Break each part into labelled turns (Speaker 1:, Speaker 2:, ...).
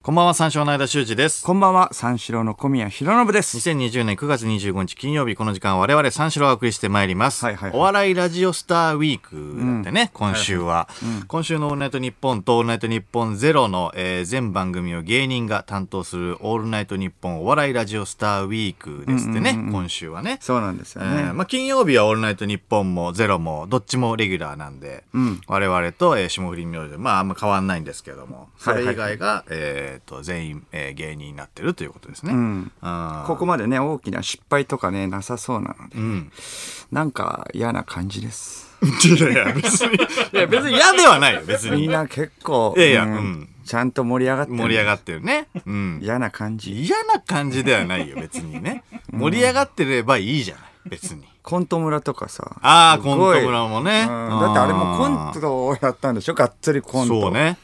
Speaker 1: こんばんは、三章の間修二です。
Speaker 2: こんばんは、三四郎の小宮弘信です。
Speaker 1: 2020年9月25日金曜日この時間我々三四郎をお送りしてまいります、
Speaker 2: はいはいはい
Speaker 1: お笑いラジオスターウィークだってね、今週は、今週の「オールナイトニッポン」と「オールナイトニッポンゼロの、えー全番組を芸人が担当する「オールナイトニッポンお笑いラジオスターウィーク」ですってね、今週はね
Speaker 2: そうなんですよ
Speaker 1: え
Speaker 2: ね。
Speaker 1: ーまあ、金曜日は「オールナイトニッポン」も「ゼロもどっちもレギュラーなんで、我々と、えー霜降り明星でまああんま変わんないんですけどもそれ以外が、えー、と全員、えー芸人になってるということですね。
Speaker 2: ん
Speaker 1: あー
Speaker 2: ここまでね、大きな失敗とかね、なさそうなので、
Speaker 1: うん、
Speaker 2: なんか嫌な感じです。
Speaker 1: いやいや別にいや別に嫌ではないよ別
Speaker 2: み
Speaker 1: に
Speaker 2: んな結構、
Speaker 1: いやいや
Speaker 2: うん
Speaker 1: うん
Speaker 2: ちゃんと盛り上がってる
Speaker 1: 盛り上がってるね、うん、
Speaker 2: 嫌な感じ。
Speaker 1: 嫌な感じではないよ別にね盛り上がってればいいじゃない別に
Speaker 2: コント村とかさ。
Speaker 1: ああ
Speaker 2: す
Speaker 1: コン
Speaker 2: ごい
Speaker 1: ト村もね、
Speaker 2: うんだってあれもコントをやったんでしょがっつりコント。
Speaker 1: そう。ね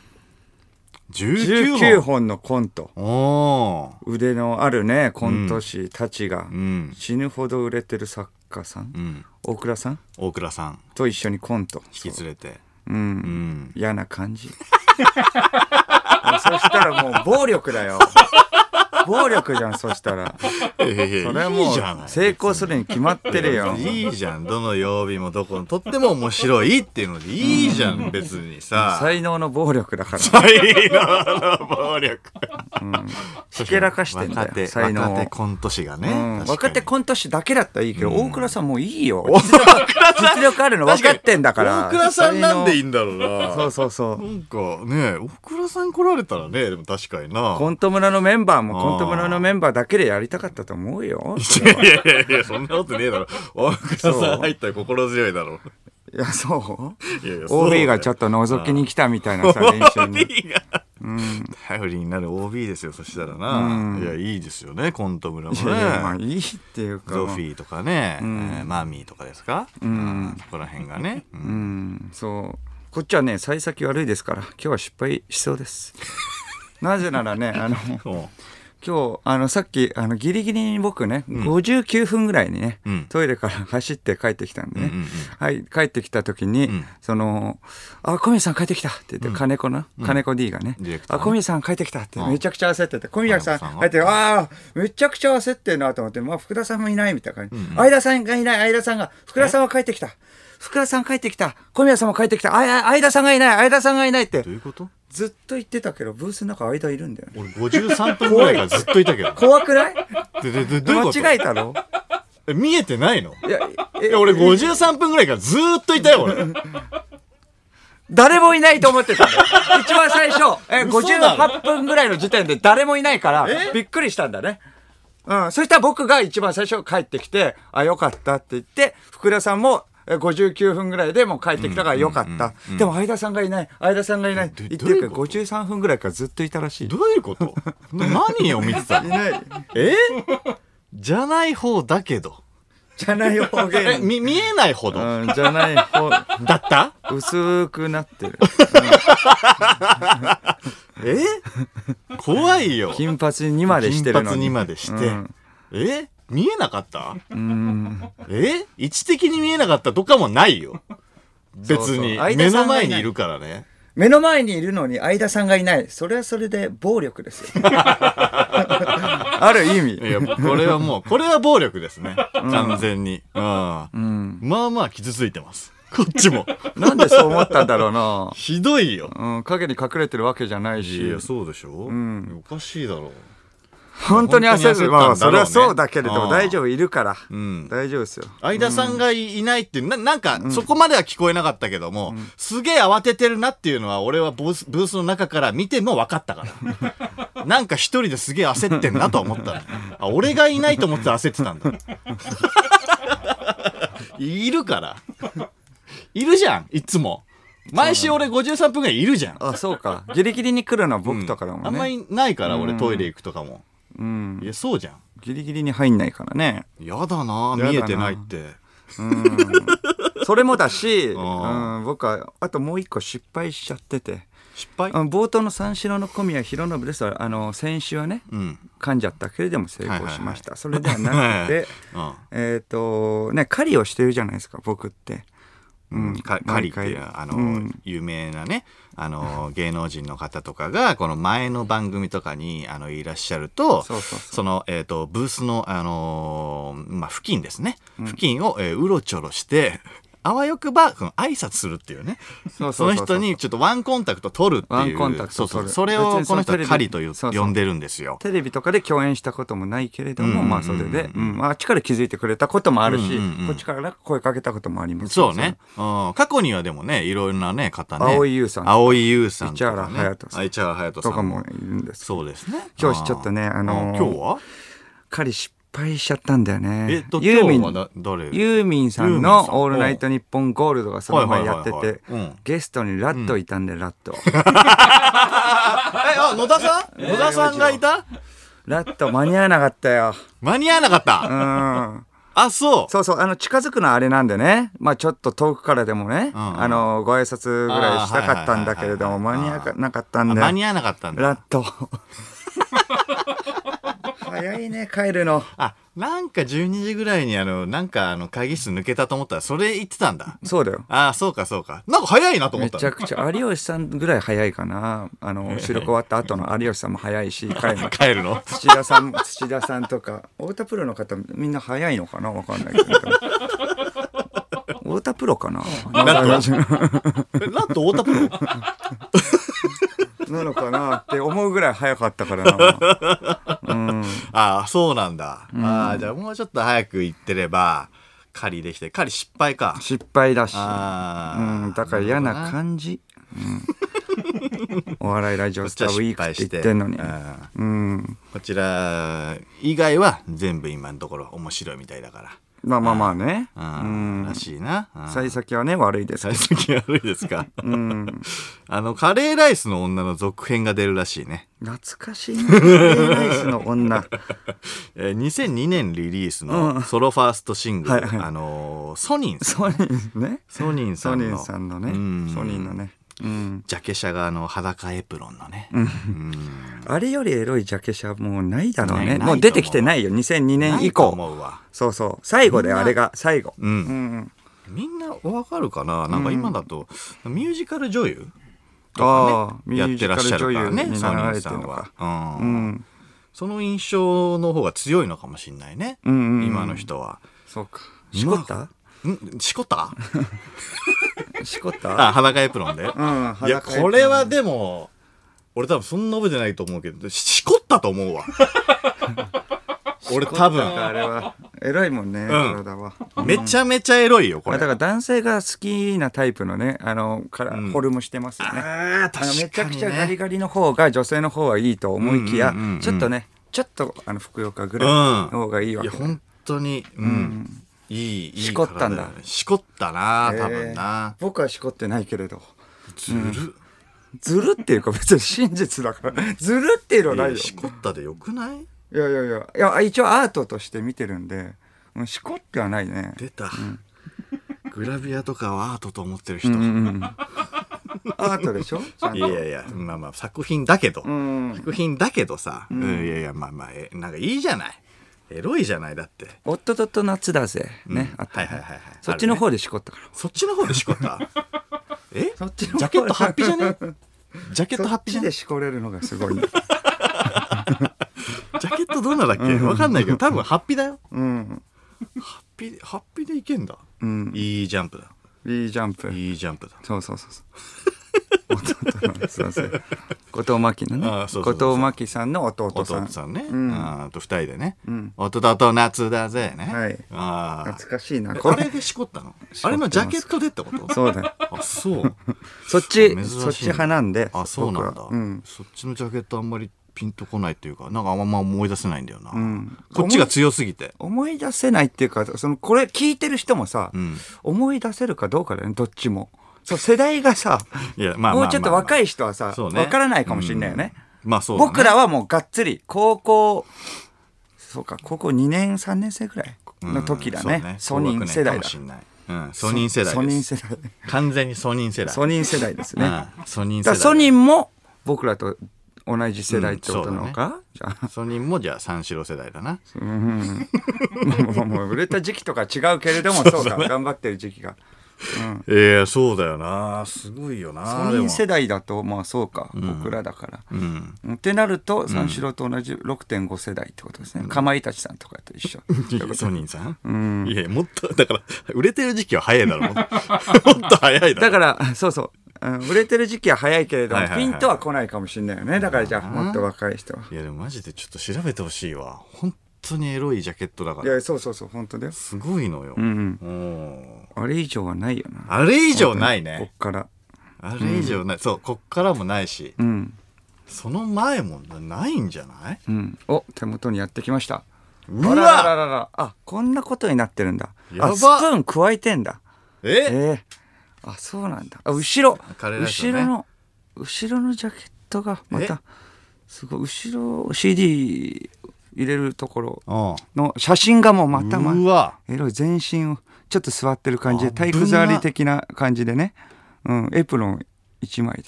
Speaker 1: 19
Speaker 2: 19
Speaker 1: 本
Speaker 2: 本のコント。
Speaker 1: おー
Speaker 2: 腕のあるね、コント師たちが、
Speaker 1: うん
Speaker 2: 死ぬほど売れてる作家さん、
Speaker 1: うん
Speaker 2: 大倉さん
Speaker 1: 大倉さん
Speaker 2: と一緒にコント。
Speaker 1: 引き連れて
Speaker 2: うん
Speaker 1: う。ん
Speaker 2: 嫌な感じもうそしたらもう暴力だよ暴力じゃんそしたら
Speaker 1: いやいやいや
Speaker 2: それはも
Speaker 1: いいじゃな
Speaker 2: う
Speaker 1: い
Speaker 2: 成功するに決まってるよ
Speaker 1: いいじゃんどの曜日もどこのとっても面白いっていうのでいいじゃん別にさ
Speaker 2: 才能の暴力だから
Speaker 1: 才能の暴力。
Speaker 2: ひけらかしてんだ
Speaker 1: 若手、
Speaker 2: よ才能
Speaker 1: 若手
Speaker 2: を。
Speaker 1: コント師がね。
Speaker 2: うん
Speaker 1: 確かに
Speaker 2: 若手コント師だけだったらいいけど、大倉さんもういいよ。
Speaker 1: さん
Speaker 2: 実力あるの分かってんだから。
Speaker 1: 大倉さんなんでいい
Speaker 2: い
Speaker 1: んだろうな。
Speaker 2: そうそうそう。
Speaker 1: なんかね、大倉さん来られたらね、でも確かにな。
Speaker 2: コント村のメンバーも
Speaker 1: あー
Speaker 2: コント村のメンバーだけでやりたかったと思うよ。
Speaker 1: いやいやいやいや、そんなことねえだろ。大倉
Speaker 2: そ
Speaker 1: さ
Speaker 2: うん
Speaker 1: 入ったら心強いだろ。
Speaker 2: いや、そう
Speaker 1: いやいや
Speaker 2: う ?OB がちょっ
Speaker 1: と。
Speaker 2: と覗きに来たみたいなさ、練習に。
Speaker 1: OB が。頼りになる OB ですよ、そしたらな。いや、いいですよね、コント村も
Speaker 2: いやいやまあ
Speaker 1: ね。
Speaker 2: いいっていうか
Speaker 1: ゾフィーとかね、えーマーミーとかですかうん。ここら辺がね。うん
Speaker 2: うんそうこっちはね幸先悪いですから今日は失敗しそうですなぜならねあの
Speaker 1: そう
Speaker 2: 今日あのさっきあのギリギリに僕ね、59分ぐらいにね、
Speaker 1: うん
Speaker 2: トイレから走って帰ってきたんでね、
Speaker 1: うんうんうん
Speaker 2: はい帰ってきた時に、
Speaker 1: ん
Speaker 2: その「あ小宮さん帰ってきた」って言って、金子な金子 D がね
Speaker 1: ディレクター
Speaker 2: あ
Speaker 1: ね
Speaker 2: 小宮さん帰ってきた」ってめちゃくちゃ焦ってて「小宮さん
Speaker 1: 金子さん
Speaker 2: 帰
Speaker 1: が
Speaker 2: ってきたああめちゃくちゃ焦ってんな」と思って、まあ、福田さんもいないみたいな感じ、相田さんがいない相田さんが福田さんは帰ってきた福田さん帰ってきた小宮さんも帰ってきたああ相田さんがいない相田さんがいないって
Speaker 1: どういうこと
Speaker 2: ずっと言ってたけどブースの中間いるんだよね
Speaker 1: 俺53分ぐらいからずっといたけど。
Speaker 2: 怖くない
Speaker 1: でででどういうこと
Speaker 2: 間違えたろ
Speaker 1: え見えてないの
Speaker 2: いや、え
Speaker 1: いや俺53分ぐらいからずーっといたよ俺。
Speaker 2: 誰もいないと思ってたんだよ。一番最初、え
Speaker 1: 嘘だろ
Speaker 2: 58分ぐらいの時点で誰もいないから、びっくりしたんだね。うん、そしたら僕が一番最初帰ってきて、あ、よかったって言って、福田さんも、え59分ぐらいでもう帰ってきたからよかった。でも相田さんがいない、相田さんがいないって言ってるけど、
Speaker 1: どう
Speaker 2: 53分ぐらいからずっといたらしい。
Speaker 1: どういうこと な何を見てたの
Speaker 2: ない。
Speaker 1: えじゃない方だけど。
Speaker 2: じゃない方
Speaker 1: え、
Speaker 2: 言。
Speaker 1: み、見えないほどだ
Speaker 2: うん、じゃない方、
Speaker 1: った
Speaker 2: 薄くなってる。
Speaker 1: え怖いよ。
Speaker 2: 金髪にまでしてる
Speaker 1: 金
Speaker 2: のに。
Speaker 1: 髪にまでして。
Speaker 2: うん
Speaker 1: え見えなかったえ位置的に見えなかったとかもないよ。別に。
Speaker 2: そうそう
Speaker 1: 目の前にいるからね。
Speaker 2: 目の前にいるのに相田さんがいないそれはそれで暴力ですよ ある意
Speaker 1: い
Speaker 2: 味
Speaker 1: や、これはもう、これは暴力ですね。完全に。うん。まあまあ傷ついてます。こっちも。
Speaker 2: なんでそう思ったんだろうな、
Speaker 1: ひどいよ。
Speaker 2: うん、影に隠れてるわけじゃない
Speaker 1: い
Speaker 2: し
Speaker 1: や、そうでしょおかしいだろ
Speaker 2: 本当に焦
Speaker 1: 本当に焦ったん
Speaker 2: る
Speaker 1: だろうね
Speaker 2: まあそれはそうだけれど
Speaker 1: う
Speaker 2: も
Speaker 1: ん
Speaker 2: 大丈夫いるから、
Speaker 1: う。うん。
Speaker 2: 大丈夫ですよ
Speaker 1: 相田さんがいいないっていう、ななんか、そこまでは聞こえなかったけども、すげえ慌ててるなっていうのは、俺はブースブースの中から見ても分かった から。なんか一人ですげえ焦ってんなと思ったの。あ、俺がいないと思って焦ってたんだ。いるから。いるじゃん、いつも。毎週俺53分ぐらいいるじゃん。
Speaker 2: あそうかギリギリに来るのは僕とかだもんね、
Speaker 1: あんまりないから、俺トイレ行くとかも。いや、そうじゃん。
Speaker 2: ギリギリに入んないからね
Speaker 1: やだな
Speaker 2: やだな
Speaker 1: 見えてないって。
Speaker 2: それもだし、う
Speaker 1: あ
Speaker 2: ん、僕はあともう一個失敗しちゃってて
Speaker 1: 失敗
Speaker 2: あの冒頭の三四郎の小宮弘信ですあの先週はね、
Speaker 1: うん。
Speaker 2: 噛んじゃったけれども成功しました、それ ではなくて
Speaker 1: うん
Speaker 2: えっとね狩りをしてるじゃないですか僕ってうんか
Speaker 1: カリっていう
Speaker 2: 毎回
Speaker 1: あ
Speaker 2: う
Speaker 1: の
Speaker 2: ん
Speaker 1: 有名なねあの芸能人の方とかがこの前の番組とかにあのいらっしゃると
Speaker 2: そうそうそう
Speaker 1: そのえっとブースのあのーまあ付近ですね付近をえーうろちょろしてあわよくばこの挨拶するっていうね
Speaker 2: そう
Speaker 1: その人にちょっとワンコンタクト取るっていう
Speaker 2: ワンコンタク
Speaker 1: そ
Speaker 2: ト取
Speaker 1: う
Speaker 2: る
Speaker 1: そうそれをこの人はカリという
Speaker 2: そうそう
Speaker 1: 呼んでるんですよ。
Speaker 2: テレビとかで共演したこともないけれども、
Speaker 1: うん
Speaker 2: まあそれで、うんあっちから気づいてくれたこともあるし、
Speaker 1: うんうんうん
Speaker 2: こっちから声かけたこともあります
Speaker 1: そうね。うん過去にはでもね、いろいろなね、方ね。
Speaker 2: 蒼井優さん
Speaker 1: 蒼井優さんとか、ね。
Speaker 2: 市原隼人さん
Speaker 1: あ市原隼人
Speaker 2: と
Speaker 1: さ
Speaker 2: か
Speaker 1: ん
Speaker 2: もいるんです
Speaker 1: そうですね。
Speaker 2: 今日ちょっとねあのー
Speaker 1: 今日は
Speaker 2: 彼失敗しちゃったんだよね
Speaker 1: えっと、
Speaker 2: ユーミ
Speaker 1: 今日は
Speaker 2: ン
Speaker 1: だ誰
Speaker 2: ユーミンさん
Speaker 1: ユーミンさん
Speaker 2: の「オールナイトニッポンゴールド」がその前やって
Speaker 1: はいはい
Speaker 2: て
Speaker 1: はいはいうん
Speaker 2: ゲストにラットいたんでラッ ト、
Speaker 1: え、あ、野田さん野田さんがいた
Speaker 2: ラット間に合わなかったよ
Speaker 1: 間に合わなかっ
Speaker 2: う
Speaker 1: た。
Speaker 2: ん
Speaker 1: あ、そう。
Speaker 2: そうそうあの近づくのはあれなんでねまあちょっと遠くからでもね、
Speaker 1: うんうん
Speaker 2: あのご挨拶ぐらいしたかったんだけれども
Speaker 1: あー
Speaker 2: 間
Speaker 1: はい
Speaker 2: に
Speaker 1: はいはい
Speaker 2: 合
Speaker 1: はい
Speaker 2: わなかったん
Speaker 1: あ
Speaker 2: で
Speaker 1: 間に合わなかったんだ。
Speaker 2: ラット。 早いね、帰るの。
Speaker 1: あ、なんか12時ぐらいにあの、なんかあの、会議室抜けたと思ったら、それ言ってたんだ。
Speaker 2: そうだよ。
Speaker 1: あ、そうかそうか。なんか早いなと思
Speaker 2: め
Speaker 1: った
Speaker 2: ちゃくちゃ、有吉さんぐらい早いかな。あの、収録終わった後の有吉さんも早い し、帰るの。
Speaker 1: 帰るの
Speaker 2: 土田さん、土田さんとか、太田プロの方、みんな早いのかなわかんないけど。太田プロかな
Speaker 1: ラえラット太田プロ
Speaker 2: なのかなって思うぐらい早かったから な。
Speaker 1: ああ、そうなんだ。ああ、じゃあもうちょっと早く行ってれば、狩りできて、狩り失敗か。
Speaker 2: 失敗だし。う
Speaker 1: ああ、
Speaker 2: ん、だから嫌な感じ。うん、お笑いラジオスターウィークって言ってんのに
Speaker 1: う。ん
Speaker 2: うん。
Speaker 1: こちら以外は全部今のところ面白いみたいだか
Speaker 2: まあまあまあね。う。
Speaker 1: ら。うんん、らしいな。うん
Speaker 2: 幸先はね、悪いですけ
Speaker 1: 最
Speaker 2: ど。
Speaker 1: 先悪いですか
Speaker 2: うん。
Speaker 1: あの、カレーライスの女の続編が出るらしいね。
Speaker 2: 懐かしいね。カレーライスの女。
Speaker 1: えー2002年リリースのソロファーストシングル、
Speaker 2: はいはい
Speaker 1: あのーソニンさん、
Speaker 2: ソニーね。
Speaker 1: ソニンさ
Speaker 2: ソ
Speaker 1: ん
Speaker 2: ニ
Speaker 1: の
Speaker 2: ーさんのね
Speaker 1: うん。
Speaker 2: ソニーのね。うん。
Speaker 1: ジャケ写があの裸エプロンのね。
Speaker 2: あれよりエロいジャケ写はもうないだろう
Speaker 1: ないない
Speaker 2: ね。
Speaker 1: と思
Speaker 2: も
Speaker 1: う
Speaker 2: う出てきてないよ。2002
Speaker 1: な
Speaker 2: 年
Speaker 1: い
Speaker 2: 以
Speaker 1: と
Speaker 2: 降。
Speaker 1: 思うわ。
Speaker 2: そうそう。最後で
Speaker 1: みんな
Speaker 2: あれが、最後。
Speaker 1: う。
Speaker 2: うんん。
Speaker 1: みんなわかるかななんか今だと、ミュージカル女優
Speaker 2: ああ、ミ
Speaker 1: や
Speaker 2: ュ
Speaker 1: っ
Speaker 2: ージ
Speaker 1: て
Speaker 2: カ
Speaker 1: らっ
Speaker 2: ル
Speaker 1: しゃ
Speaker 2: 女
Speaker 1: るから
Speaker 2: 優
Speaker 1: ね、
Speaker 2: に
Speaker 1: ソ
Speaker 2: な
Speaker 1: ニ
Speaker 2: ら
Speaker 1: ン
Speaker 2: れて
Speaker 1: さ
Speaker 2: る
Speaker 1: ん
Speaker 2: の
Speaker 1: は
Speaker 2: か。。
Speaker 1: う
Speaker 2: うんん。
Speaker 1: その印象の方が強いのかもしれないね、
Speaker 2: うんうんうん
Speaker 1: 今の人は。
Speaker 2: そうか。
Speaker 1: 今
Speaker 2: しこった
Speaker 1: んしこった
Speaker 2: しこっ
Speaker 1: あ
Speaker 2: た
Speaker 1: 裸エプロンで、
Speaker 2: うん。
Speaker 1: いや
Speaker 2: 裸
Speaker 1: これはでも俺多分そんな覚えてないと思うけどしこったと思う わ俺多
Speaker 2: なんかあ
Speaker 1: 分
Speaker 2: れは。エロいもんね、体は。
Speaker 1: めちゃめちゃエロいよこ
Speaker 2: まあ
Speaker 1: れ
Speaker 2: だから男性が好きなタイプのね、あの、から、
Speaker 1: ん
Speaker 2: フォルムしてますよね。
Speaker 1: あー
Speaker 2: あのめちゃくちゃガリ
Speaker 1: ね
Speaker 2: ガリの方が女性の方はいいと思いきや、
Speaker 1: うんうんうんうん
Speaker 2: ちょっとね、ちょっとあの、ふくよかぐ
Speaker 1: う
Speaker 2: らい
Speaker 1: ん
Speaker 2: の方がいいわ
Speaker 1: い
Speaker 2: け
Speaker 1: や
Speaker 2: だ。
Speaker 1: 本当にうん、いいいい
Speaker 2: しこったんだ
Speaker 1: 体よねしこったな
Speaker 2: えー
Speaker 1: 多分な、
Speaker 2: 僕はしこってないけれど。
Speaker 1: ずる
Speaker 2: ずるっていうか別に真実だから。ずるっていうのはな
Speaker 1: い
Speaker 2: いよ
Speaker 1: や。しこったでよくない
Speaker 2: いやいやいや。いや、一応アートとして見てるんで、うんしこってはないね。
Speaker 1: 出た、グラビアとかをアートと思ってる人、
Speaker 2: うんうん。 アートでしょちゃんと
Speaker 1: いやいやまあまあ作品だけど、
Speaker 2: うん。
Speaker 1: 作品だけどさ、うんいやいやまあまあえなんかいいじゃないエロいじゃないだって、
Speaker 2: 夫とと夏だぜ。ね。あった
Speaker 1: はいはいはいはい
Speaker 2: そっちの方でしこったから。
Speaker 1: そっちの方でしこったえ
Speaker 2: そっちの方
Speaker 1: ジャケットハッピーじ ゃねジャケットハッピーじゃ
Speaker 2: そっち
Speaker 1: ね
Speaker 2: でしこれるのが すごいね。
Speaker 1: ジャケットどんなだっけわかんないけど多分ハッピーだよ
Speaker 2: うん。
Speaker 1: ハッピーハッピーでいけんだ、
Speaker 2: うん。
Speaker 1: いいジャンプだ
Speaker 2: B ジャンプ。
Speaker 1: いいジャンプだ
Speaker 2: そうそうそう そう。弟のすいません。後藤真希のね。
Speaker 1: ああそうそうそう
Speaker 2: 後藤真希さんの弟さ
Speaker 1: 弟
Speaker 2: ん。
Speaker 1: さんね、
Speaker 2: うん
Speaker 1: あーと二人でね、
Speaker 2: ん
Speaker 1: 弟と夏だぜね、
Speaker 2: はい
Speaker 1: あ
Speaker 2: 懐かしいな。
Speaker 1: ー
Speaker 2: こ
Speaker 1: あれ
Speaker 2: れ。
Speaker 1: でしこったのあれのジャケットでってこと
Speaker 2: そうだよ。
Speaker 1: あ そう
Speaker 2: そっち、
Speaker 1: 珍しいね
Speaker 2: そっち派なんで。
Speaker 1: あそうなん
Speaker 2: 僕
Speaker 1: だ、
Speaker 2: はうん。
Speaker 1: そっちのジャケットあんまりピンとこないっていうかなんかあんま思い出せないんだよな、
Speaker 2: ん
Speaker 1: こっちが強すぎて
Speaker 2: 思い出せないっていうか、その、これ聞いてる人もさ、
Speaker 1: ん
Speaker 2: 思い出せるかどうかだよね、どっちも。そう、世代がさ、
Speaker 1: いやまあまあまあまあ
Speaker 2: もうちょっと若い人はさ、
Speaker 1: そう
Speaker 2: わ
Speaker 1: ね
Speaker 2: からないかもしれないよね。
Speaker 1: まあそうだね
Speaker 2: 僕らはもうがっつり、高校、そうか、高校2年、3年生ぐらいの時だ
Speaker 1: うんそう
Speaker 2: ね。ソニー世代
Speaker 1: 高学年
Speaker 2: だ。
Speaker 1: かもしんないうん、ソニー世代です
Speaker 2: ソニー 世代。
Speaker 1: 完全にソニー世代
Speaker 2: ソニー世代ですね。だか
Speaker 1: うんソニー世
Speaker 2: ら
Speaker 1: 代
Speaker 2: ソニーも僕らと同じ世代ってことなの
Speaker 1: う
Speaker 2: か、じゃあ。
Speaker 1: ソニーもじゃあ三四郎世代だな
Speaker 2: うん。もうもうもう売れた時期とか違うけれども、そうか、頑張ってる時期が。
Speaker 1: えー、そうだよな。すごいよな。
Speaker 2: ソニー世代だとまあそうか、僕らだから、
Speaker 1: でも うん。
Speaker 2: うんってなると三四郎と同じ6.5世代ってことですね、かまいたちさんとかと 一緒
Speaker 1: ソニーさん、いやもっとだから売れてる時期は早いだ ろうもっと早いだろ
Speaker 2: だからそうそううん売れてる時期は早いけれども、
Speaker 1: はいはいはい
Speaker 2: ピンとは来ないかもしれないよねだからじゃあもっと若い人はい
Speaker 1: やでもマジでちょっと調べてほしいわ本当にエロいジャケットだか
Speaker 2: い
Speaker 1: ら
Speaker 2: やそうそうそう本当だよ、
Speaker 1: すごいのよ、
Speaker 2: うん
Speaker 1: うん
Speaker 2: うん、あれ以上はないよな
Speaker 1: あれ以上ない
Speaker 2: こ
Speaker 1: ね
Speaker 2: っから
Speaker 1: あれ以上ない、そうこっからもないし
Speaker 2: うん
Speaker 1: その前もないんじゃない
Speaker 2: うんお手元にやってきました
Speaker 1: うわ
Speaker 2: あらららららあこんなことになってるんだ
Speaker 1: やば
Speaker 2: あスプーン加えてんだえ
Speaker 1: え
Speaker 2: えあそうなんだあ後ろ、
Speaker 1: カレーライス
Speaker 2: 後
Speaker 1: だね
Speaker 2: ろの後ろのジャケットがま
Speaker 1: え
Speaker 2: たすごい後ろ CD 入れるところ
Speaker 1: うん
Speaker 2: の写真がもうまたま
Speaker 1: うわ
Speaker 2: エロい全身をちょっと座ってる感じで
Speaker 1: 危な
Speaker 2: 体育座り的な感じでね、うん、エプロン1枚で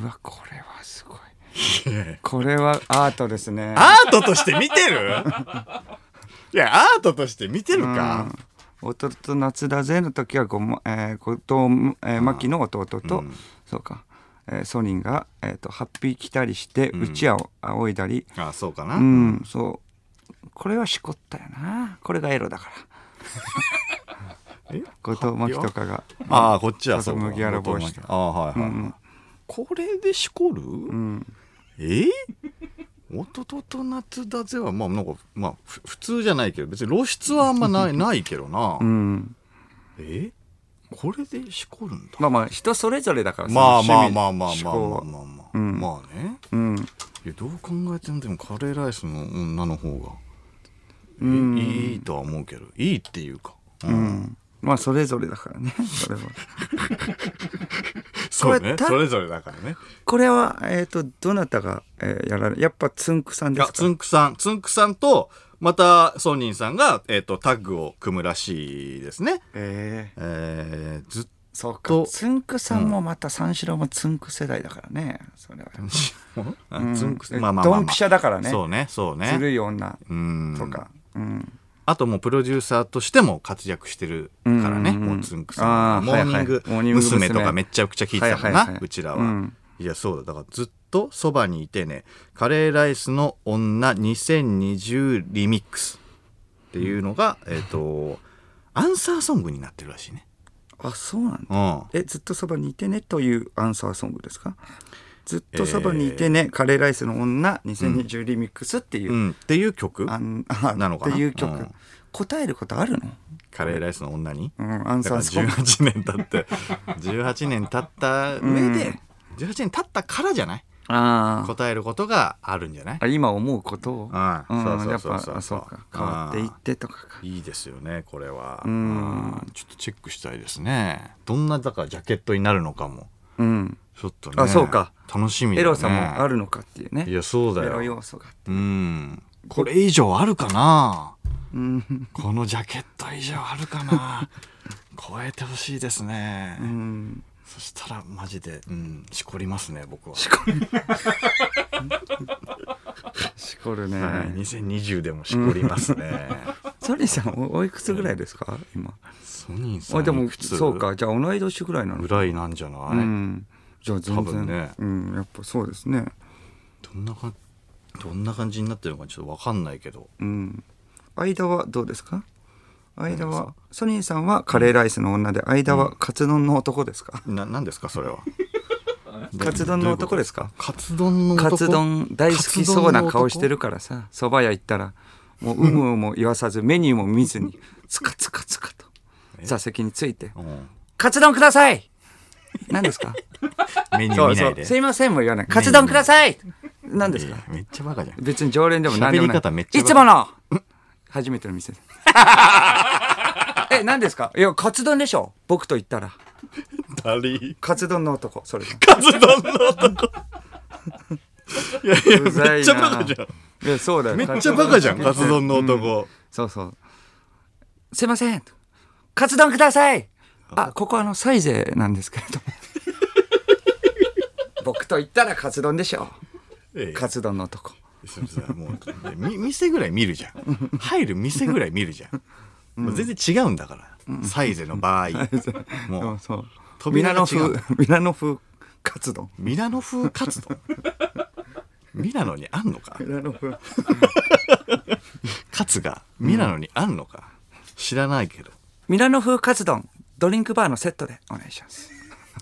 Speaker 2: うわこれはすごいこれはアートですね
Speaker 1: アートとして見てる いやアートとして見てるか、
Speaker 2: うん、弟と夏だぜの時はごま、えー、後藤、えー、牧の弟と、
Speaker 1: ん
Speaker 2: そうか、えー、ソニンが、えー、とハッピー来たりして、うちわを仰いだり
Speaker 1: あそうかな、
Speaker 2: うん、そうこれはしこったよなこれがエロだか
Speaker 1: え
Speaker 2: ら後藤真希とかが
Speaker 1: ああこっちは
Speaker 2: そうそう
Speaker 1: か
Speaker 2: 麦わら帽子と
Speaker 1: ああはいはい、これでしこる、
Speaker 2: うん
Speaker 1: えおととと夏だぜはまあなんかまあふ普通じゃないけど別に露出はあんまないないけどな、
Speaker 2: うん
Speaker 1: えこれでしこるんだ
Speaker 2: まあまあ人それぞれだから
Speaker 1: まあ
Speaker 2: その
Speaker 1: まあ
Speaker 2: 趣味
Speaker 1: まあまあまあま
Speaker 2: 嗜
Speaker 1: あ
Speaker 2: 好は
Speaker 1: まあまあ、
Speaker 2: うん
Speaker 1: まあね
Speaker 2: うん
Speaker 1: いやどう考えてもでもカレーライスの女の方がい
Speaker 2: うん
Speaker 1: いいとは思うけどいいっていうか、う
Speaker 2: うんんまあそれぞれだから ねそれは
Speaker 1: そうね
Speaker 2: これた
Speaker 1: それぞれだからね
Speaker 2: これはえっ、とどなたが、えーやられやっぱつんくさんです
Speaker 1: あ
Speaker 2: か
Speaker 1: つんくさんつんくさんとまたソニーさんが、えっとタッグを組むらしいですね
Speaker 2: ええ
Speaker 1: えー、ずっ
Speaker 2: そうか
Speaker 1: と
Speaker 2: つんくさんもまた三四郎もつんく世代だからねそれは
Speaker 1: とつんくさんまあまあまあまあ
Speaker 2: ドンピシャだからね
Speaker 1: そうねそう
Speaker 2: ず
Speaker 1: ね
Speaker 2: るい女
Speaker 1: うん
Speaker 2: とか、うん
Speaker 1: あともうプロデューサーとしても活躍してるからね、
Speaker 2: うんうんうん
Speaker 1: もうつんくさん
Speaker 2: あ
Speaker 1: は
Speaker 2: ー
Speaker 1: モーニン
Speaker 2: はいはいモー
Speaker 1: グ
Speaker 2: ニング娘
Speaker 1: 娘。とかめっちゃくちゃ聞いてたもんな、
Speaker 2: はいはいはいう
Speaker 1: ちらは、
Speaker 2: うん
Speaker 1: いやそうだだからずっとそばにいてねカレーライスの女2020リミックスっていうのが、えっ、とアンサーソングになってるらしいね
Speaker 2: あそうなんだ
Speaker 1: うん
Speaker 2: えずっとそばにいてねというアンサーソングですかずっとそばにいてね、カレーライスの女2020リミックスっていう、
Speaker 1: うん、っていう曲
Speaker 2: あん あ
Speaker 1: なのかな
Speaker 2: っていう曲、
Speaker 1: うん
Speaker 2: 答えることあるの
Speaker 1: カレーライスの女に
Speaker 2: うんアン
Speaker 1: だ
Speaker 2: サ
Speaker 1: か
Speaker 2: ー
Speaker 1: ら
Speaker 2: ソン
Speaker 1: 18
Speaker 2: グ
Speaker 1: 年経 って18年経った上で18年経ったからじゃない
Speaker 2: あー
Speaker 1: 答えることがあるんじゃない
Speaker 2: あ今思うことを
Speaker 1: ああ
Speaker 2: うん
Speaker 1: そ
Speaker 2: や
Speaker 1: う
Speaker 2: っ
Speaker 1: そう
Speaker 2: ぱ
Speaker 1: そうそう
Speaker 2: あそうか変わっていってとかか
Speaker 1: いいですよねこれは
Speaker 2: ん
Speaker 1: うんちょっとチェックしたいですねどんなだからジャケットになるのかも
Speaker 2: うん
Speaker 1: ちょっとね
Speaker 2: あそうか
Speaker 1: 楽しみだね
Speaker 2: エロさもあるのかっていうね
Speaker 1: いやそうだ
Speaker 2: エロ
Speaker 1: よ
Speaker 2: 要素が
Speaker 1: うんこれ以上あるかな
Speaker 2: うん
Speaker 1: このジャケット以上あるか な超えてほしいですね、
Speaker 2: うん
Speaker 1: そしたらマジで、うん、しこりますね僕は
Speaker 2: しこるしこるね、
Speaker 1: はい、2020でもしこりますね。
Speaker 2: ソニーさんおおいくつぐらいですか今
Speaker 1: ソニーさん
Speaker 2: あでも
Speaker 1: いくつ
Speaker 2: そうかじゃあ同い年ぐらいなの
Speaker 1: ぐ
Speaker 2: か、
Speaker 1: らいなんじゃない、
Speaker 2: うんじゃあ全然
Speaker 1: 多分ね
Speaker 2: うん、やっぱそうですね
Speaker 1: どんなかどんな感じになってるのかちょっとわかんないけど。
Speaker 2: うん間はどうですか間はソニーさんはカレーライスの女で間はカツ丼の男ですか、
Speaker 1: な何ですかそれ は。ど
Speaker 2: カツ丼の男ですか
Speaker 1: カツ丼の男。
Speaker 2: カツ丼大好きそうな顔して
Speaker 1: る。
Speaker 2: るからさ蕎麦屋行ったらもう有無も言わさずメニューも見ずにつかつかつかと座席について
Speaker 1: うん
Speaker 2: 「カツ丼ください!」何ですか
Speaker 1: メニュ
Speaker 2: そ
Speaker 1: ー
Speaker 2: う
Speaker 1: 見な
Speaker 2: そ
Speaker 1: いうで。
Speaker 2: すいませんも言わない「カツ丼ください!」何ですか
Speaker 1: いやめっちゃバカじゃん。
Speaker 2: 別に常連でも何でもな
Speaker 1: 喋り方め
Speaker 2: い
Speaker 1: っちゃ
Speaker 2: いつもの初めての店え何ですかいやカツ丼でしょ僕と言ったら
Speaker 1: ダリ
Speaker 2: カツ丼の男 それが
Speaker 1: カツ丼の男。いやいや
Speaker 2: うざ
Speaker 1: め
Speaker 2: い
Speaker 1: っちゃ
Speaker 2: な
Speaker 1: バカじゃん。
Speaker 2: いやそうだよ
Speaker 1: めっちゃバカじゃんカツ丼の
Speaker 2: うん
Speaker 1: 男。
Speaker 2: そうそう。すいません。カツ丼ください。あ、ここあの、サイゼなんですけれど も。僕と言ったらカツ丼でしょ
Speaker 1: ええ
Speaker 2: カツ丼の男。
Speaker 1: それさも うみ店ぐらい見るじゃん入る店ぐらい見るじゃん、もう全然違うんだからサイゼの 場合、もう、
Speaker 2: そうミ
Speaker 1: 扉
Speaker 2: ラ
Speaker 1: が
Speaker 2: ノ
Speaker 1: 違う
Speaker 2: 風ミラノ風カツ丼
Speaker 1: ミラノ風カツ丼ミラノにあんのか
Speaker 2: ミラノ風
Speaker 1: カツがミラノにあんのか、知らないけど。
Speaker 2: ミラノ風カツ丼ドリンクバーのセットでお願いします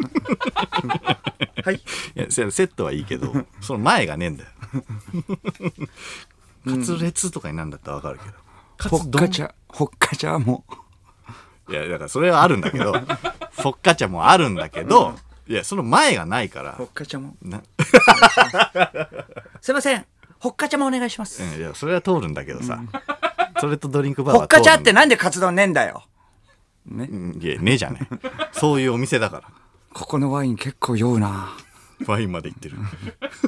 Speaker 2: はい
Speaker 1: いやせセットはいいけ ど、その前がねえんだよ。カツレツとかになんだったらわかるけど。カ
Speaker 2: ホ
Speaker 1: ツ
Speaker 2: ッ
Speaker 1: 丼
Speaker 2: カチャホッカチャはもう
Speaker 1: いや、だからそれはあるんだけ ど、フォッカチャもあるんだけど、いや、その前がないから
Speaker 2: ホ、ッカチャも
Speaker 1: な
Speaker 2: すいませんホッカチャもお願いします
Speaker 1: うんいや、それは通るんだけどさ、それとドリンクバー
Speaker 2: ホ
Speaker 1: は
Speaker 2: ッカチャ
Speaker 1: 通る
Speaker 2: っ
Speaker 1: ん
Speaker 2: て
Speaker 1: だ
Speaker 2: なんでカツ丼ねえんだよね
Speaker 1: うんいや、ねえじゃねえ。そういうお店だか
Speaker 2: ここのワイン結構酔うな
Speaker 1: ら。ワインまで行ってる。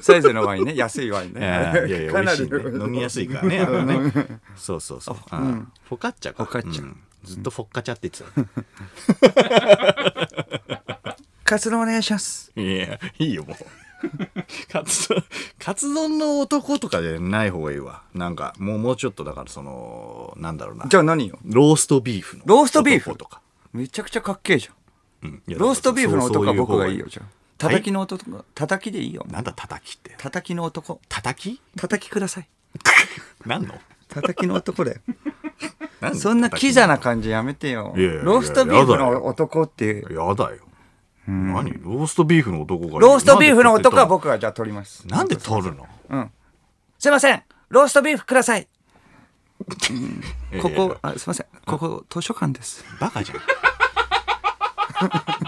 Speaker 2: サイズのワ インね安いワインね
Speaker 1: い やいや、美味しい、ね。飲みやすいからね、あのね。そうそうそう。あーフォカッチャか。
Speaker 2: フォカッチャ
Speaker 1: うんずっとフォッカチャって言って
Speaker 2: カツ丼お願いします
Speaker 1: た。 いや、いいよ、もう。カツ丼、カツ丼の男とかじゃない方がいいわ。なんか、もう、もうちょっとだから、その、なんだろうな。
Speaker 2: じゃあ何よ
Speaker 1: ローストビーフの。
Speaker 2: ローストビーフ
Speaker 1: 男とか。
Speaker 2: めちゃくちゃかっけえじゃん
Speaker 1: うんいや
Speaker 2: ローストビーフの
Speaker 1: そう
Speaker 2: 男は
Speaker 1: そうう
Speaker 2: 僕
Speaker 1: 方
Speaker 2: がいいよじゃあ叩きの男が叩きでいいよ
Speaker 1: なんだ、叩きって。
Speaker 2: 叩きの男
Speaker 1: 叩き
Speaker 2: 叩きください
Speaker 1: なんの
Speaker 2: 叩きの男だよ
Speaker 1: なんの
Speaker 2: そんなキザな感じやめてよ
Speaker 1: いやいやいや
Speaker 2: ローストビーフの男っていう
Speaker 1: 叩きやだよ。何ローストビーフの男がいい
Speaker 2: ローストビーフの男は。僕がじゃあ取ります
Speaker 1: なんで取るの
Speaker 2: すいませんローストビーフくださいこ
Speaker 1: いやい
Speaker 2: こ
Speaker 1: や
Speaker 2: あすいませんここ図書館です
Speaker 1: バカじゃん。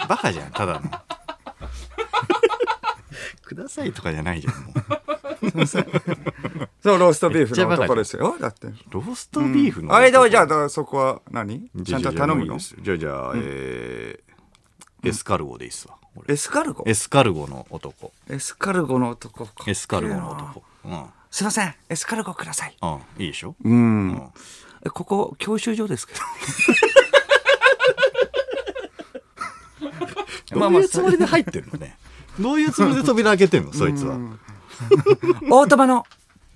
Speaker 1: バカじゃん、ただの。 くださいとかじゃないじゃん。もう
Speaker 2: そうローストビ
Speaker 1: め
Speaker 2: ーフ
Speaker 1: っちゃ
Speaker 2: の
Speaker 1: バカじゃん
Speaker 2: 男ですよだって
Speaker 1: ローストビーフの男。
Speaker 2: 間はじゃあだからそこは何ちゃんと頼む
Speaker 1: じゃあ
Speaker 2: の
Speaker 1: じゃあじゃあ、えーエスカルゴでいいっすわ。俺
Speaker 2: エスカルゴ
Speaker 1: エスカルゴの男。
Speaker 2: エスカルゴの男か
Speaker 1: エスカルゴの男。う
Speaker 2: すいませんエスカルゴください
Speaker 1: ん。うん。いいでしょ
Speaker 2: うん
Speaker 1: うん
Speaker 2: えここ教習所ですけ ど
Speaker 1: どういうつもりで入ってるのね。 どういうつもりで扉開けてんのそいつは。
Speaker 2: オートマの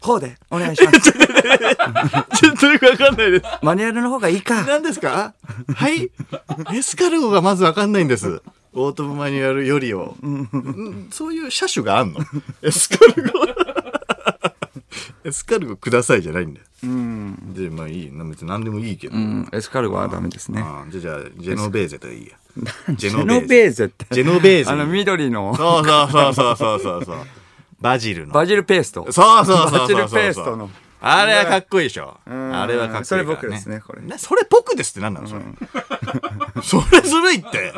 Speaker 2: 方でお願いし ます。
Speaker 1: ちょっとよくわかんないです。
Speaker 2: マニュアルの方がいいか。
Speaker 1: 何ですかはい。エスカルゴがまずわかんないんです。オートムマニュアルよりを。うんそういう車種があんの。エスカ ルゴ。エスカルゴくださいじゃないんだよ。で、まあいい。な別に何でもいいけど。
Speaker 2: うん、エスカルゴはダメですね。
Speaker 1: ああじゃあ、じゃあジェノベーゼといいや。ジ
Speaker 2: ジェノベーゼって。
Speaker 1: ジェノベーゼ
Speaker 2: あの緑の
Speaker 1: そうそうそうそうそうそうそう。バジルの。
Speaker 2: バジルペースト。
Speaker 1: そうそうそうそうそうそう。
Speaker 2: バジルペーストの
Speaker 1: あれはかっこいいでしょ。
Speaker 2: ん
Speaker 1: あれはかっこいいから、ね。
Speaker 2: それ僕ですねこれ
Speaker 1: なそれ僕ですって何なのそ れ。それずるいって。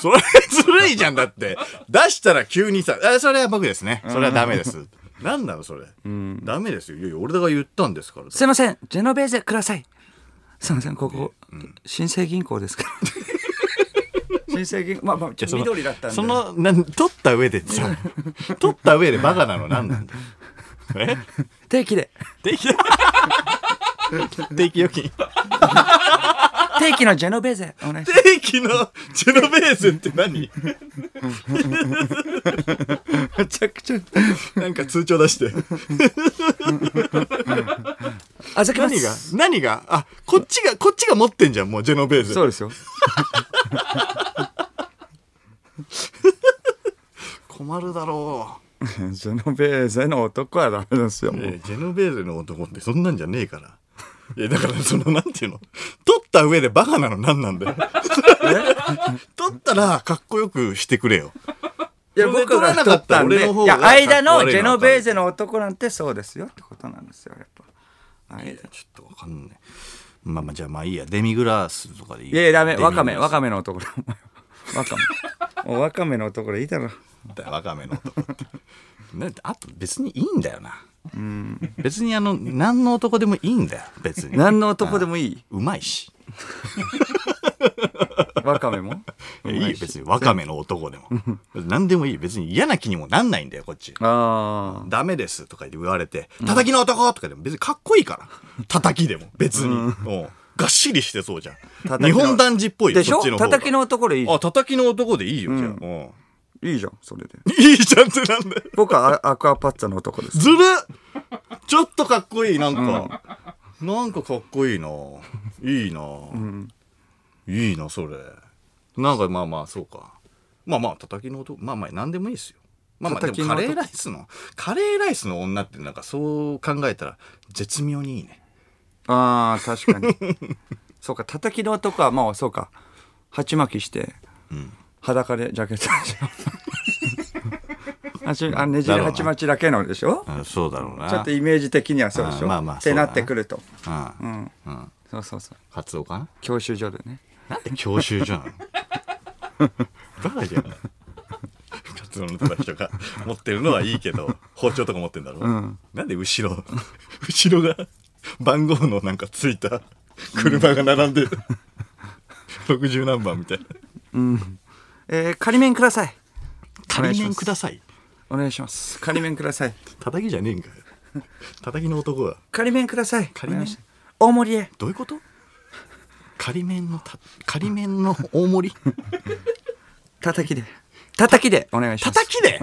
Speaker 1: それずるいじゃんだって。出したら急にさ、あそれは僕ですね。それはダメです。何なのそれ。ダメですよ。いやいや、俺が言ったんですから。
Speaker 2: すいません、ジェノベーゼください。すいません、ここ、新生銀行 ですから。新生銀行、まあまあ、ちょっと緑だったんで。
Speaker 1: そのなん取った上でさ取った上でバカなの何 なんだよえ
Speaker 2: 定期で。
Speaker 1: 定期定期預金
Speaker 2: 定期のジェノベーゼ、お願いします。
Speaker 1: 定期のジェノベーゼって何
Speaker 2: めちゃくちゃ。
Speaker 1: なんか通帳出して
Speaker 2: あざきます。
Speaker 1: 何が何があこっちがこっちが持ってんじゃんもうジェノベーゼ
Speaker 2: そ うですよ。
Speaker 1: 困るだろ
Speaker 2: ジェノベーゼの男はダメですよ。
Speaker 1: う、えジェノベーゼの男ってそんなんじゃねえ からいやだからそのなんていうの取った上でバカなの何なんだよ 取ったらかっこよくしてくれよ
Speaker 2: いや、
Speaker 1: それで取
Speaker 2: 僕が
Speaker 1: らなか
Speaker 2: 太っ
Speaker 1: った
Speaker 2: た
Speaker 1: ら
Speaker 2: んで、
Speaker 1: 俺の方
Speaker 2: い
Speaker 1: が
Speaker 2: や、間
Speaker 1: かっこ悪い
Speaker 2: の
Speaker 1: な
Speaker 2: ジェノベーゼの男なんてそうですよってことなんですよ、やっぱ。間い
Speaker 1: ちょっとわかんない。まあまあじゃあまあいいや。デミグラスとかでいい。
Speaker 2: やいや、ダメ、ワカメ、ワ
Speaker 1: わか
Speaker 2: カメの男だ、お前は。ワ カメ。おワカメの男でいいだろ。
Speaker 1: め。わかめの男って。ね、あと別にいいんだよな。別にあの、何の男でもいいんだよ。別に。
Speaker 2: 何の男でもいい。
Speaker 1: うまいし。
Speaker 2: ワカメも。
Speaker 1: いやいいよ別にわかめの男でも。何でもいいよ。別に嫌な気にもなんないんだよ、こっち。
Speaker 2: あ
Speaker 1: ダメですとか言われて、叩きの男とかでも別にかっこいい から。叩きでも別に。うんがっしりしてそうじゃん。
Speaker 2: 叩
Speaker 1: 日
Speaker 2: きの
Speaker 1: 本男児っぽ
Speaker 2: あ。
Speaker 1: いよ、
Speaker 2: でし
Speaker 1: そ
Speaker 2: ょ
Speaker 1: っちの方が
Speaker 2: 叩きの男でいい。
Speaker 1: あ、叩きの男でいいよ、じゃあ。うん
Speaker 2: いいじゃん、それで。
Speaker 1: いいじゃんってなんだよ。
Speaker 2: 僕はアアクアパッツァの男で す。
Speaker 1: ずるっちょっとかっこいい、なんか。なんかかっこいいな。いいな。いいいな、それ。なんかまあまあ、そうか。まあまあ、叩きの音、まあまあ、なんでもいいですよ。まあまあ、で
Speaker 2: 叩き
Speaker 1: も
Speaker 2: の
Speaker 1: カ
Speaker 2: 音
Speaker 1: レーライスの、カレーライスの女ってなんかそう考えたら、絶妙にいいね。
Speaker 2: ああ、確かに。 そうか、叩きの音か、まあそうか。鉢巻きして、裸でジャケットでし ょ鉢あ。ねじれ鉢巻きだけのでしょ
Speaker 1: うん、そうだろうな。
Speaker 2: ちょっとイメージ的にはそうでし
Speaker 1: あ
Speaker 2: ょ
Speaker 1: ーまあまあ
Speaker 2: ってなってくると。
Speaker 1: う。
Speaker 2: うんん。
Speaker 1: うん。
Speaker 2: そうそうそう。
Speaker 1: カツオかな
Speaker 2: 教習所でね。
Speaker 1: なんで教習所なのバカじゃん。カツオのたたきとか持ってるのはいいけど、包丁とか持ってんだろ、なんで後ろ、後ろが番号のなんかついた車が並んでる。60何番みたいな。
Speaker 2: えー、仮面ください。お願いしま
Speaker 1: 仮
Speaker 2: す
Speaker 1: 面ください。
Speaker 2: お願いします。仮面ください。
Speaker 1: 叩きじゃねえんかよ。叩きの男は。
Speaker 2: 仮面ください。
Speaker 1: 仮面
Speaker 2: お願いします大盛りへ。
Speaker 1: どういうこと仮面のた、仮面の大盛り
Speaker 2: 叩きで。叩きでお願いします。
Speaker 1: 叩きで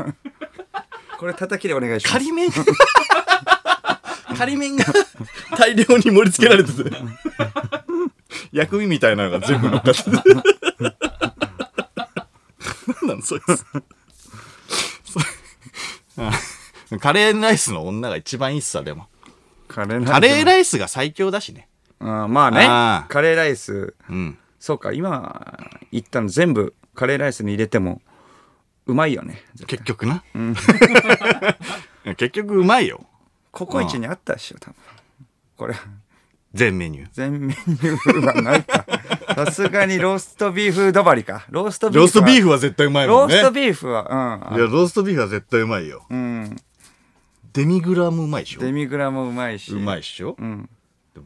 Speaker 2: これ叩きでお願いします。
Speaker 1: 仮面 仮面が大量に盛り付けられてて 薬味みたいなのが全部乗っかって て何なのそいつそうんカレーライスの女が一番いいっすわでも
Speaker 2: カレー
Speaker 1: カレー
Speaker 2: イ
Speaker 1: ライスが最強だしね
Speaker 2: ス。うんまあね
Speaker 1: あー
Speaker 2: カレーライス。
Speaker 1: うん
Speaker 2: そうか、今言ったの全部カレーライスに入れてもうまいよね。
Speaker 1: 結局な、 結局うまいよ
Speaker 2: ココイチにあったでしょ、多分。これ、
Speaker 1: 全メニュー
Speaker 2: 全メニューはないか。 さすがにローストビーフどばりか。ローストビーフ。
Speaker 1: ローストビー
Speaker 2: フ。
Speaker 1: フは絶対うまいも
Speaker 2: ロ
Speaker 1: ん
Speaker 2: ー
Speaker 1: ね
Speaker 2: ストビーフは、
Speaker 1: いやローストビーフは絶対うまいよ
Speaker 2: うん。うん。
Speaker 1: デミグラもうまいでしょ
Speaker 2: デミグラもうまいし。
Speaker 1: うまい
Speaker 2: い。
Speaker 1: っしょ
Speaker 2: うん。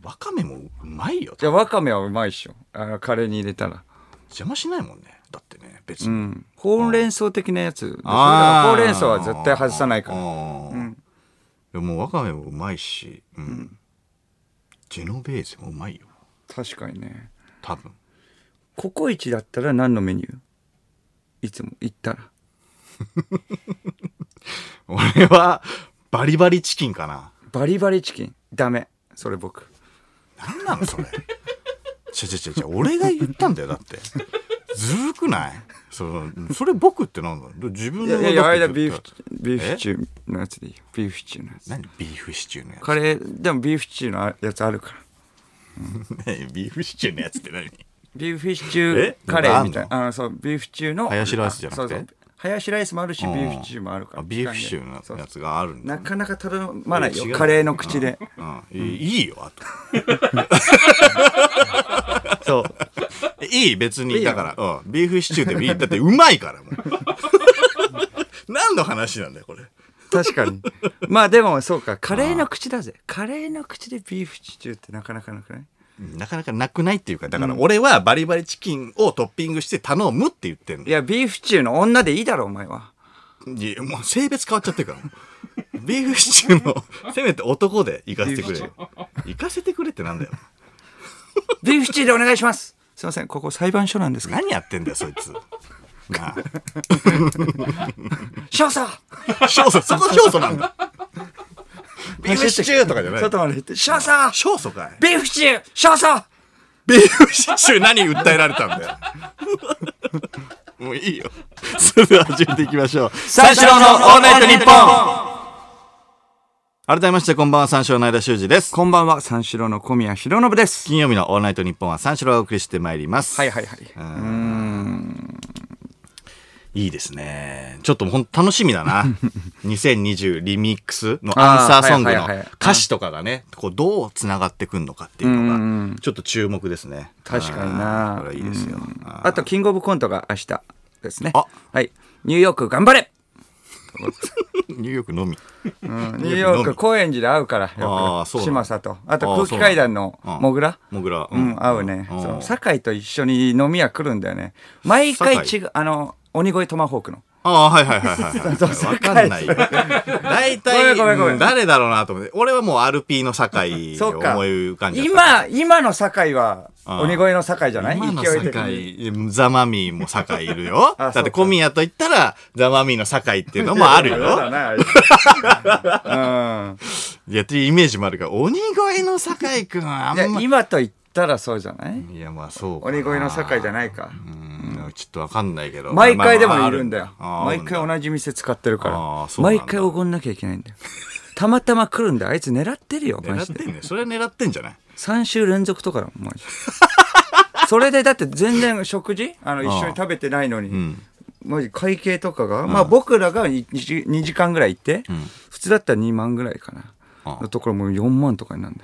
Speaker 1: わかめもうまいよ
Speaker 2: じゃあわかめはうまいっしょ。あのカレーに入れたら。
Speaker 1: 邪魔しないもんねだってね別に、
Speaker 2: うん。ほうれん草的なやつでしょ。だから
Speaker 1: あー
Speaker 2: ほうれん草は絶対外さないから。
Speaker 1: うん
Speaker 2: ん
Speaker 1: でもうわかめもうまいし、うんジェノベーゼもうまいよ
Speaker 2: 確かにね。
Speaker 1: 多分
Speaker 2: ココイチだったら何のメニューいつも行ったら。
Speaker 1: 俺はバリバリチキンかな
Speaker 2: バリバリチキン。ダメ。それ僕。
Speaker 1: 何なのそれちょちょちょちょ俺が言ったんだよだってずるくないそのそれ僕ってなんだろう自分
Speaker 2: い
Speaker 1: の
Speaker 2: やいやいや、
Speaker 1: だって
Speaker 2: 間ビーフ
Speaker 1: ちょっと、
Speaker 2: ビーフシチューのやつでいいよ。ビーフシチューのやつ。
Speaker 1: 何ビーフシチューのやつ
Speaker 2: カレー、でもビーフシチューのやつあるから。
Speaker 1: ね ビーフシチューのやつって何
Speaker 2: ビーフシチュー
Speaker 1: え
Speaker 2: カレーみたい
Speaker 1: な
Speaker 2: な。あの、そう、ビーフシチューの。
Speaker 1: ハヤシライスじゃなくて
Speaker 2: そうそうハヤシライスもあるし、ビーフシチューもあるから。
Speaker 1: あビーフシチューの
Speaker 2: そうそ
Speaker 1: や
Speaker 2: う
Speaker 1: つがあるんだ
Speaker 2: なかなか頼まない
Speaker 1: 違う
Speaker 2: よ。カレーの口で。
Speaker 1: うん、いいいいよ、あ
Speaker 2: そう。
Speaker 1: と。いい、別に。
Speaker 2: いいよ
Speaker 1: だから、うん。ビーフシチューでもいい。だって、うまいから、もう。 何の話なんだよ、これ。
Speaker 2: 確かに。 まあでも、そうか。カレーの口だぜ。カレーの口でビーフシチューってなかなかなくない
Speaker 1: なかなかなくないっていうか、だから、俺はバリバリチキンをトッピングして頼むって言ってんの。
Speaker 2: い
Speaker 1: い
Speaker 2: や、ビーフシチューの女でいいだろ、お前は。
Speaker 1: や、もう性別変わっちゃってるからもう。 ビーフシチューの、せめて男で行かせてくれよ。行かせてくれってなんだよ。
Speaker 2: ビーフシチューでお願いします。すいません、ここ裁判所なんですが。
Speaker 1: 何やってんだよ、そい つ。な
Speaker 2: 少佐
Speaker 1: あ。勝 訴、そこ勝訴なんだ。ビーフシチューとかじゃない。
Speaker 2: 外まで行って、少佐
Speaker 1: 勝訴かい。
Speaker 2: ビーフシチュー少佐
Speaker 1: ビーフシチュー何訴えられたんだよ。もういいよ。それでは始めていきましょう。三四郎のオールナイトニッポン改めましてこんばんは、三四郎の間修二です。
Speaker 2: こんばんは、三四郎の小宮浩信です。
Speaker 1: 金曜日のオールナイトニッポンは三四郎をお送りしてまいります。
Speaker 2: はいはいはい。
Speaker 1: いいですね。ちょっとほんと楽しみだ な。2020リミックスのアンサーソング
Speaker 2: あーは
Speaker 1: の
Speaker 2: いはいはい
Speaker 1: 歌詞とかがね、こうどう繋がってくんのかっていうのが、ちょっと注目ですね。
Speaker 2: 確かに
Speaker 1: あー
Speaker 2: な
Speaker 1: これはいいですよ。あー
Speaker 2: あと、キングオブコントが明日ですね。
Speaker 1: あ
Speaker 2: はい。ニューヨーク頑張れ
Speaker 1: ニューヨークのみ。
Speaker 2: ニューヨーク、高円寺で会うから、
Speaker 1: あ
Speaker 2: よ
Speaker 1: ーそう
Speaker 2: く。
Speaker 1: なの
Speaker 2: 嶋佐と。あと、
Speaker 1: あー
Speaker 2: 空
Speaker 1: そうな
Speaker 2: 気
Speaker 1: の
Speaker 2: 階段の
Speaker 1: うん
Speaker 2: モグラ
Speaker 1: モグラ。
Speaker 2: うん、合うね。
Speaker 1: ん
Speaker 2: その酒井と一緒に飲み屋来るんだよね。毎回違
Speaker 1: 酒
Speaker 2: う、あの、鬼越トマホークの。
Speaker 1: ああ、はいはいはいはいはい。わかんないよ。大体、
Speaker 2: ごめんごめんごめん
Speaker 1: うん誰だろうなと思って。俺はもう RP の酒井を
Speaker 2: そうか。
Speaker 1: 思い浮かんじゃった。
Speaker 2: 今、今の堺は、
Speaker 1: うん
Speaker 2: 鬼越の堺じゃない
Speaker 1: 今の
Speaker 2: 勢い的
Speaker 1: 酒
Speaker 2: に。
Speaker 1: 井、ザマミーも酒井いるよ。だっ
Speaker 2: あ
Speaker 1: て
Speaker 2: そうか
Speaker 1: 小宮と言ったら、ザマミーの酒井っていうのもある
Speaker 2: いやだ
Speaker 1: よ。
Speaker 2: なあいつうん
Speaker 1: いや、っていうイメージもあるから、鬼越の酒井くんはあん
Speaker 2: いや
Speaker 1: ま、
Speaker 2: 今と言っったらそうじゃない
Speaker 1: いや、まあそうかな
Speaker 2: 鬼越の酒井じゃないか。
Speaker 1: うん、ちょっとわかんないけど。
Speaker 2: 毎回で
Speaker 1: まあま
Speaker 2: も
Speaker 1: あ
Speaker 2: いるんだよ。
Speaker 1: ある
Speaker 2: 毎回同じ店使ってるか
Speaker 1: あー
Speaker 2: ら。
Speaker 1: そうなん
Speaker 2: 毎
Speaker 1: だ
Speaker 2: 回おごんなきゃいけないんだ よ。たまたま来るんだよ。あいつ狙ってるよ、マジ
Speaker 1: 狙っ
Speaker 2: で。
Speaker 1: てんね。それは狙ってんじゃない
Speaker 2: 3週連続とかだもん、 マジで。それでだって全然食事あの、一緒に食べてないのに。マジ会計とかが、まあ僕らが 2, 時間ぐらい行って、普通だったら2万ぐらいかな。
Speaker 1: ああ
Speaker 2: のところもう4万とかになるん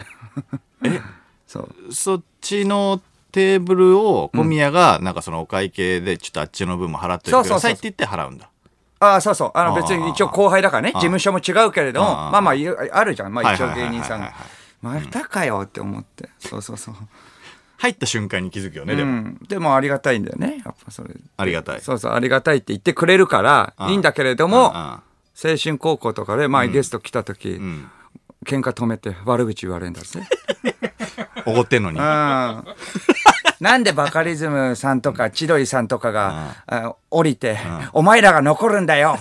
Speaker 2: だよ。 そう。
Speaker 1: そっちのテーブルを小宮が、なんかそのお会計で、ちょっとあっちの分も払っといてくださいって言って払うんだ。
Speaker 2: ああ、そうそう。あの
Speaker 1: あー
Speaker 2: 別に一応後輩だからね。事務所も違うけれども、
Speaker 1: あー
Speaker 2: まあまあ、いあるじゃん。まあ一応
Speaker 1: はいはい
Speaker 2: 芸
Speaker 1: はいはい
Speaker 2: 人さんが。またかよって思って。そうそうそう。
Speaker 1: 入った瞬間に気づくよね、
Speaker 2: う
Speaker 1: でも。
Speaker 2: ん。でもありがたいんだよね。やっぱそれ。
Speaker 1: ありがたい。
Speaker 2: そうそう、ありがたいって言ってくれるから、いいんだけれども、
Speaker 1: あ
Speaker 2: 青春高校とかで、まあゲスト来た時、
Speaker 1: ん
Speaker 2: 喧嘩止めて悪口言われるんだって。
Speaker 1: おごってんのに。
Speaker 2: うんなんでバカリズムさんとか千鳥さんとかが、あ降りて、お前らが残るんだよ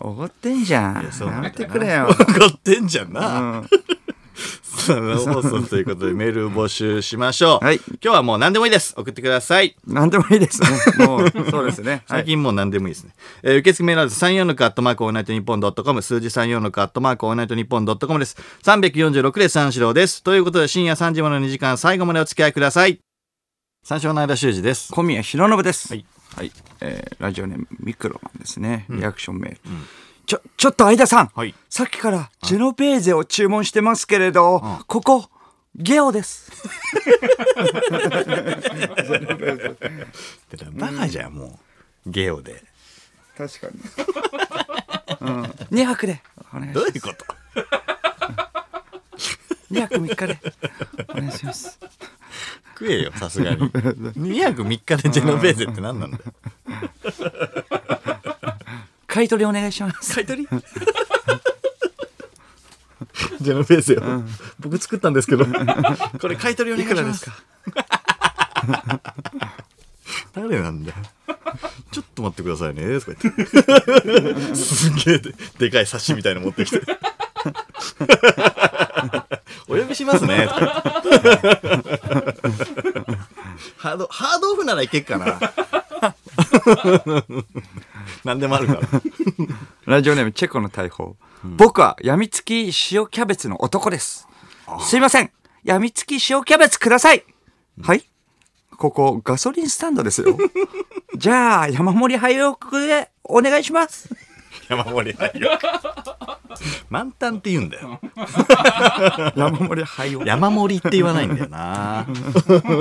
Speaker 2: おごってんじゃん。
Speaker 1: そうな
Speaker 2: や
Speaker 1: んだよな
Speaker 2: めて くれよ。
Speaker 1: 怒ってんじゃん
Speaker 2: う
Speaker 1: な。
Speaker 2: ん、
Speaker 1: 生放送ということでメール募集しましょう。
Speaker 2: はい
Speaker 1: 今日はもう何でもいいです。送ってください。
Speaker 2: なんでもいいですね。もう、そうですね。 は
Speaker 1: 最
Speaker 2: い。
Speaker 1: 近もう何でもいいですね。えー受付メールアドレス34のカットマークオールナイトニッポンドットコム、数字34のカットマークオールナイトニッポンドットコムです。346で三四郎です。ということで深夜3時までの2時間、最後までお付き合いください。三四郎の間修二です。
Speaker 2: 小宮弘信です。
Speaker 1: はい。
Speaker 2: はい。えーラジオネームミクロマンですね。リアクションメール。ちょ、ちょっと相田さん。
Speaker 1: はい
Speaker 2: さっきからジェノベーゼを注文してますけれど、ここ、ゲオです。
Speaker 1: バカじゃん、もう。ゲオで。
Speaker 2: 確かに。 うん。2泊で。お願い し
Speaker 1: ど
Speaker 2: ま
Speaker 1: う
Speaker 2: す。
Speaker 1: いうこと
Speaker 2: 2泊3日で。お願いします。
Speaker 1: 食えよ、さすがに。2泊3日でジェノベーゼって何なんだよ。
Speaker 2: 買い取りお願いします。買い取り
Speaker 1: ジェノベーゼを、僕作ったんですけど これ買い取りお願いしますか 誰なんだよちょっと待ってくださいねとか言って すげえででかい冊子みたいの持ってき てお呼びしますねとか言ってハードハードオフならいけっかな 何でもあるから
Speaker 2: ラジオネームチェコの大砲。僕はやみつき塩キャベツの男です。すいません。やみつき塩キャベツください。はい。ここガソリンスタンドです よ。じゃあ山盛り早送でお願いします。
Speaker 1: 山盛りないよ満タンって言うんだよ
Speaker 2: 山盛り早送。
Speaker 1: 山盛りって言わないんだよな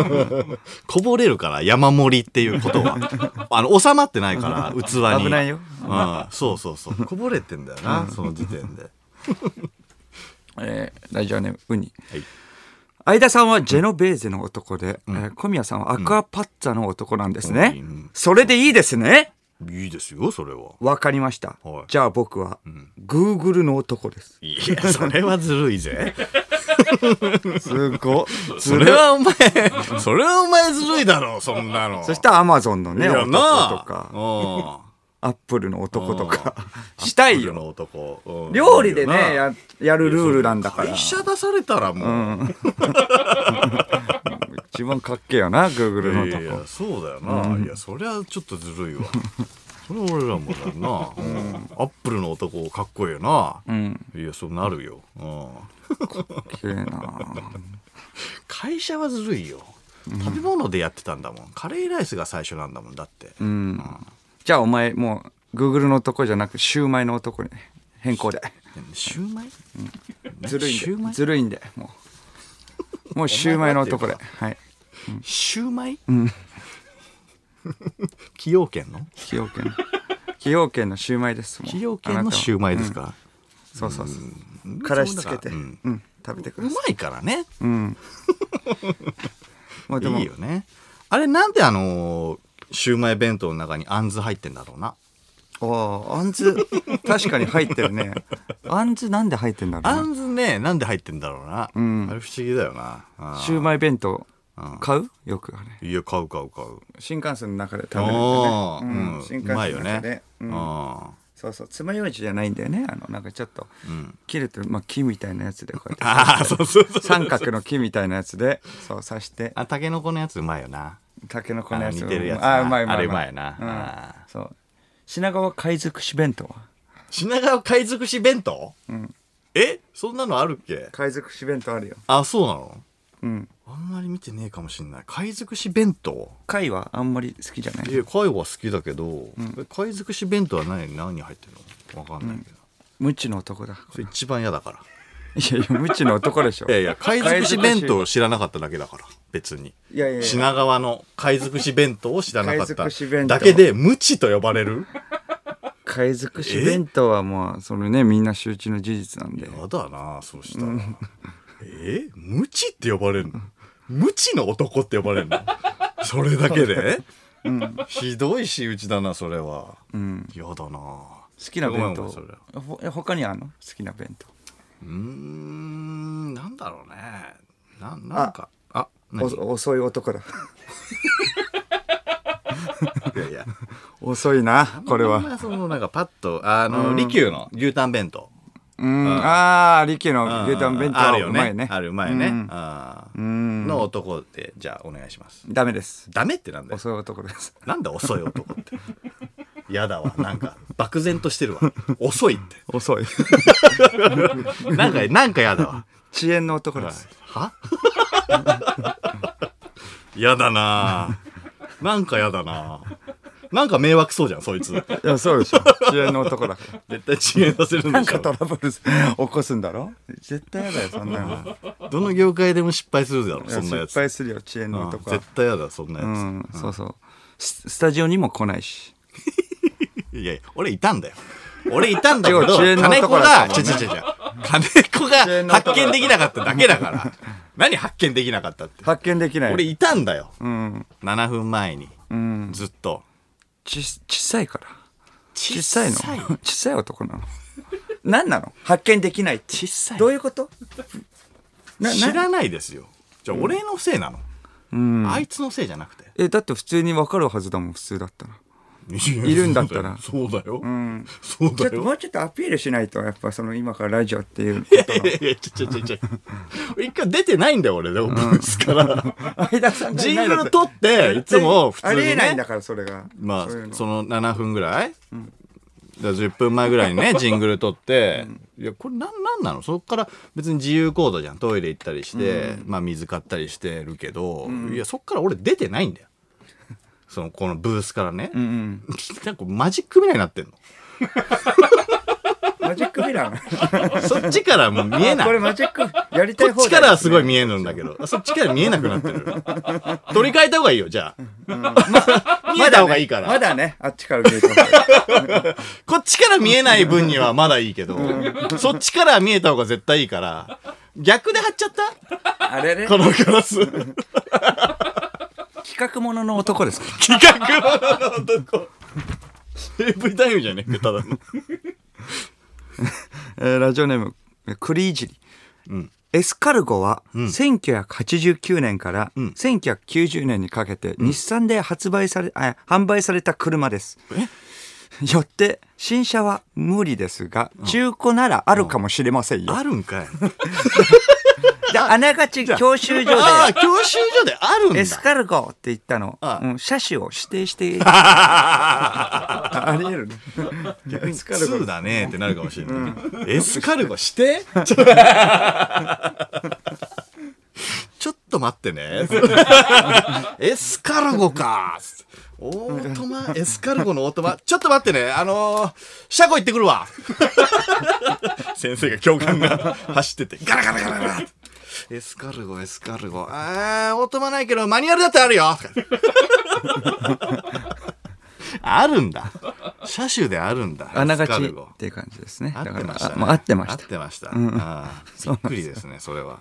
Speaker 1: こぼれるから山盛りっていうことはあの収まってないから 器に
Speaker 2: 危ないよ
Speaker 1: うん、そうそうそうこぼれてんだよな、その時点で
Speaker 2: えーラジオネームウニ。
Speaker 1: はい
Speaker 2: 相田さんはジェノベーゼの男で、えー小宮さんはアクアパッツァの男なんですね。
Speaker 1: うん
Speaker 2: それでいいですね。
Speaker 1: いいですよそれは
Speaker 2: わかりました。
Speaker 1: はい
Speaker 2: じゃあ僕は、グーグルの男です。
Speaker 1: いやそれはずるいぜ
Speaker 2: すご い。
Speaker 1: それはお前それはお前ずるいだろそんなの
Speaker 2: そしたらアマゾンのね、
Speaker 1: いや
Speaker 2: 男と
Speaker 1: な
Speaker 2: か、
Speaker 1: あ
Speaker 2: アップルの男とか、したい
Speaker 1: うん
Speaker 2: よ。
Speaker 1: の男、うん
Speaker 2: 料理でね、
Speaker 1: な
Speaker 2: ややるルールなんだから
Speaker 1: 会。社出されたらもう、
Speaker 2: 一番かっけえよな、グーグルの
Speaker 1: いやい
Speaker 2: 男。
Speaker 1: やそうだよな、いやそりゃちょっとずるいわそれは俺らもだよな、うんアップルの男かっこいいよな、いやそうなるよ、うん、
Speaker 2: きれいな。
Speaker 1: 会社はずるいよ食べ物でやってたんだもんカレーライスが最初なんだもんだって、
Speaker 2: じゃあお前、もう、グーグルの男じゃなく、シューマイの男に変更で。
Speaker 1: シューマイ、
Speaker 2: ずるい
Speaker 1: シュー
Speaker 2: ん
Speaker 1: マ
Speaker 2: で。
Speaker 1: イ
Speaker 2: ずるいんで、もう。もうシューマイの男で。
Speaker 1: お
Speaker 2: はい。
Speaker 1: シューマイ、崎陽軒の
Speaker 2: 崎陽軒。崎陽軒のシューマイです。
Speaker 1: 崎陽軒のシューマイですか、
Speaker 2: イ。そうそうそう。
Speaker 1: うん
Speaker 2: からしつけて、
Speaker 1: う
Speaker 2: うんん、食べてく
Speaker 1: う
Speaker 2: だ
Speaker 1: ま
Speaker 2: さい。
Speaker 1: いからね
Speaker 2: まあでも
Speaker 1: いいよねあれなんであのーシューマイ弁当の中にあんず入ってんだろうな
Speaker 2: ああ、あんず、確かに入ってるね。あんずなんで入ってんだろ
Speaker 1: あ
Speaker 2: うな。
Speaker 1: んずね、なんで入ってんだろうな。
Speaker 2: ん
Speaker 1: あれ不思議だよな。あ
Speaker 2: シューマイ弁当
Speaker 1: うん
Speaker 2: 買うよくあれ。
Speaker 1: ーいや、買う買う買う。
Speaker 2: 新幹線の中で食べるんだね
Speaker 1: ああ、う
Speaker 2: うんん。新
Speaker 1: う
Speaker 2: 幹線
Speaker 1: まい
Speaker 2: の
Speaker 1: よ
Speaker 2: 中で
Speaker 1: ね。う
Speaker 2: うん
Speaker 1: ん。
Speaker 2: そうそう爪楊枝じゃないんだよねあのなんかちょっと、切ると、まあ、木みたいなやつでこうやって
Speaker 1: ああ、そうそうそう。
Speaker 2: 三角の木みたいなやつでそう刺して
Speaker 1: あ、タケノコのやつうまいよな。
Speaker 2: タケノコ
Speaker 1: あ
Speaker 2: のや
Speaker 1: の
Speaker 2: つ
Speaker 1: 似てるやつな。
Speaker 2: あうまいうまい
Speaker 1: あれうまいよ
Speaker 2: うん
Speaker 1: な。あー
Speaker 2: そう品川海賊くし弁当は
Speaker 1: 品川海賊し弁当えそんなのあるっけ
Speaker 2: 海賊くし弁当あるよ
Speaker 1: あ、そうなの
Speaker 2: うん
Speaker 1: あんまり見てねえかもしんない。海賊し弁当
Speaker 2: 貝はあんまり好きじゃない
Speaker 1: いや、貝は好きだけど、海賊し弁当は何、何入ってるのわかんないけど。
Speaker 2: 無知の男だ
Speaker 1: それ一番嫌だから。
Speaker 2: いやいや無知の 男でしょ
Speaker 1: いやいや、海賊し弁当を知らなかっただけだから、別に。
Speaker 2: いやいやいや
Speaker 1: 品川の海賊し弁当を知らなかった
Speaker 2: 海賊し弁当
Speaker 1: だけで、無知と呼ばれる
Speaker 2: 海賊し弁当はもうそれねみんな周知の事実なんで
Speaker 1: やだなそうしたら。え無知って呼ばれるの無知の男って呼ばれるのそれだけで、ひどい仕打ちだな、それは。
Speaker 2: うん
Speaker 1: やだな
Speaker 2: 好きな弁
Speaker 1: ごめん
Speaker 2: 当
Speaker 1: ごめんそれは
Speaker 2: ほえ他にあんの好きな弁当
Speaker 1: うーん、なんだろうね。な、なんか。あ、何い
Speaker 2: お遅い男だ
Speaker 1: やいや。
Speaker 2: 遅いなこれ
Speaker 1: あん
Speaker 2: は
Speaker 1: まその、なんかパッと、あの、利休の牛タン弁当。
Speaker 2: うんああリキの牛タン弁当
Speaker 1: あ
Speaker 2: は
Speaker 1: るよ
Speaker 2: うまい
Speaker 1: ね
Speaker 2: ね。
Speaker 1: ある、うまいね。
Speaker 2: う
Speaker 1: うんんの男で、じゃあお願いします。
Speaker 2: ダメです
Speaker 1: ダメってなんだよ。
Speaker 2: 遅い男です
Speaker 1: なんだ遅い男って。やだわ。なんか、漠然としてるわ。遅いっ
Speaker 2: 遅い
Speaker 1: て。なんか、なんかやだわ。
Speaker 2: 遅延の男です
Speaker 1: はやだなぁなんかやだなぁなんか迷惑そうじゃん、そいつ。
Speaker 2: いやそうでしょ遅延の男だから
Speaker 1: 絶対遅延させるん
Speaker 2: な
Speaker 1: で
Speaker 2: ん
Speaker 1: し
Speaker 2: かト
Speaker 1: ょ。
Speaker 2: ラブル起こすんだろ絶対やだよそんなの
Speaker 1: どの業界でも失敗するだろ、
Speaker 2: いや
Speaker 1: そんなやつ。
Speaker 2: 失敗するよ遅延の男
Speaker 1: うん
Speaker 2: は
Speaker 1: 絶対やだ、そんな
Speaker 2: う
Speaker 1: や
Speaker 2: んそうそうススタジオにも来ないし
Speaker 1: つ。いやいや、俺いた んだよ。俺いたんだけど、
Speaker 2: 違う遅
Speaker 1: 金
Speaker 2: 延の
Speaker 1: 子
Speaker 2: 男だ
Speaker 1: が、
Speaker 2: ったもんね
Speaker 1: ちょちょちょちょ、金子
Speaker 2: 遅延
Speaker 1: が
Speaker 2: の男だ
Speaker 1: 発見できなかっただけだから。何発見できなかったって。
Speaker 2: 発見できない
Speaker 1: 俺いたんだよ。
Speaker 2: うん
Speaker 1: 7分前に。
Speaker 2: うん
Speaker 1: ずっと。
Speaker 2: ち小さいから
Speaker 1: 小
Speaker 2: 小さいの
Speaker 1: さい
Speaker 2: 小さい男なの何なの発見できないって
Speaker 1: 小さい
Speaker 2: どういうことな
Speaker 1: 知
Speaker 2: な
Speaker 1: らないですよ。じゃあ、俺のせいなの、
Speaker 2: うん
Speaker 1: あいつのせいじゃなくて。
Speaker 2: えだって普通に分かるはずだもん普通だったら
Speaker 1: い
Speaker 2: るんだったら
Speaker 1: そうだよ。
Speaker 2: うん
Speaker 1: そう
Speaker 2: ちょ
Speaker 1: だ
Speaker 2: っと
Speaker 1: よ。
Speaker 2: もうちょっとアピールしないとやっぱその今からラジオっていうこ
Speaker 1: いやいやいや、ちょちょちょちょ。俺一回出てないんだよ、俺、でも、ブースから。
Speaker 2: と相田さんが
Speaker 1: ジ
Speaker 2: い
Speaker 1: ン
Speaker 2: ない
Speaker 1: グ
Speaker 2: の
Speaker 1: ル撮って、いつも普通に、ね。
Speaker 2: ありえないんだからそれが
Speaker 1: まあ
Speaker 2: そういうの
Speaker 1: その7分ぐらい、だから10分前ぐらいにねジングル撮って、いやこれなんなんなのそこから別に自由行動じゃんトイレ行ったりして、まあ水買ったりしてるけど、いやそこから俺出てないん だよそのこのブースからね、
Speaker 2: うん
Speaker 1: なんかマジックみたいになってんの
Speaker 2: マジックミラー
Speaker 1: そっちからはもう見えない
Speaker 2: これマジックやりた
Speaker 1: こ
Speaker 2: い方
Speaker 1: っちからはすごい見えるんだけど、そっちから見えなくなってる。 取り替えた方がいいよ、じゃあ。 見えた方がいいから。
Speaker 2: まだねあっちから見えた方が
Speaker 1: こっちから見えない分にはまだいいけど、そっちから見えた方が絶対いいから、逆で貼っちゃった
Speaker 2: あれね
Speaker 1: このガラス。
Speaker 2: 企画ものの男ですか
Speaker 1: 企画の男。AV タイムじゃねえか、ただの。
Speaker 2: えーラジオネームえークリいじり、
Speaker 1: うん
Speaker 2: エスカルゴは1989年から
Speaker 1: ん
Speaker 2: 1990年にかけて日産で発売され、あ販売された車です。 よって新車は無理ですが中古ならあるかもしれませんよ。
Speaker 1: あるんかい。
Speaker 2: であながち教習所
Speaker 1: ああ、
Speaker 2: で
Speaker 1: 教習所であるん
Speaker 2: エス
Speaker 1: だ。
Speaker 2: カルゴって言ったの、
Speaker 1: あ
Speaker 2: うん、車種を指定して ありえるね。 エスカルゴ
Speaker 1: 2だねってなるかもしれない。エスカルゴしてちょちょっと待ってね。エスカルゴか。オートマ、エスカルゴのオートマ。ちょっと待ってね。あのー、車庫行ってくるわ。先生が教官が走ってて、ガラガラガラガラ。エスカルゴ、エスカルゴ。あー、オートマないけど、マニュアルだってあるよ。あるんだ。車種であるんだ。
Speaker 2: あなが
Speaker 1: エス
Speaker 2: ち
Speaker 1: カ
Speaker 2: っ
Speaker 1: ルゴ
Speaker 2: ていう感じですね。
Speaker 1: 合ってまし
Speaker 2: だから
Speaker 1: た、
Speaker 2: あ
Speaker 1: ね。
Speaker 2: もう合ってまし
Speaker 1: 合
Speaker 2: た
Speaker 1: っ。てました。あーびっくりですね、それは。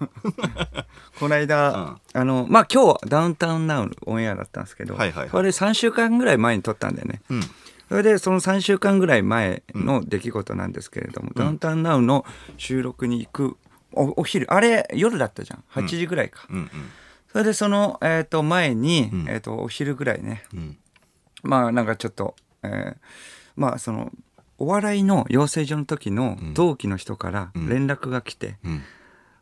Speaker 2: この間、あのまあ今日ダウンタウンナウのオンエアだったんですけど、
Speaker 1: はいはいはい
Speaker 2: それ3週間ぐらい前に撮ったんだよね、
Speaker 1: ん
Speaker 2: それでその3週間ぐらい前の出来事なんですけれども、ダウンタウンナウの収録に行くおお昼あれ夜だったじゃん8時ぐらいか、
Speaker 1: うんうん。
Speaker 2: それでその、えー、と前に、えー、とお昼ぐらいね、
Speaker 1: ん
Speaker 2: まあなんかちょっと、えーまあそのお笑いの養成所の時の同期の人から
Speaker 1: ん
Speaker 2: 連絡が来て、
Speaker 1: うん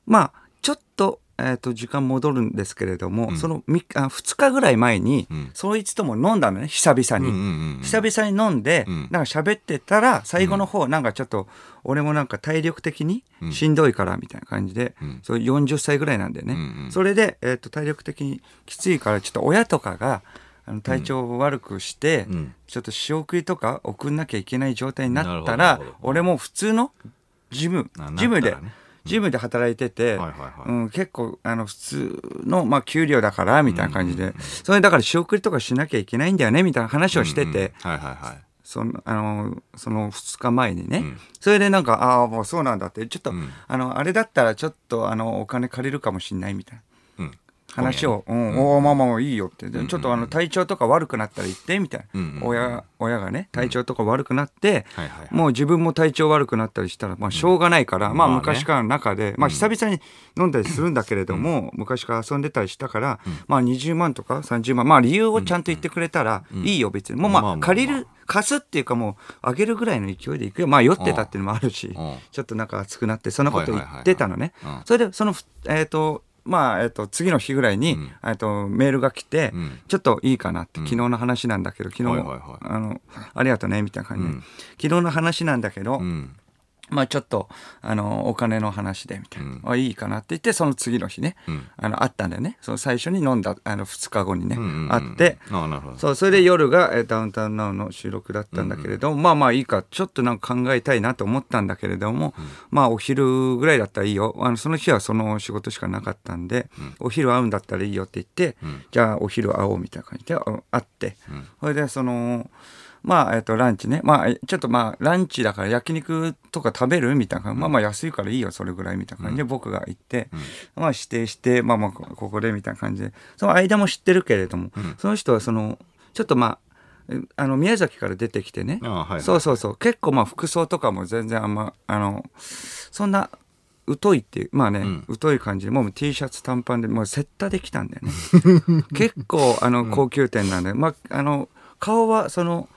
Speaker 2: まあちょっと,、えー、と時間戻るんですけれども、そのみあ2日ぐらい前に、
Speaker 1: ん
Speaker 2: そいつとも飲んだのね久々に。
Speaker 1: うんうんうん
Speaker 2: 久々に飲んで、
Speaker 1: ん
Speaker 2: なんか喋ってたら、最後の方、なんかちょっと、俺もなんか体力的にしんどいから、みたいな感じで、
Speaker 1: ん
Speaker 2: そう40歳ぐらいなんでね。
Speaker 1: んうん
Speaker 2: それで、えっ、と、体力的にきついから、ちょっと親とかが、あの体調を悪くして、
Speaker 1: うん
Speaker 2: ちょっと仕送りとか送んなきゃいけない状態になっ
Speaker 1: なるほど
Speaker 2: たら
Speaker 1: なる、ほ
Speaker 2: 俺も普通のジム
Speaker 1: あなったら、ね
Speaker 2: ジムで、
Speaker 1: うん
Speaker 2: ジムで働いてて、
Speaker 1: はいはいはい
Speaker 2: うん、結構あの普通の、まあ、給料だからみたいな感じで、それだから仕送りとかしなきゃいけないんだよねみたいな話をしてて、
Speaker 1: うんうんはいはいはい
Speaker 2: そのあのその2日前にね、
Speaker 1: ん
Speaker 2: それでなんか「ああもうそうなんだ」ってちょっと、
Speaker 1: うん
Speaker 2: あのあれだったらちょっとあのお金借りるかもしんないみたいな。
Speaker 1: うん
Speaker 2: 話を、うん、おおまあまあいいよって、でちょっとあの体調とか悪くなったら言ってみたいな、
Speaker 1: うんうんうん
Speaker 2: 親親がね体調とか悪くなって、
Speaker 1: はいはいはい
Speaker 2: もう自分も体調悪くなったりしたら、まあ、しょうがないから、まあ
Speaker 1: まあね
Speaker 2: 昔からの中で、まあ、久々に飲んだりするんだけれども、昔から遊んでたりしたから、まあ、20万とか30万、まあ、理由をちゃんと言ってくれたらいいよ別に、もう
Speaker 1: まあ
Speaker 2: ま
Speaker 1: ま
Speaker 2: あ
Speaker 1: あ
Speaker 2: 借りる貸すっていうかもうあげるぐらいの勢いでいくよまあ酔ってたっていうのもあるし、
Speaker 1: うん
Speaker 2: ちょっとなんか熱くなってそんなこと言
Speaker 1: はいはいはいはい
Speaker 2: ってたのね、
Speaker 1: うん
Speaker 2: それでそのふえっ、とまあえっと次の日ぐらいに、えっとメールが来て、
Speaker 1: ん
Speaker 2: ちょっといいかなって昨日の話なんだけど昨日、
Speaker 1: はいはいはい
Speaker 2: あのありがとうねみたいな感じで、
Speaker 1: うん
Speaker 2: 昨日の話なんだけど、
Speaker 1: うん
Speaker 2: まあちょっとあのお金の話でみたいな、
Speaker 1: うん
Speaker 2: あいいかなって言ってその次の日ね、
Speaker 1: うん
Speaker 2: あの会ったんだよねその最初に飲んだあの2日後にね、
Speaker 1: うんうんうん
Speaker 2: 会って
Speaker 1: ああなるほど
Speaker 2: そうそれで夜が、えーダウンタウンナウの収録だったんだけれども、まあまあいいかちょっとなんか考えたいなと思ったんだけれども、まあお昼ぐらいだったらいいよあのその日はその仕事しかなかったんで、お昼会うんだったらいいよって言って、じゃあお昼会おうみたいな感じであ会って、それでその。まあ、えっ、と、ランチね。まあ、ちょっとまあ、ランチだから焼肉とか食べるみたいな感じ。まあまあ、安いからいいよ、それぐらいみたいな感じで、僕が行って、まあ、指定して、まあまあ、こここでみたいな感じで、その間も知ってるけれども、その人はその、ちょっとまあ、えあの、宮崎から出てきてね。
Speaker 1: あはいはい
Speaker 2: そうそうそう。結構まあ、服装とかも全然あんま、あの、そんな、疎いっていう、まあね、疎い感じで、もう T シャツ短パンで、もうセッターで来たんだよね。 結構あの高級店なんで、まああの顔はその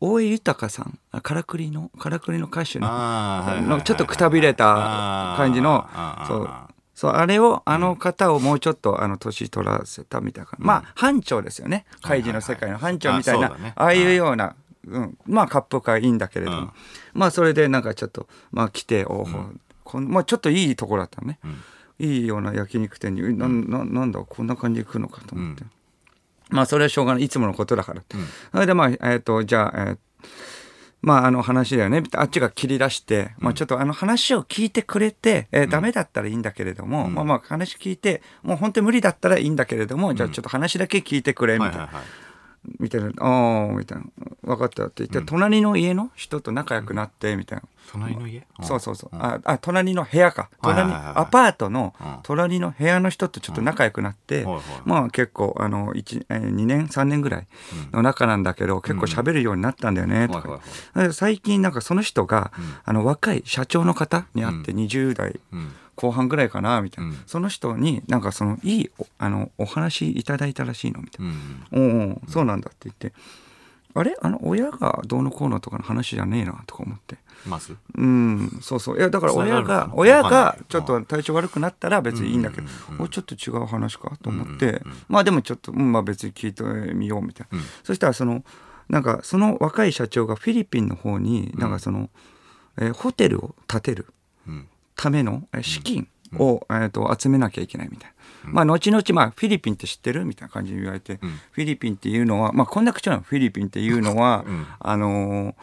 Speaker 2: 大江豊さんあからくりのからくりの歌手の
Speaker 1: あーはいはいはい
Speaker 2: のちょっとくたびれた
Speaker 1: あー
Speaker 2: 感じの
Speaker 1: あー
Speaker 2: そ
Speaker 1: あ
Speaker 2: う
Speaker 1: ー
Speaker 2: そうあれをあの方をもうちょっとあの年取らせたみたいな、まあ班長ですよね怪事の世界の班長みたいな、
Speaker 1: あそうだね
Speaker 2: ああいうような、うん、まあ割烹はいいんだけれども、
Speaker 1: うん
Speaker 2: まあそれでなんかちょっとまあ来ておうこんまあちょっといいところだったのね、いいような焼肉店になななんだこんな感じで行くのかと思って、まあそれはしょうがないいつものことだから、それでまあえっ、とじゃあ、えーまああの話だよねみたいなあっちが切り出して、まあちょっとあの話を聞いてくれて、えーダメだったらいいんだけれども、まあまあ話聞いてもう本当に無理だったらいいんだけれども、じゃあちょっと話だけ聞いてくれみた
Speaker 1: はいい
Speaker 2: な、
Speaker 1: はいはい
Speaker 2: みたいな「ああ」みたいな「分かった」って言って、隣の家の人と仲良くなってみたいな。
Speaker 1: 隣の家
Speaker 2: そうそうそう。あ、あ隣の部屋か。
Speaker 1: はいはい
Speaker 2: 隣、
Speaker 1: はいはい
Speaker 2: アパートの
Speaker 1: うん
Speaker 2: 隣の部屋の人とちょっと仲良くなって
Speaker 1: はいはい、
Speaker 2: まあ結構、あの、一えー2年、3年ぐらいの仲なんだけど、結構喋るようになったんだよね、と
Speaker 1: はいは
Speaker 2: か
Speaker 1: い。
Speaker 2: で最近なんかその人が、あの、若い社長の方に会って20代
Speaker 1: うん
Speaker 2: 後半ぐらいかな、みたいな
Speaker 1: うん。
Speaker 2: その人になんかその、いいお、あの、お話いただいたらしいの、みたいな
Speaker 1: う。ん
Speaker 2: おうおうそうなんだって言って、あれあの、親がどうのこうのとかの話じゃねえな、とか思って。
Speaker 1: ます
Speaker 2: うん、そうそう。いや、だから親
Speaker 1: つながる
Speaker 2: が
Speaker 1: の、かな
Speaker 2: 親
Speaker 1: わかんな
Speaker 2: が
Speaker 1: いけ
Speaker 2: ちょ
Speaker 1: ど
Speaker 2: っと体調悪くなったら別にいいんだけど、おちょっと違う話かと思って、まあでもちょっと、うんまあ別に聞いてみようみたいな。そしたらその、なんかその若い社長がフィリピンの方に、なんかその、えーホテルを建てる
Speaker 1: うん
Speaker 2: ためのえー資金を、えー、と集めなきゃいけないみたいな、まあ、後々、まあ、フィリピンって知ってるみたいな感じで言われて、フィリピンっていうのは、まあ、こんな口なのフィリピンって いうのは、あのー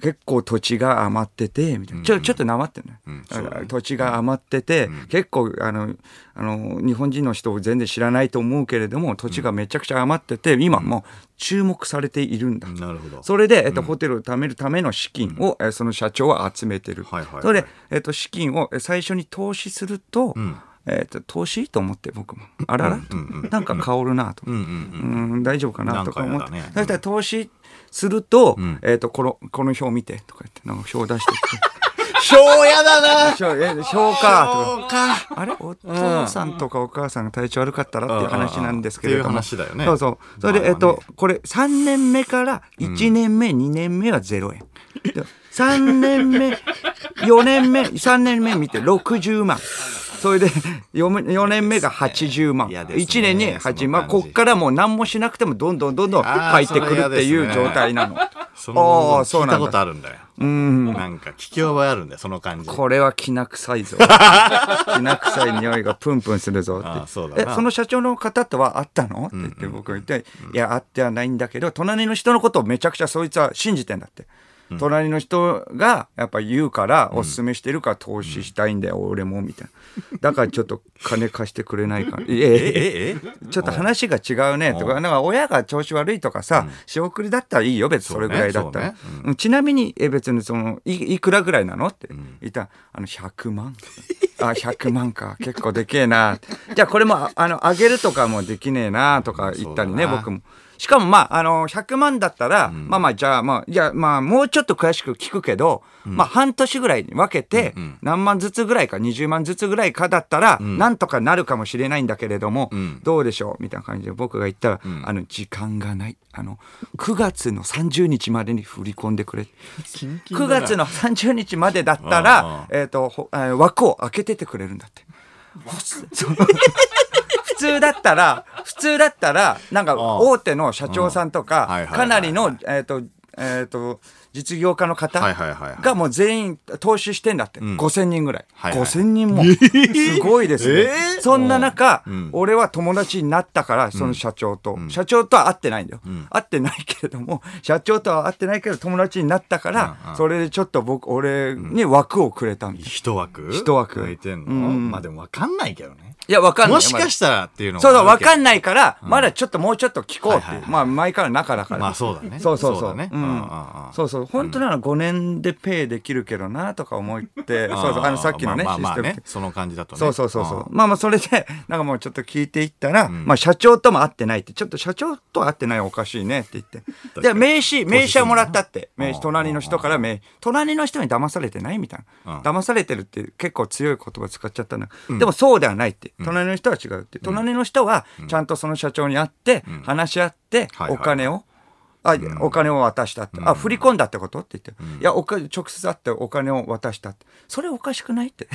Speaker 2: 結構土地が余っててみたいなちょちょっとなまってね、
Speaker 1: ん
Speaker 2: だから土地が余ってて、結構あのあの日本人の人を全然知らないと思うけれども土地がめちゃくちゃ余ってて今もう注目されているんだ、
Speaker 1: なるほど
Speaker 2: それで、えっと、ホテルを貯めるための資金を、えーその社長は集めてる。
Speaker 1: はいはいはい
Speaker 2: それで、えっと、資金をえー最初に投資すると、
Speaker 1: ん
Speaker 2: えっと、投資と思って僕も。あらら、
Speaker 1: うんうん
Speaker 2: なんか香るなと。
Speaker 1: うんうんうん
Speaker 2: うん、大丈夫かなとか思って。
Speaker 1: なんかやだね
Speaker 2: そしたら投資すると、
Speaker 1: ん
Speaker 2: えっと、この、この表見て、とか言って、なんか表出してきて。
Speaker 1: 昭やだな
Speaker 2: 表、え表か、と
Speaker 1: そ
Speaker 2: か。
Speaker 1: うか
Speaker 2: あれお父さんとかお母さんが体調悪かったらっていう話なんですけれども。
Speaker 1: うんうんうんっていう話だよね
Speaker 2: そうそう。それで、
Speaker 1: まあ
Speaker 2: え
Speaker 1: ね
Speaker 2: っと、これ3年目から1年目、2年目は0円。で3年目、4年目、3年目見て60万。それで4年目が80万、
Speaker 1: 嫌ですね
Speaker 2: 1年に80万
Speaker 1: その感
Speaker 2: こ
Speaker 1: じ
Speaker 2: っからもう何もしなくてもどんどんどんどん入ってくるっていう状態なの
Speaker 1: その
Speaker 2: あーそう
Speaker 1: 聞い
Speaker 2: なんだ
Speaker 1: たことあるんだよ。なんか聞き覚えあるんだよ、その感じ。
Speaker 2: これはきな 臭いぞきな臭い匂いがプンプンするぞって
Speaker 1: ああそうだ
Speaker 2: え
Speaker 1: な
Speaker 2: その社長の方とは会ったの?」って言って僕が言って「いや会ってはないんだけど隣の人のことをめちゃくちゃそいつは信じてんだって」隣の人がやっぱ言うからおすすめしてるから投資したいんだよ、俺もみたいなだからちょっと金貸してくれな いから「いやいやいや
Speaker 1: ええ
Speaker 2: ちょっと話が違うねとか、なんか親が調子悪いとかさ、仕送りだったらいいよ、別にそれぐらいだったら。
Speaker 1: そうねそうね
Speaker 2: うんちなみに、え、別にその、いいくらぐらいなのって言ったら、あの、100万。あ、100万か。結構でけえな。じゃあこれも、ああの、あげるとかもできねえなとか言ったりね、
Speaker 1: そうだな
Speaker 2: 僕も。しかもまあ、あの、100万だったら、まあまあ、じゃあまあ、いや、まあ、もうちょっと詳しく聞くけど、まあ、半年ぐらいに分けて、何万ずつぐらいか、20万ずつぐらいかだったら、なんとかなるかもしれないんだけれども、
Speaker 1: ん
Speaker 2: どうでしょうみたいな感じで僕が言ったら、あの、時間がない。あの、9月の30日までに振り込んでくれ。9月の30日までだったら、えっ、と、ほえー枠を開けててくれるんだって。そう普通だったら、普通だったら、なんか大手の社長さんと
Speaker 1: うんはい
Speaker 2: か
Speaker 1: は、いはい
Speaker 2: かなりの、えっ、と、えっ、と、実業家の方
Speaker 1: はいはいはいはい
Speaker 2: がもう全員投資してんだって。5000人ぐらい。
Speaker 1: はいはい
Speaker 2: 5000人も。すごいですね。
Speaker 1: えー
Speaker 2: そんな中、
Speaker 1: ん
Speaker 2: 俺は友達になったから、その社長と、社長とは会ってないんだよ、会ってないけれども、社長とは会ってないけど、友達になったから、
Speaker 1: うんうん
Speaker 2: それでちょっと僕、俺に枠をくれたみたいな。
Speaker 1: 一枠
Speaker 2: 一枠
Speaker 1: 空いてんの、
Speaker 2: うん
Speaker 1: まあでもわかんないけどね。
Speaker 2: いや、わかんない。
Speaker 1: もしかしたらっていうの
Speaker 2: そうそう、わか
Speaker 1: ん
Speaker 2: んないから、まだちょっともうちょっと聞こうっていう。
Speaker 1: はいはいはい
Speaker 2: まあ、前から中だから。
Speaker 1: まあそうだね。
Speaker 2: そうそうそう。
Speaker 1: だね。
Speaker 2: うん
Speaker 1: んんん
Speaker 2: そうそう。本当なら5年でペイできるけどな、とか思って、
Speaker 1: ん
Speaker 2: そうそう、あの、さっきのね、
Speaker 1: まあまあまあ
Speaker 2: システ
Speaker 1: ね
Speaker 2: ム。。
Speaker 1: その感じだとね。
Speaker 2: そうそうそうそう。
Speaker 1: ん。
Speaker 2: まあまあ、それで、 なんかもうちょっと聞いていったら、まあ、社長とも会ってないって、ちょっと社長と会ってないおかしいねって言って。で、名刺、名刺はもらったって。名刺、隣の人から名刺、隣の人に騙されてないみたいな。
Speaker 1: うん
Speaker 2: 騙されてるって結構強い言葉使っちゃったな。でもそうではないって。隣の人は違うって。隣の人は、ちゃんとその社長に会って、話し合って
Speaker 1: はい、はい
Speaker 2: お金を、あ、お金を渡したって。あ、振り込んだってことって言って。いや、おか直接会ってお金を渡したって。それおかしくないって。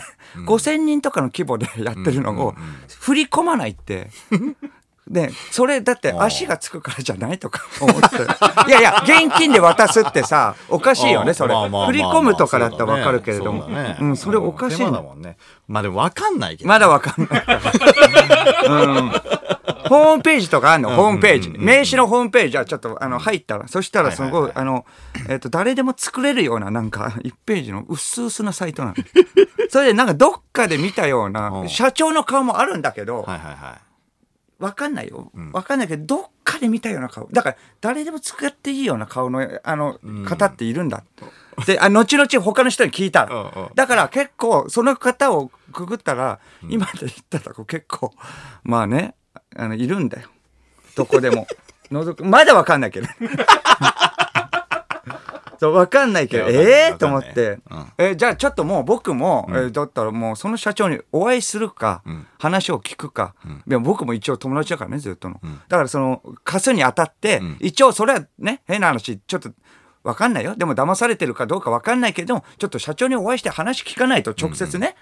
Speaker 2: 5000人とかの規模でやってるのを、振り込まな いって。で、それだって足がつくからじゃないとか思って。い やいや、現金で渡すってさ、おかしいよね、それ。
Speaker 1: まあまあまあまあ
Speaker 2: 振り込むとかだったらわかるけれども。
Speaker 1: そうだね
Speaker 2: うん、それおかしい
Speaker 1: 手間
Speaker 2: な
Speaker 1: だもんね。まあでもわかんないけど。
Speaker 2: まだわかんない。うんホームページとかあんの、ホームページ。名刺のホームページはちょっと、あの、入ったら、そしたら、す
Speaker 1: はい
Speaker 2: ごい、あの、えっと、誰でも作れるような、なんか、1ページの薄々なサイトなの。それで、なんか、どっかで見たよう
Speaker 1: う
Speaker 2: な、
Speaker 1: ん
Speaker 2: 社長の顔もあるんだけど、
Speaker 1: はいはいはい。
Speaker 2: わかんないよ。わかんないけど、どっかで見たような顔。だから、誰でも使っていいような顔の、あの、方っているんだ。で、あ、後々他の人に聞いた
Speaker 1: うんうん。
Speaker 2: だから結構、その方をくぐったら、今で言ったらこう結構、まあね、あの、いるんだよ。どこでも。覗く、まだわかんないけど。 そう、わかんないけど、
Speaker 1: いやわかんない
Speaker 2: ええ
Speaker 1: わ
Speaker 2: と
Speaker 1: かん
Speaker 2: 思
Speaker 1: な
Speaker 2: っ
Speaker 1: い
Speaker 2: て
Speaker 1: うん。
Speaker 2: え、じゃあちょっともう僕も、えだったらもうその社長にお会いするか、
Speaker 1: ん
Speaker 2: 話を聞くか、でも僕も一応友達だからね、ずっとの。
Speaker 1: ん
Speaker 2: だからその、貸すにあたって、
Speaker 1: ん
Speaker 2: 一応それはね、変な話、ちょっと、わかんないよ。でも騙されてるかどうかわかんないけども、ちょっと社長にお会いして話聞かないと直接ね、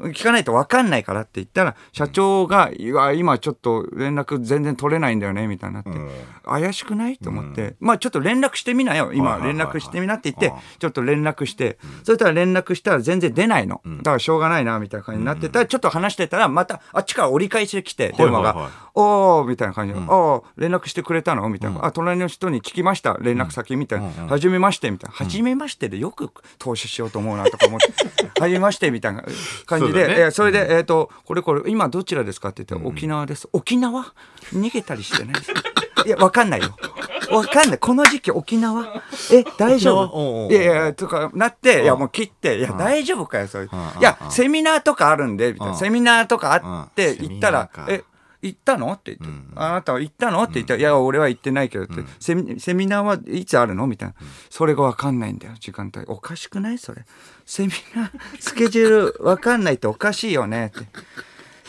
Speaker 2: 聞かないとわかんないからって言ったら、社長が、いや、今ちょっと連絡全然取れないんだよね、みたいになって。
Speaker 1: うん
Speaker 2: 怪しくないと思って、まあちょっと連絡してみなよ。今
Speaker 1: はいはい
Speaker 2: 連
Speaker 1: はいはい
Speaker 2: 絡してみなって言って
Speaker 1: ああ、
Speaker 2: ちょっと連絡して、そしたら連絡したら全然出ないの。だからしょうがないな、みたいな感じになってたら、ちょっと話してたら、またあっちから折り返しで来て、電話
Speaker 1: はいはいは
Speaker 2: が
Speaker 1: い。
Speaker 2: おー、みたいな感じで、おー、連絡してくれたのみたいな。あ、隣の人に聞きました。連絡先みたいな。はじめまして、みたいな。はじめましてでよく投資しようと思うな、とか 思って。はじめまして、みたいな感じ
Speaker 1: そうだね
Speaker 2: で。えそれで、えっと、これこれ、今どちらですかって言って、沖縄です。沖縄逃げたりしてないですかいや、わかんないよ。わかんない。この時期沖縄え、大丈
Speaker 1: 沖縄おうおうお
Speaker 2: 夫
Speaker 1: う
Speaker 2: いやいや、とかなって、いや、もう切って、いや、大丈夫かよ、それ。い
Speaker 1: うん
Speaker 2: や、セミナーとかあるんで、みたいな。
Speaker 1: うん
Speaker 2: セミナーとかあって、
Speaker 1: うん
Speaker 2: 行ったら
Speaker 1: セミナー、か
Speaker 2: え、行ったのって言って、
Speaker 1: ん
Speaker 2: あなたは行ったのって言ったら、いや、俺は行ってないけどって、セミセミナーはいつあるのみたいな。それがわかんないんだよ、時間帯。おかしくないそれ。セミナー、スケジュールわかんないっておかしいよねって。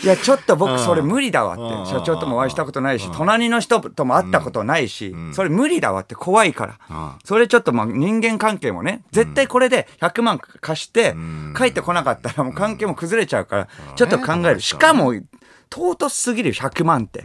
Speaker 2: いや、ちょっと僕それ
Speaker 1: うん
Speaker 2: 無理だわ
Speaker 1: うん
Speaker 2: って。社長ともお会いしたことないし、隣の人とも会ったことないし、それ無理だわって怖いから
Speaker 1: うん。
Speaker 2: それちょっとまあ人間関係もね、絶対これで100万貸して
Speaker 1: ん、
Speaker 2: 帰ってこなかったらもう関係も崩れちゃうから、ちょっと考える。しかも、唐突すぎるよ100万って。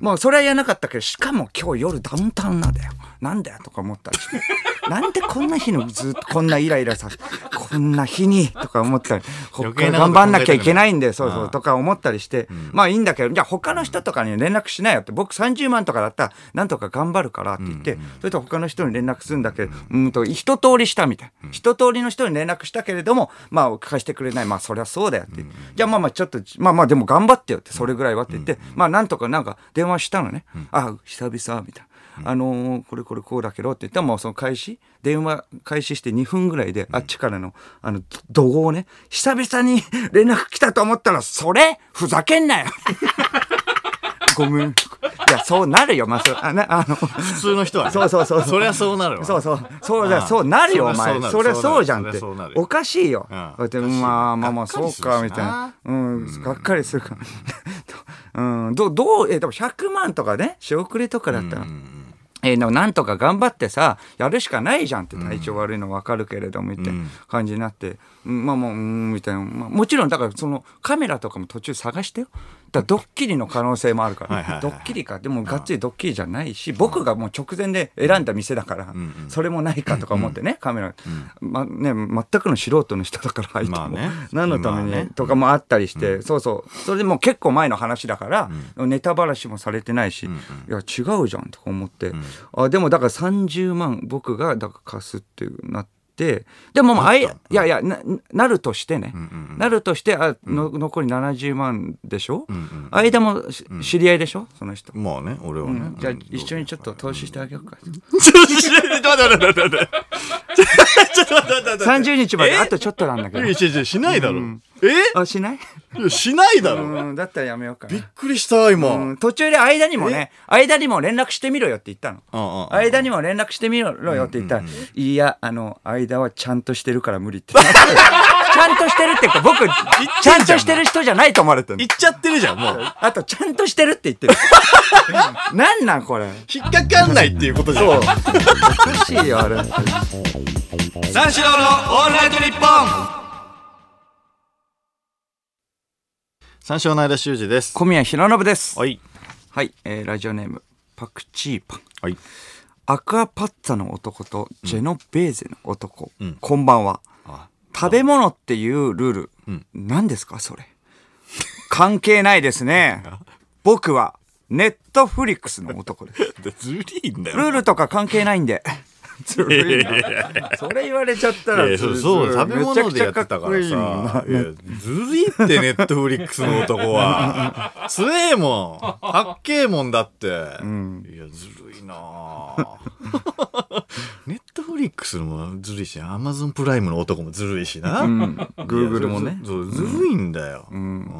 Speaker 2: もうそれは言えなかったけど、しかも今日夜ダウンタウンなんだよ。なんだよとか思ったりして。 なんでこんな日のずっとこんなイライラさ、こんな日にとか思ったり、こっから頑張んなきゃいけないんで、そうそう、とか思ったりして、まあいいんだけど、じゃあ他の人とかに連絡しないよって、僕30万とかだったら、なんとか頑張るからって言って、それと他の人に連絡するんだけど、うんと、一通りしたみたい。一通りの人に連絡したけれども、まあ貸してくれない、まあそりゃそうだよって言って。じゃあまあまあちょっと、まあまあでも頑張ってよって、それぐらいはって言って、まあなんとかなんか電話したのね。あ、久々、みたいな。あのーこれこれこうだけどって言ったらもうその開始電話開始して2分ぐらいであっちからのあの怒号ね久々に連絡来たと思ったらそれふざけ んなよごめんいやそうなるよまあそあな あの
Speaker 1: 普通の人はね
Speaker 2: そうそうそう
Speaker 1: そりゃそうなるわ
Speaker 2: そうそうそう
Speaker 1: あ
Speaker 2: だ
Speaker 1: あ
Speaker 2: そうなるよお
Speaker 1: そりゃそ
Speaker 2: 前
Speaker 1: うなる
Speaker 2: そりゃそうじゃんっ
Speaker 1: そり
Speaker 2: て
Speaker 1: ゃそうなるよ
Speaker 2: おかしいよ
Speaker 1: うん
Speaker 2: だって
Speaker 1: おかしいよ
Speaker 2: まあまあま
Speaker 1: が
Speaker 2: あ
Speaker 1: っか
Speaker 2: そ
Speaker 1: り
Speaker 2: う
Speaker 1: するしな
Speaker 2: かみたいなうんがっかりするから うんどうどうえでも100万とかね仕送りとかだったらえー、でもなんとか頑張ってさ、やるしかないじゃんって体調悪いの分かるけれども、みたいな感じになって、うんまあもう、うん、みたいな。まあ、もちろん、だからそのカメラとかも途中探してよ。だからドッキリの可能性もあるから、
Speaker 1: はいはいはい
Speaker 2: ドッキリか。でもがっつりドッキリじゃないし、僕がもう直前で選んだ店だから、それもないかとか思ってね、カメラ。まあね、全くの素人の人だから入っても、
Speaker 1: まあね
Speaker 2: 何のために、
Speaker 1: まあね
Speaker 2: とかもあったりして、そうそう。それでもう結構前の話だから、ネタばらしもされてないし、いや、違うじゃんとか思って、あ、でもだから30万僕がだから貸すっていうなって、でももうあい、いやいや、な、なるとしてね。なるとして、あ、の、残り70万でしょ、間もし知り合いでしょその人。
Speaker 1: まあね俺はね、
Speaker 2: じゃあ一緒にちょっと投資してあげようか。
Speaker 1: ちょっと待って待って待って待 ってちょっと待って待って待って
Speaker 2: 30日まであとちょっとなんだけ
Speaker 1: い
Speaker 2: ど。
Speaker 1: やいやいやしないだろ、え
Speaker 2: あ、しない
Speaker 1: いやしないだろ、
Speaker 2: うん、だったらやめようかな。
Speaker 1: びっくりした今、
Speaker 2: うん途中で間にもね、間にも連絡してみろよって言ったの。
Speaker 1: ああああ
Speaker 2: 間にも連絡してみろよって言ったら、いや、あの、間はちゃんとしてるから無理って。ちゃんとしてるっていうか、僕、ちゃんとしてる人じゃないと思われてる
Speaker 1: 言っちゃってるじゃんもう
Speaker 2: あと、ちゃんとしてるって 言ってる。なんなんこれ。
Speaker 1: 引っかかんないっていうことじゃん
Speaker 2: おかしいよ、あれ。
Speaker 1: 三四郎のオールナイトニッポン三四郎の間修二です
Speaker 2: 小宮弘信です。
Speaker 1: はい
Speaker 2: はい、えーラジオネーム、パクチーパン。
Speaker 1: はい
Speaker 2: アクアパッツァの男とジェノベーゼの男、
Speaker 1: ん
Speaker 2: こんばんは。
Speaker 1: あ
Speaker 2: 食べ物っていうルール、
Speaker 1: ん
Speaker 2: 何ですかそれ関係ないですね僕はネットフリックスの男 です
Speaker 1: ずるいんだ
Speaker 2: ルールとか関係ないんでずるいなそれ言われちゃったら
Speaker 1: いやそうそう食べ物でやってたから
Speaker 2: めちゃくちゃ
Speaker 1: さ
Speaker 2: かっこ
Speaker 1: いやずるいってネットフリックスの男 は強えもんかっけえもんだって、いやずるいな あネットフリックスもずるいしアマゾンプライムの男もずるいしな、
Speaker 2: いいグーグルもね
Speaker 1: いやそうそうずるいんだよ、うん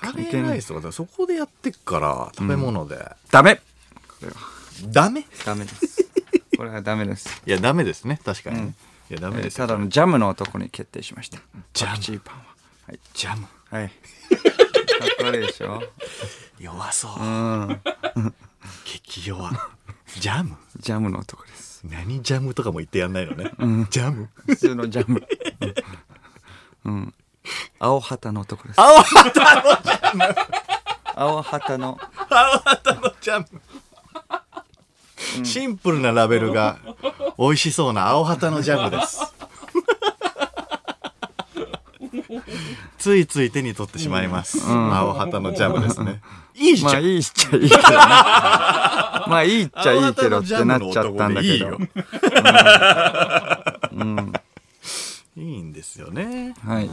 Speaker 1: カレーライスとかだからそこでやってっから食べ物で、
Speaker 2: ダメ
Speaker 1: ダメ
Speaker 2: ダメですこれはダメです
Speaker 1: いやダメですね確かにね、いやダメです
Speaker 2: た
Speaker 1: よ
Speaker 2: だのジャムの男に決定しました
Speaker 1: ジャム
Speaker 2: パクチーパンははい
Speaker 1: ジャム
Speaker 2: はいかっこいいでしょ
Speaker 1: 弱そう、
Speaker 2: うん
Speaker 1: 激弱ジャム
Speaker 2: ジャムの男です
Speaker 1: 何ジャムとかも言ってやんないのね、ジャム
Speaker 2: 普通のジャムうん青旗の男です
Speaker 1: 青旗
Speaker 2: 青旗の
Speaker 1: 青旗のジャム、シンプルなラベルが美味しそうな青旗のジャムです ついつい手に取ってしまいます、青旗のジャムですね、いいじゃん、
Speaker 2: まあいいっちゃいいけどねまあいいっちゃいいけどってなっちゃったんだけど
Speaker 1: 青旗のジャムの男でいいよいいんですよね
Speaker 2: はい、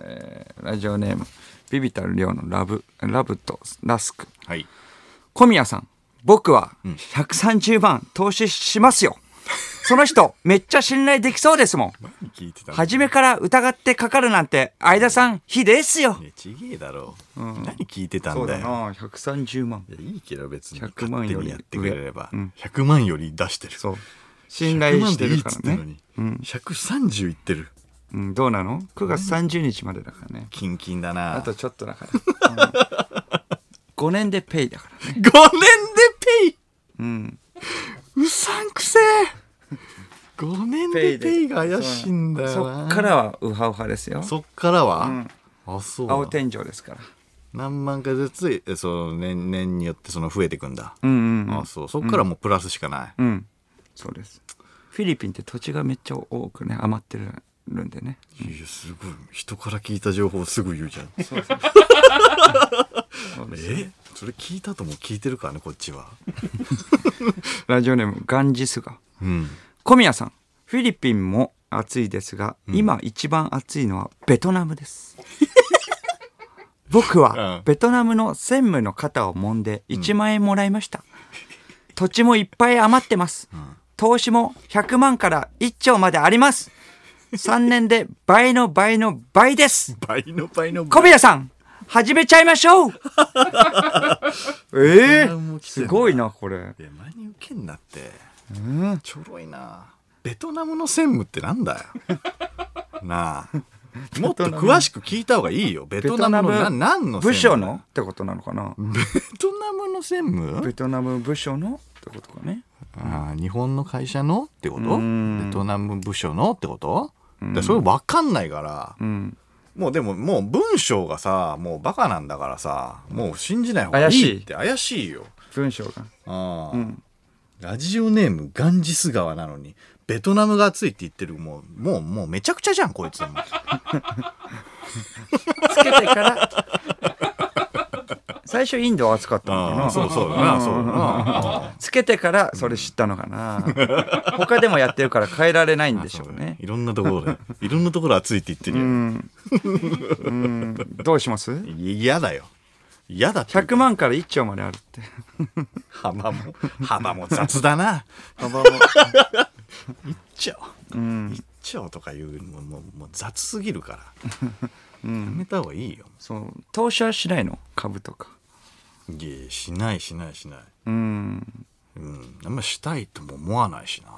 Speaker 2: えーラジオネームビビタル亮のラブラブとラスク
Speaker 1: はい
Speaker 2: 小宮さん僕は130万投資しますよ、その人めっちゃ信頼できそうですもん
Speaker 1: 聞いてたの
Speaker 2: 初めから疑ってかかるなんて相田さん非ですよ
Speaker 1: いやちげえだろ、う何聞いてたんだよ
Speaker 2: 130万
Speaker 1: いやいいけど別に
Speaker 2: 100万より
Speaker 1: 勝手にやってくれれば、100万より出してる
Speaker 2: そう信頼してるから
Speaker 1: 100万でいいっつってんの
Speaker 2: ね
Speaker 1: に130いってる
Speaker 2: うん、どうなの ?9 月30日までだからね。
Speaker 1: キンキンだな。
Speaker 2: あ
Speaker 1: 5
Speaker 2: とちょっとだから。うん、5年でペイだからね。
Speaker 1: 年でペイ
Speaker 2: うん。
Speaker 1: うさんくせえ !5 年でペイが怪しいんだよ
Speaker 2: そ
Speaker 1: な。
Speaker 2: っか。らはウハウハですよ。
Speaker 1: そっからは、
Speaker 2: ん
Speaker 1: あ、そう
Speaker 2: 青
Speaker 1: だ。
Speaker 2: 天井ですから。
Speaker 1: 何万回ずつ、えその年、年によってその増えていくんだ。
Speaker 2: うんうんうん
Speaker 1: あ、そう。そっからもうプラスしかない。
Speaker 2: うん。そうです。フィリピンって土地がめっちゃ多くね、余ってるんでね。
Speaker 1: いや、すごい。人から聞いた情報をすぐ言うじゃん。
Speaker 2: そうです
Speaker 1: えそれ聞いたとも聞いてるからね、こっちは。
Speaker 2: ラジオネーム、ガンジスが。
Speaker 1: うん。
Speaker 2: 小宮さん、フィリピンも暑いですが、今一番暑いのはベトナムです。 僕
Speaker 1: う
Speaker 2: は
Speaker 1: ん
Speaker 2: ベトナムの専務の肩を揉んで1万円もらいました。土地もいっぱい余ってます。投資も100万から1兆まであります。3年で倍の倍の倍です。
Speaker 1: 倍の倍の
Speaker 2: 小
Speaker 1: 倍。
Speaker 2: 宮さん、始めちゃいまし ょう
Speaker 1: ベ
Speaker 2: ええ
Speaker 1: トナムも来てん
Speaker 2: す
Speaker 1: だ
Speaker 2: ごいな、これ。
Speaker 1: いや、前に受けんなって。ちょろいな。ベトナムの専務ってなんだよ。 なあ。もっと詳しく聞いた方がいいよ。ベ
Speaker 2: ベ
Speaker 1: トナムのな
Speaker 2: トナ
Speaker 1: 何
Speaker 2: ム
Speaker 1: の専務
Speaker 2: 部署のってことなのかな
Speaker 1: ベトナムの専務
Speaker 2: ベトナム部署のってことかね。
Speaker 1: ああ日本の会社のってこと
Speaker 2: ん
Speaker 1: ベトナム部署のってことでそれ分かんないから、
Speaker 2: うん。
Speaker 1: もうでももう文章がさもうバカなんだからさもう信じない方がい
Speaker 2: 怪しい
Speaker 1: いって怪しいよ。
Speaker 2: 文章が。
Speaker 1: ああ
Speaker 2: ん
Speaker 1: ラジオネームガンジス川なのにベトナムが熱いって言ってるもうもうもうめちゃくちゃじゃんこいつも
Speaker 2: つけて から。最初インドは暑かったのか
Speaker 1: あ
Speaker 2: な。
Speaker 1: あそうそうだなそうだな
Speaker 2: つけてからそれ知ったのか な。他でもやってるから変えられないんでしょうね。
Speaker 1: いろんなところ でいろんなところ熱いって言ってる
Speaker 2: う
Speaker 1: よ
Speaker 2: ん。うん。どうします
Speaker 1: 嫌だよ嫌だって
Speaker 2: ?100 万から1兆まであるって。
Speaker 1: 幅も幅も雑だな
Speaker 2: 幅も。
Speaker 1: 一丁
Speaker 2: うん。
Speaker 1: 一丁とかいうのももうもう雑すぎる からやめた方がいいよ
Speaker 2: そう。投資はしないの株とか。
Speaker 1: いやいやしないしないしない
Speaker 2: うん。
Speaker 1: うんあんましたいとも思わないしな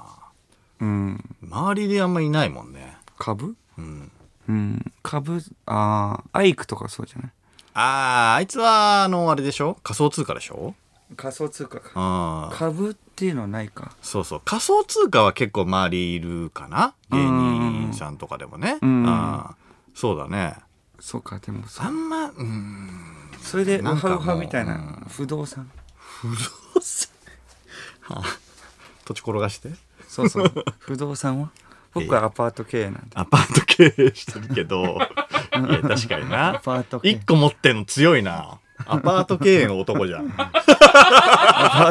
Speaker 2: うん。
Speaker 1: 周りであんまいないもんね
Speaker 2: 株
Speaker 1: うん
Speaker 2: うん。株、ああ、アイクとかそうじゃない
Speaker 1: ああ、あいつは、あの、あれでしょ仮想通貨でしょ
Speaker 2: 仮想通貨か。
Speaker 1: ああ。
Speaker 2: 株っていうのはないか。
Speaker 1: そうそう。仮想通貨は結構周りいるかな芸人さんとかでもね。
Speaker 2: ん
Speaker 1: ああそうだね。
Speaker 2: そうか、でもそう
Speaker 1: あ。んま、うん。
Speaker 2: それでウ
Speaker 1: なん
Speaker 2: ハ
Speaker 1: かも
Speaker 2: ウ
Speaker 1: う
Speaker 2: ハみたいな
Speaker 1: うん
Speaker 2: 不動産
Speaker 1: はあ土地転がして。
Speaker 2: そ うそう不動産は僕はアパート経営なんで
Speaker 1: アパート経営してるけ ど。いや、確かにな
Speaker 2: ア。パート経営
Speaker 1: 一個持ってんの強いな。アパート経営の男じゃん。
Speaker 2: アパ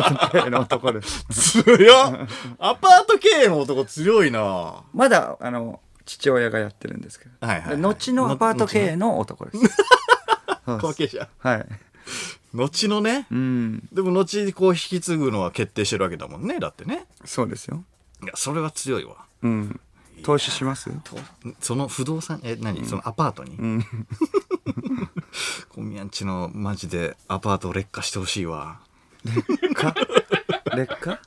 Speaker 2: ート経営のとこ ろです
Speaker 1: 強っアパート経営の男強いな。は
Speaker 2: まだあの父親がやってるんですけど、
Speaker 1: いはい、はい。
Speaker 2: 後のアパート経営の男ですそう
Speaker 1: 後の後の後継
Speaker 2: です
Speaker 1: 者。
Speaker 2: はい
Speaker 1: 後のね。
Speaker 2: うん
Speaker 1: でも後にこう引き継ぐのは決定してるわけだもんねだってね
Speaker 2: そうですよ
Speaker 1: いやそれは強いわ
Speaker 2: うん投資します
Speaker 1: その不動産え何、そのアパートに、小宮んちのマジでアパートを劣化してほしいわ
Speaker 2: か劣化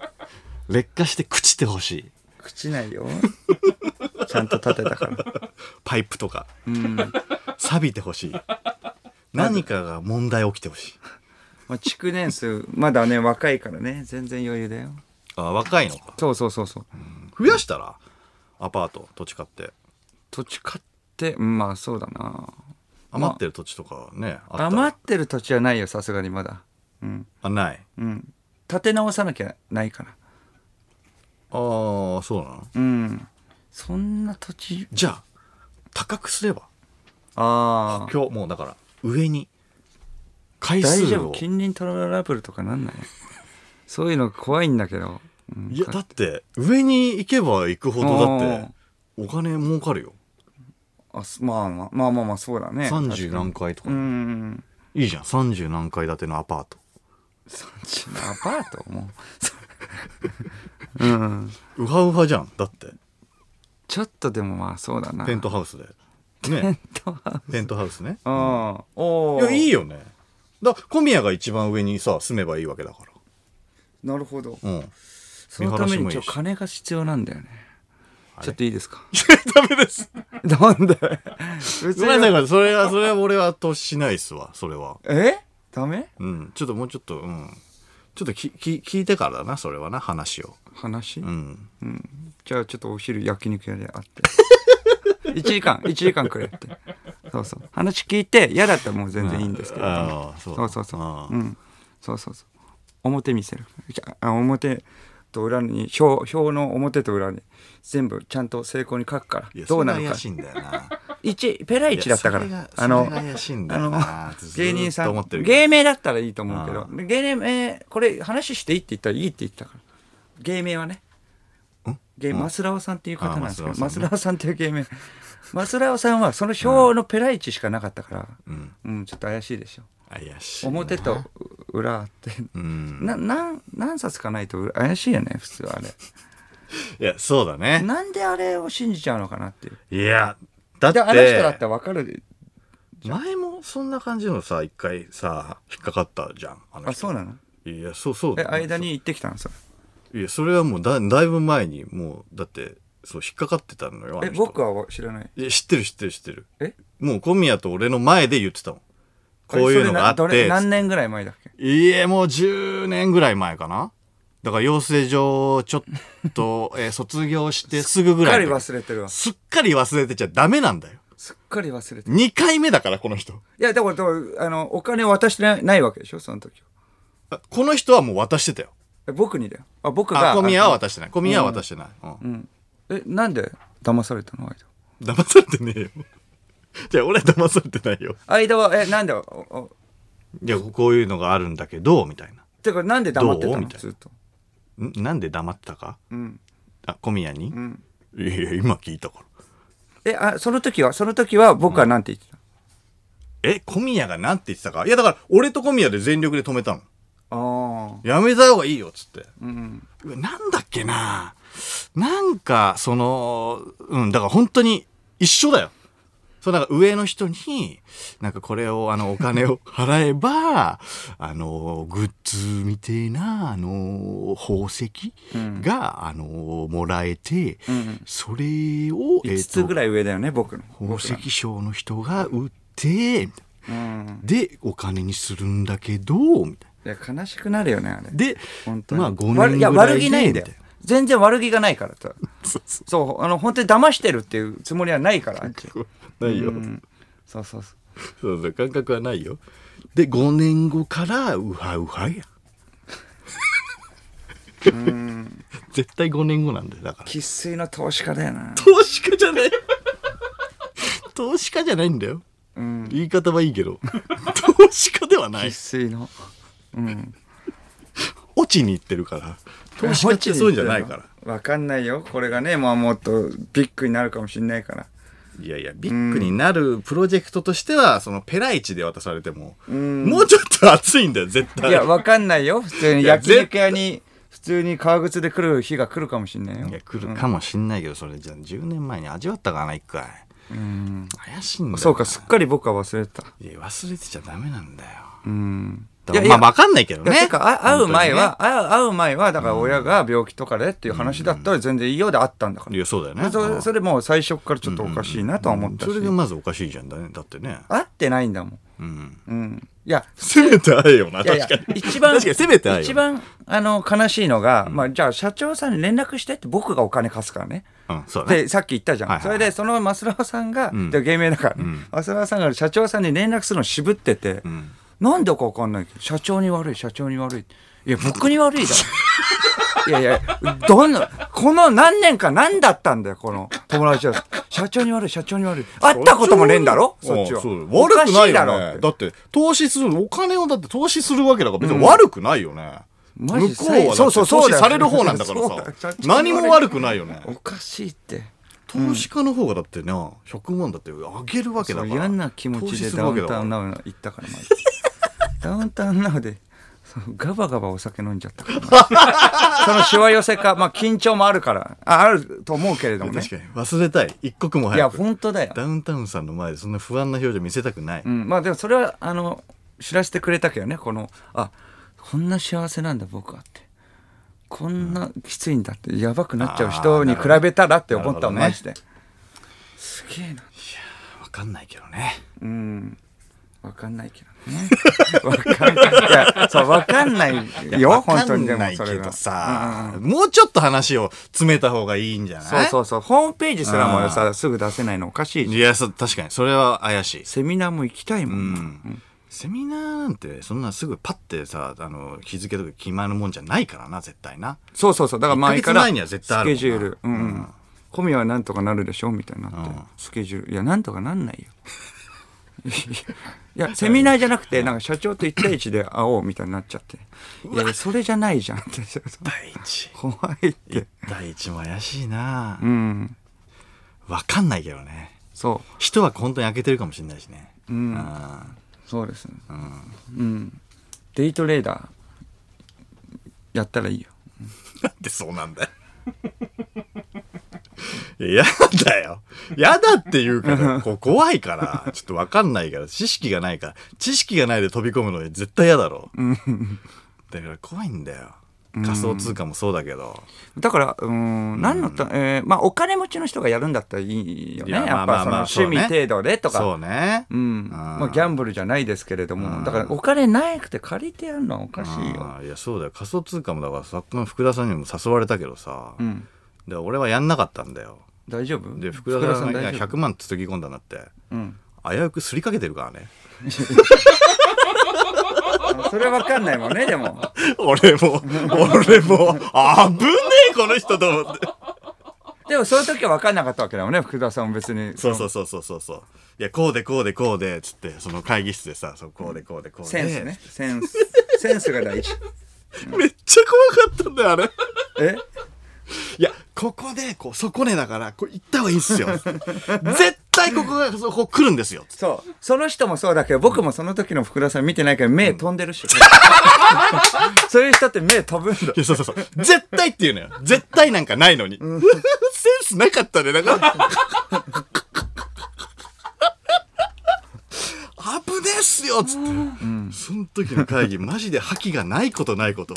Speaker 1: 劣化して朽ちてほしい
Speaker 2: 朽ちな いよちゃんと建てたから
Speaker 1: パイプとか
Speaker 2: うん、ま
Speaker 1: 錆びてほしい何かが問題起きてほしい
Speaker 2: あ、築年数まだね若いからね全然余裕だよ
Speaker 1: あ若いのか
Speaker 2: そうそうそうそう
Speaker 1: 増やしたらアパート土地買って
Speaker 2: 土地買ってうんまあそうだな
Speaker 1: 余ってる土地とかね、あったら
Speaker 2: 余ってる土地はないよさすがにまだうん
Speaker 1: あない
Speaker 2: うん立て直さなきゃないから
Speaker 1: ああそうなの
Speaker 2: うんそんな土地
Speaker 1: じゃあ高くすれば
Speaker 2: ああ
Speaker 1: 今日もうだから上に回
Speaker 2: 大
Speaker 1: 数
Speaker 2: 丈夫
Speaker 1: を
Speaker 2: 近隣トラブルとかなん ないそういうの怖いんだけど、うん
Speaker 1: いやだって上に行けば行くほどだっ
Speaker 2: あ
Speaker 1: てお金儲かるよ
Speaker 2: あすまあまあまあまあまあそうだね
Speaker 1: 30何階とか、
Speaker 2: うん
Speaker 1: いいじゃん30何階建てのアパート
Speaker 2: 30のアパートも ううん
Speaker 1: ウハウハじゃんだって
Speaker 2: ちょっとでもまあそうだな
Speaker 1: ペントハウスでね
Speaker 2: トハ
Speaker 1: ペントハウスね
Speaker 2: ああお
Speaker 1: い
Speaker 2: お
Speaker 1: やいいよねだ小宮が一番上にさ住めばいいわけだか
Speaker 2: なるほど
Speaker 1: らうん
Speaker 2: そのために
Speaker 1: 見晴らしも
Speaker 2: ちょ
Speaker 1: いい
Speaker 2: っ
Speaker 1: し
Speaker 2: と金が必要なんだよね。
Speaker 1: あ
Speaker 2: ちょっといいですか
Speaker 1: ダメ です。
Speaker 2: な
Speaker 1: ごめ
Speaker 2: んで
Speaker 1: んなさいごめんなさい、それは、それは俺はとしないっすわ、それは。
Speaker 2: えダメ
Speaker 1: うん、ちょっともうちょっと、うん。ちょっときき聞いてからだな、それはな、話を。
Speaker 2: 話、
Speaker 1: うん。
Speaker 2: じゃあちょっとお昼焼肉屋で会 って1時間1時間くれってそうそう話聞いて嫌だったらもう全然いいんですけど、
Speaker 1: ああ、そう
Speaker 2: そうそうそう
Speaker 1: ああ
Speaker 2: うんそうそうそう表見せるじゃあ表と裏に表表の表と裏に全部ちゃんと成功に書くか
Speaker 1: いや
Speaker 2: らどうな
Speaker 1: それ
Speaker 2: る
Speaker 1: が
Speaker 2: か
Speaker 1: 怪しいんだよな。
Speaker 2: 一ペラ
Speaker 1: いや
Speaker 2: 1だったか
Speaker 1: それが
Speaker 2: ら
Speaker 1: それが怪しいんだ
Speaker 2: あ
Speaker 1: よ
Speaker 2: の
Speaker 1: な
Speaker 2: 芸人さ
Speaker 1: ずーっと思
Speaker 2: ん
Speaker 1: ってるけど
Speaker 2: 芸名だったらいいと思うけ
Speaker 1: あ
Speaker 2: ど芸名これ話していいって言ったらいいって言ってたから芸名はね芸マスラオさんっていう方なんですけ
Speaker 1: あ
Speaker 2: ど
Speaker 1: マ
Speaker 2: マ
Speaker 1: ス
Speaker 2: ス
Speaker 1: ラ
Speaker 2: ラオさんっていう 芸名マスラオさんはその表のペラ1しかなかったから
Speaker 1: うん
Speaker 2: うんちょっと怪しいでしょ
Speaker 1: 怪しいな。
Speaker 2: 表と裏あって
Speaker 1: うん。
Speaker 2: ななん何冊かないと怪しいよね普通 あれ
Speaker 1: いや、そうだね。
Speaker 2: なんであれを信じちゃうのかなっていう
Speaker 1: いや、だっ
Speaker 2: で
Speaker 1: て、
Speaker 2: あの人だったら分かる
Speaker 1: 前もそんな感じのさ、一回さ、引っかかったじゃん。あの人
Speaker 2: あそうなの
Speaker 1: いや、そうそうだ
Speaker 2: え
Speaker 1: よ。
Speaker 2: 間に行ってきたんですよ
Speaker 1: いや、それはもうだだいぶ前に、もう、だって、そう、引っかかってたのよ。あ
Speaker 2: え
Speaker 1: の人
Speaker 2: 僕は知らない
Speaker 1: いや知ってる知ってる知ってる。
Speaker 2: え
Speaker 1: もう小宮と俺の前で言ってたもん。こういうのがあっ
Speaker 2: それなどれ
Speaker 1: て、
Speaker 2: 何年ぐらい前だっけ
Speaker 1: いいえ、もう10年ぐらい前かな。だから養成所をちょっと、 えー卒業してすぐぐ
Speaker 2: すっ
Speaker 1: ら
Speaker 2: か
Speaker 1: い
Speaker 2: り
Speaker 1: の時。
Speaker 2: 忘れてるわ
Speaker 1: すっかり忘れてちゃダメなんだよ。
Speaker 2: すっかり忘れてる
Speaker 1: 2回目だから、この人。
Speaker 2: いやだからだからあのお金を渡してないないわけでしょその時は
Speaker 1: あこの人はもう渡してたよ。
Speaker 2: え僕にだよあ僕が
Speaker 1: あ、小宮は
Speaker 2: あ
Speaker 1: 渡してない。小宮は渡してない。うん。
Speaker 2: うんえなんで騙されたの間
Speaker 1: 騙されてねえよ。 じゃあ、俺は騙されてないよ。
Speaker 2: 間はえなんでおお
Speaker 1: いや、こういうのがあるんだけど、みたいな。
Speaker 2: てかなんで黙って
Speaker 1: どう
Speaker 2: た
Speaker 1: み
Speaker 2: の
Speaker 1: たいな
Speaker 2: ずっと
Speaker 1: んなんで黙ってたか
Speaker 2: うん
Speaker 1: あ、小宮に、
Speaker 2: うん
Speaker 1: いやいや、今聞いたから。
Speaker 2: えあその時はその時は僕はなんて言ってた、
Speaker 1: え、小宮がなんて言ってたかいや、だから、俺と小宮で全力で止めたの。
Speaker 2: ああ
Speaker 1: やめた方がいいよ、つって。
Speaker 2: うん
Speaker 1: うわなんだっけななんか、その、うん、だから本当に一緒だよ。そう、なんか上の人に、なんかこれを、あの、お金を払え ば、あの、グッズみてえな、あの、宝石
Speaker 2: うん
Speaker 1: が、あの、もらえて、
Speaker 2: うんうん
Speaker 1: それを、え
Speaker 2: 5
Speaker 1: っ
Speaker 2: つぐ
Speaker 1: と、
Speaker 2: らい上だよね僕の
Speaker 1: 宝石商の人が売って、みたいな
Speaker 2: 僕らうん
Speaker 1: で、お金にするんだけど、みたい
Speaker 2: いや悲しくなるよねあれ
Speaker 1: な。で、
Speaker 2: 本当に
Speaker 1: まあ5年ぐら
Speaker 2: 悪
Speaker 1: い
Speaker 2: い
Speaker 1: で。
Speaker 2: や悪気ないんだよ
Speaker 1: みた
Speaker 2: 全然悪気がないからさ
Speaker 1: なそうそ
Speaker 2: そうあの本当に騙してるっていうつもりはないからあっち
Speaker 1: う。 ないよ。
Speaker 2: うんそうそうそう
Speaker 1: そうそう感覚はないよで5年後からウハウハや絶対5年後なんだよだから
Speaker 2: 生粋の投資家だよな
Speaker 1: 投資家じゃない投資家じゃないんだよ
Speaker 2: うん
Speaker 1: 言い方はいいけど投資家ではな
Speaker 2: 生
Speaker 1: い
Speaker 2: 粋のうん
Speaker 1: 落ちに行ってるから投資家ってそういうんじゃないから
Speaker 2: わかんないよこれがねまあもっとビッグになるかもしれないから
Speaker 1: いやいやビッグになるプロジェクトとしてはそのペライチで渡されても
Speaker 2: ん
Speaker 1: もうちょっと熱いんだよ絶対
Speaker 2: いや、わかんないよ。普通に
Speaker 1: いや
Speaker 2: 焼肉屋に、普通に革靴で来る日が来るかもしんないよ。
Speaker 1: いや来るかもしんないけどそれじゃあ10年前に味わったかな一回
Speaker 2: うん。
Speaker 1: 怪しいんだよな
Speaker 2: そうか、すっかり僕は忘れてた。
Speaker 1: いや忘れてちゃダメなんだよ
Speaker 2: うん。
Speaker 1: だからまあ分かんないけど
Speaker 2: いや
Speaker 1: ね
Speaker 2: てかあ会う前
Speaker 1: 本
Speaker 2: は、会う会う前は、だから親が病気とかでっていう話だったら全然いいようであったんだか
Speaker 1: 当にねい
Speaker 2: ら。
Speaker 1: やそうだよね
Speaker 2: そそれもう最初からちょっとおかしいなとは思ったし
Speaker 1: そ。れがまずおかしいじゃんだねだってね
Speaker 2: 会ってないんだもん。
Speaker 1: うん
Speaker 2: うん。いや、
Speaker 1: せめて会えよない
Speaker 2: やいや
Speaker 1: 確かに
Speaker 2: 一番
Speaker 1: 確かにせめて会えよ
Speaker 2: 一番あの悲しいのが、まあ、じゃあ社長さんに連絡してって僕がお金貸すからね。
Speaker 1: うんそうだね
Speaker 2: でさっき言ったじゃん、
Speaker 1: はいはいはい
Speaker 2: それでその増田さんが、
Speaker 1: ん
Speaker 2: で芸名だからね、
Speaker 1: うん
Speaker 2: 増田さんが社長さんに連絡するの渋ってて、
Speaker 1: ん
Speaker 2: なんでか分かんないけど社長に悪い社長に悪いいや僕に悪い だろいやいやどんなこの何年か何だったんだよこの友達は社長に悪い社長に悪い会ったこともねえんだろそっちは
Speaker 1: あそうだ
Speaker 2: お
Speaker 1: 悪
Speaker 2: か
Speaker 1: く
Speaker 2: し
Speaker 1: ない
Speaker 2: いだ
Speaker 1: よ
Speaker 2: ろっ
Speaker 1: ね
Speaker 2: て
Speaker 1: だって投資するお金をだって投資するわけだから別に悪くないよね
Speaker 2: マ
Speaker 1: 向こ
Speaker 2: ジ
Speaker 1: うはだって
Speaker 2: そうそうそ
Speaker 1: 投
Speaker 2: う
Speaker 1: 資
Speaker 2: だよ
Speaker 1: される方なんだから
Speaker 2: そうだよ
Speaker 1: さ何も悪くないよね
Speaker 2: おかしいって
Speaker 1: 投資家の方がだってな100万だってあげるわけだ
Speaker 2: そ
Speaker 1: か
Speaker 2: う
Speaker 1: ら
Speaker 2: 嫌な気持
Speaker 1: 投
Speaker 2: ち
Speaker 1: 資
Speaker 2: ですダ
Speaker 1: る
Speaker 2: ウ
Speaker 1: わけ
Speaker 2: ン
Speaker 1: だ
Speaker 2: タ
Speaker 1: から
Speaker 2: ウンナウ行っ たからまずダウンタウンナウでそうガバガバお酒飲んじゃったから そのしわ寄せか、まあ、緊張もあるからああると思うけれどもね
Speaker 1: 確かに忘れたい一刻も
Speaker 2: い
Speaker 1: 早
Speaker 2: や
Speaker 1: く
Speaker 2: 本当だよ、
Speaker 1: ダウンタウンさんの前でそんな不安な表情見せたくない、
Speaker 2: うん、まあでもそれはあの知らせてくれたけどねこのあこんな幸せなんだ僕はってこんなきついんだってやばくなっちゃう人に比べたらって思ったの
Speaker 1: あーな
Speaker 2: マ
Speaker 1: る
Speaker 2: ジで、すげえな
Speaker 1: わかんないけどね。
Speaker 2: うんわかんないけどね わかんないいやそうわかんないよ
Speaker 1: わ
Speaker 2: 本
Speaker 1: か
Speaker 2: 当に
Speaker 1: ん
Speaker 2: でも
Speaker 1: ない
Speaker 2: そ
Speaker 1: け
Speaker 2: れが
Speaker 1: どさ、もうちょっと話を詰めた方がいいんじゃない
Speaker 2: そうそうそうホームページすらもさすぐ出せないのおかしいし
Speaker 1: いや、そ確かに、それは怪しい。
Speaker 2: セミナーも行きたいもんな、
Speaker 1: セミナーなんて、そんなすぐパッてさ、あの、日付とか決まるもんじゃないからな、絶対な。
Speaker 2: そうそうそうだから前から
Speaker 1: 一ヶ月前には絶対ある
Speaker 2: ス
Speaker 1: もん
Speaker 2: ケ
Speaker 1: な
Speaker 2: ジュールうん、うん、小宮はなんとかなるでしょみたいになって、
Speaker 1: うん
Speaker 2: スケジュールいやなんとかなんないよいやセミナーじゃなくてなんか社長と一対一で会おうみたいになっちゃっていやそれじゃないじゃんって
Speaker 1: 第一。
Speaker 2: 怖いって
Speaker 1: 第一も怪しいな
Speaker 2: う。ん
Speaker 1: わかんないけどね。
Speaker 2: そ
Speaker 1: 一枠本当に開けてるかもしれないしね。
Speaker 2: ううん
Speaker 1: うん
Speaker 2: そうですね
Speaker 1: うん
Speaker 2: うんデイトレーダーやったらいいよ
Speaker 1: なんでそうなんだよ。いや嫌だよ。嫌だって言う から、こう怖いから、ちょっとわかんないから、知識がないから、知識がないで飛び込むの絶対嫌だろ。だから怖いんだよ。仮想通貨もそうだけど。
Speaker 2: だから、うーん、何のた、えーまあ、お金持ちの人がやるんだったらいいよね。
Speaker 1: いや
Speaker 2: やっ
Speaker 1: ま
Speaker 2: ぱ
Speaker 1: あま
Speaker 2: そ
Speaker 1: あま
Speaker 2: の
Speaker 1: あそう
Speaker 2: 趣
Speaker 1: ね
Speaker 2: 味程度でとか。
Speaker 1: そうね。
Speaker 2: うん。まあ、ギャンブルじゃないですけれども、だからお金なくて借りてやるのはおかしいよ。
Speaker 1: あーいや、そうだよ。仮想通貨もだから、さっきの福田さんにも誘われたけどさ
Speaker 2: う。ん。
Speaker 1: で俺はやんなかったんだよ。
Speaker 2: 大丈夫
Speaker 1: で、福田さんがいや
Speaker 2: 大丈
Speaker 1: 100
Speaker 2: 夫
Speaker 1: 万つつぎ込んだんだって。
Speaker 2: うん。
Speaker 1: 危うくすりかけてるからね。
Speaker 2: あそれわかんないもんね、で も。
Speaker 1: 俺も、俺も、危ねえ、この人と思って。
Speaker 2: でも、そういう時はわかんなかったわけだもんね、福田さんも別に。
Speaker 1: そうそうそうそうそうそう。いや、こうでこうでこうで、つって、その会議室でさ、そうこうでこうでこうで。
Speaker 2: センスね。。センス。センスが大事。
Speaker 1: めっちゃ怖かったんだよ、あれ。
Speaker 2: え
Speaker 1: いや、ここで、こう、底根だから、こう、行った方がいいん すよ。絶対ここが、そうこう来るんですよ。
Speaker 2: そう。その人もそうだけど、僕もその時の福田さん見てないから目飛んでるし。 そういう人って目飛ぶん だ
Speaker 1: い。や、そうそうそう。絶対っていうのよ。絶対なんかないのに。センスなかったね、だから。危ねえっすよっつって、その時の会議マジで覇気がないことない こと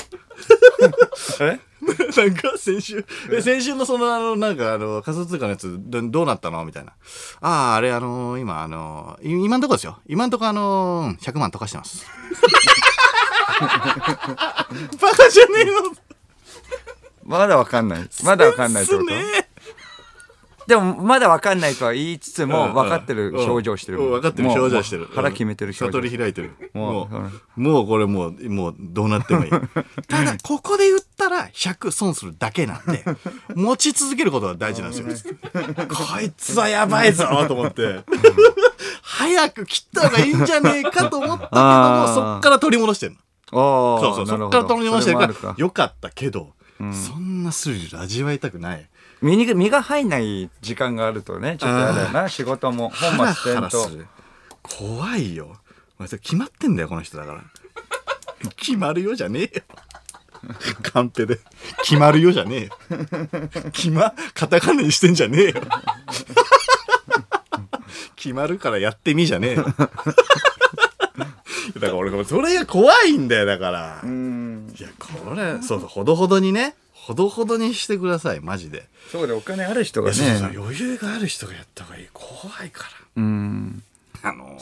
Speaker 2: え
Speaker 1: なんか先週え先週のそのあのなんかあの仮想通貨のやつどどうなったのみたいなあああれあの今あのい今んとこですよ今んとこあのうん100万溶かしてます バカじゃねえの
Speaker 2: まだわかんない。まだわかんないってことでも、まだわかんないとは言いつつも、分かってる表情してる。
Speaker 1: うん分かってる表情して
Speaker 2: も
Speaker 1: る
Speaker 2: うもう腹決めてる
Speaker 1: 悟
Speaker 2: 表
Speaker 1: り
Speaker 2: 情。
Speaker 1: 開いてる
Speaker 2: も
Speaker 1: も
Speaker 2: う
Speaker 1: うもうこれもうもうどうなってもいいただここで言ったら100損するだけなんで持ち続けることが大事なんですよこいつはやばいぞと思って早く切った方がいいんじゃねえかと思ったけど
Speaker 2: あ
Speaker 1: も
Speaker 2: ー
Speaker 1: そっから取り戻してるの
Speaker 2: ああ、
Speaker 1: そうそう
Speaker 2: な
Speaker 1: そ
Speaker 2: る
Speaker 1: っ
Speaker 2: ほ
Speaker 1: か
Speaker 2: ど
Speaker 1: ら取り戻してるか
Speaker 2: それもあ
Speaker 1: ら
Speaker 2: る
Speaker 1: よかったけどそんなスリル味わいたくない
Speaker 2: 身に身が入んない時間があるとね、ちょっとやだよな。仕事も本
Speaker 1: ハラ
Speaker 2: 末
Speaker 1: ハラ
Speaker 2: 転倒
Speaker 1: す。る怖いよお前それ決まってんだよこの人だから決まるよじゃねえよカンペで決まるよじゃねえよ決まカタカナにしてんじゃねえよ決まるからやってみじゃねえよだから俺それが怖いんだよだから、
Speaker 2: うん。
Speaker 1: いやこれそうそうほどほどにねほどほどにしてくださいマジで、
Speaker 2: そうで、お金ある人が
Speaker 1: そうそう
Speaker 2: ね。
Speaker 1: 余裕がある人がやった方がいい怖いか
Speaker 2: うん。
Speaker 1: らあの
Speaker 2: も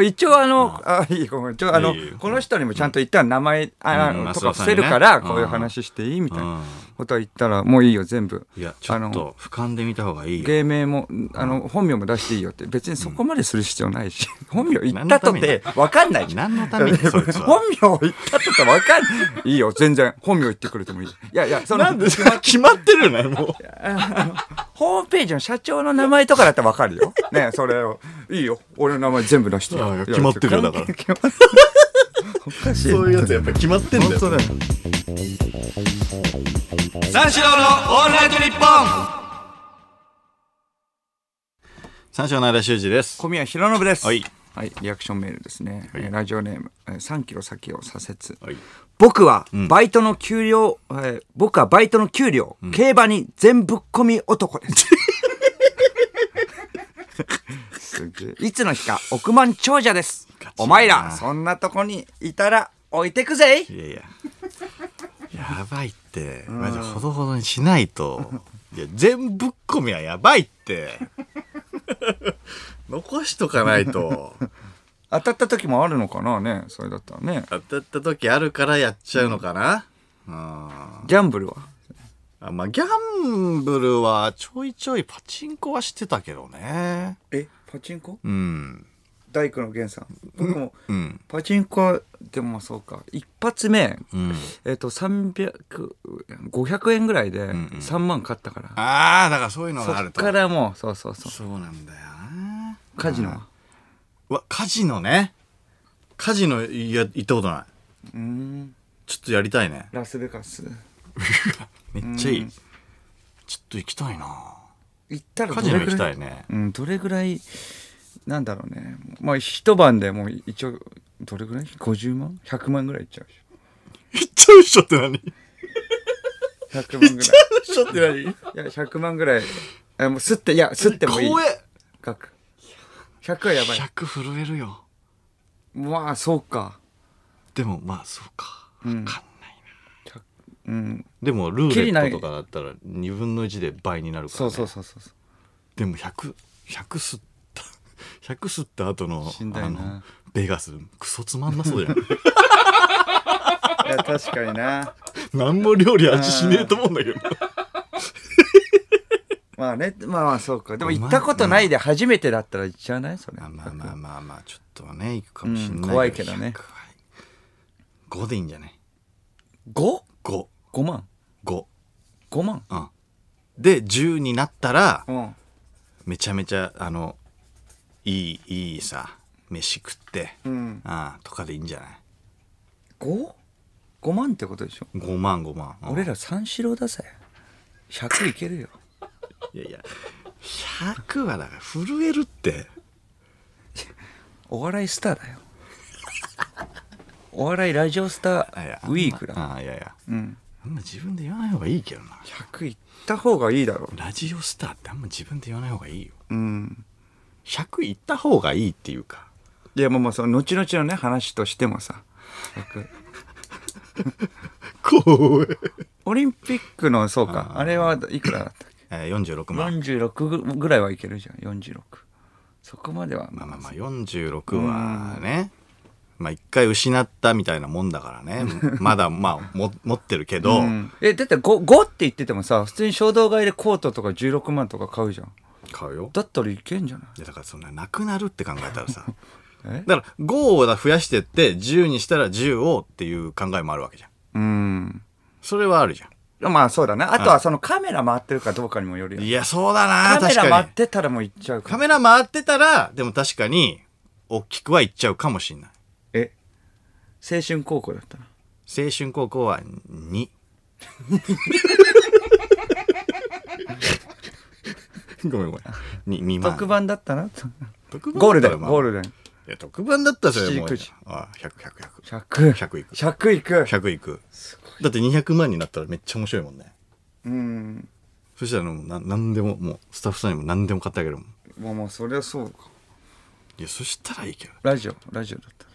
Speaker 2: う一応あの、あ、いい、ごめん。ちょ、あの
Speaker 1: いいよ、
Speaker 2: この人にもちゃんと言ったら名前、
Speaker 1: うん
Speaker 2: あ、
Speaker 1: マ
Speaker 2: と
Speaker 1: ス
Speaker 2: か
Speaker 1: オ
Speaker 2: 伏
Speaker 1: さん
Speaker 2: せ
Speaker 1: にね
Speaker 2: るから、
Speaker 1: うん
Speaker 2: こういう話していいみたいな
Speaker 1: うん
Speaker 2: ことは言ったら、もういいよ、全部。
Speaker 1: いや、ちょ
Speaker 2: あ
Speaker 1: っ
Speaker 2: の
Speaker 1: と俯瞰で見た方がいいよ。
Speaker 2: 芸名も、あの、本名も出していいよって、別にそこまでする必要ないし、 本名言ったとて、わかんないじゃん。
Speaker 1: 何のためにそいつ
Speaker 2: 本
Speaker 1: は。
Speaker 2: 名を言ったとてわかんない。いいよ、全然。本名言ってくれてもいい。いやいや、その、
Speaker 1: なんで決まってるよね、もう。
Speaker 2: ホームページの社長の名前とかだったらわか るよ。ねそれを。いいよ、俺の名前全部出して
Speaker 1: いやい
Speaker 2: よ。
Speaker 1: や決まってるよだから
Speaker 2: 決まってるおかしい。
Speaker 1: そういうやつやっぱり決まってんだ
Speaker 2: 本
Speaker 1: よ。
Speaker 2: 当だよ。
Speaker 1: 三四郎のオールナイトニッポン三四郎の間修二です。
Speaker 2: 小宮弘信です。
Speaker 1: はい。
Speaker 2: はい、リアクションメールですね。えーラジオネーム、えー3キロ先を左折。
Speaker 1: はい。
Speaker 2: 僕はバイトの給料、えー僕はバイトの給料、競馬に全ぶっ込み男 です。すげえいつの日か億万長者です
Speaker 1: ガチだ。な
Speaker 2: お前ら、そんなとこにいたら置いてくぜ
Speaker 1: いやいや。やばいって。まあ、じゃあほどほどにしないと。いや、全ぶっ込みはやばいって。 残しとかないと。
Speaker 2: 当たった時もあるのかなねそれだったらね
Speaker 1: 当たった時あるからやっちゃうのかな。うん。
Speaker 2: ギャンブルは
Speaker 1: あまあ、ギャンブルはちょいちょいパチンコはしてたけどね。
Speaker 2: えパチンコ
Speaker 1: うん。
Speaker 2: 大工の源さん僕も
Speaker 1: うん。
Speaker 2: パチンコはでもそうか一発目
Speaker 1: うん。
Speaker 2: えっ、と300500円ぐらいで
Speaker 1: うん
Speaker 2: 3万買ったから、
Speaker 1: ああ、だからそういうのがあ
Speaker 2: そっ
Speaker 1: ると。
Speaker 2: からもうそうそうそう
Speaker 1: そうなんだよな。
Speaker 2: カジノは
Speaker 1: うわ、カジノね。カジノ、いや、行ったことない。
Speaker 2: うん
Speaker 1: ちょっとやりたい ね。
Speaker 2: ラスベガス
Speaker 1: めっちゃいい。
Speaker 2: うん
Speaker 1: ちょっと行きたいな
Speaker 2: 行ったら
Speaker 1: カ
Speaker 2: ど
Speaker 1: ジノ
Speaker 2: れ
Speaker 1: 行
Speaker 2: ぐ
Speaker 1: き
Speaker 2: ら
Speaker 1: た
Speaker 2: い
Speaker 1: いね。
Speaker 2: うんどれぐらいなんだろうねまあ一晩でもう一応どれぐらい50万 ?100 万ぐらいいっちゃうでし
Speaker 1: 行っちゃうっしょって何行っ
Speaker 2: ょ100万ぐらい
Speaker 1: ちゃうっしょって
Speaker 2: いや、100万ぐらい。え、もう、吸って、いや、吸ってもい
Speaker 1: 何
Speaker 2: い。
Speaker 1: 怖え。
Speaker 2: 額。100はやばい。
Speaker 1: 100震えるよ。
Speaker 2: まあ、そうか。
Speaker 1: でも、まあ、そうか。
Speaker 2: うん
Speaker 1: わかんないな。
Speaker 2: うん。
Speaker 1: でも、ルーレ
Speaker 2: きりな
Speaker 1: ッ
Speaker 2: い
Speaker 1: トとかだったら、2分の1で倍になるから、
Speaker 2: そ
Speaker 1: ね。
Speaker 2: うそうそうそうそう。
Speaker 1: でも、100、100吸った、100吸った後の、
Speaker 2: しんどいな
Speaker 1: の、ベガス、クソつまんなそうじゃん。
Speaker 2: いや、確かにな。
Speaker 1: 何も料理味しねえと思うんだけど。
Speaker 2: まあね、まあまあ、そうか。でも、
Speaker 1: うまい
Speaker 2: 行ったことないで初めてだったら行っちゃわないそれ。
Speaker 1: まあまあまあまあまあちょっとはね行くかもしれない、
Speaker 2: うん怖いけどね
Speaker 1: 5でいいんじゃない
Speaker 2: 5?5
Speaker 1: 55
Speaker 2: 万 ?5 万
Speaker 1: うんで10になったら
Speaker 2: うん。
Speaker 1: めちゃめちゃあのいいいいさ飯食って、
Speaker 2: うん。
Speaker 1: ああとかでいいんじゃない
Speaker 2: 5?5 万ってことでしょ。
Speaker 1: 5万5万、うん
Speaker 2: 俺ら三四郎だぜ。100いけるよ。
Speaker 1: いやいや100はだから震えるって
Speaker 2: お笑いスターだよ。お笑いラジオスタ
Speaker 1: あいや
Speaker 2: ーウィークだ。
Speaker 1: ああいやいや
Speaker 2: うん。
Speaker 1: あんま自分で言わない方がいいけどな
Speaker 2: 100行った方がいいだろ
Speaker 1: ラジオスターってあんま自分で言わない方がいいよ
Speaker 2: う。うん。
Speaker 1: 100行った方がいいっていうか
Speaker 2: いや、まあまあ、その、後々のね、話として もさ、僕
Speaker 1: 怖え
Speaker 2: オリンピックの、そうか、あれはいくらだったっけ
Speaker 1: えー46万
Speaker 2: ?46 ぐらいはいけるじゃん、46。そこまでは、
Speaker 1: まあまあまあ46はね、まあ一回失ったみたいなもんだ からねまだまあも持ってるけど、
Speaker 2: うんえ、だって 5, 5って言っててもさ、普通に衝動買いでコートとか16万とか買うじゃん。
Speaker 1: 買うよ
Speaker 2: だったらいけんじゃない
Speaker 1: いやだからそんななくなるって考えたらさ
Speaker 2: え
Speaker 1: だから5を増やしてって10にしたら10をっていう考えもあるわけじゃん
Speaker 2: うん。
Speaker 1: それはあるじゃん
Speaker 2: まあそうだね。あとはそのカメラ回ってるかどうかにもよるよ。
Speaker 1: いやそうだな
Speaker 2: カメ
Speaker 1: 確か
Speaker 2: ラ回っ
Speaker 1: に
Speaker 2: てたらもう行っちゃうか
Speaker 1: カ
Speaker 2: ら。
Speaker 1: メラ回ってたらでも確かに大きくはいっちゃうかもしんない
Speaker 2: え、青春高校だったな。
Speaker 1: 青春高校は2 ごめんごめん 2, 万
Speaker 2: 特番だったな。
Speaker 1: 特番
Speaker 2: ゴールデ
Speaker 1: だ
Speaker 2: ン、
Speaker 1: ったらまあ
Speaker 2: ゴールデン。
Speaker 1: いや特番だったらそれ
Speaker 2: 7
Speaker 1: もう
Speaker 2: 9時
Speaker 1: あ100 100 100
Speaker 2: 100。
Speaker 1: 100いく
Speaker 2: 100いく。
Speaker 1: 100いくだって200万になったらめっちゃ面白いもんね
Speaker 2: うん。
Speaker 1: そしたらもうな何でももうスタッフさんにも何でも買ってあげるもん
Speaker 2: まあまあ、そりゃそうか。
Speaker 1: いやそしたらいいけど
Speaker 2: ラジオ、ラジオだったら。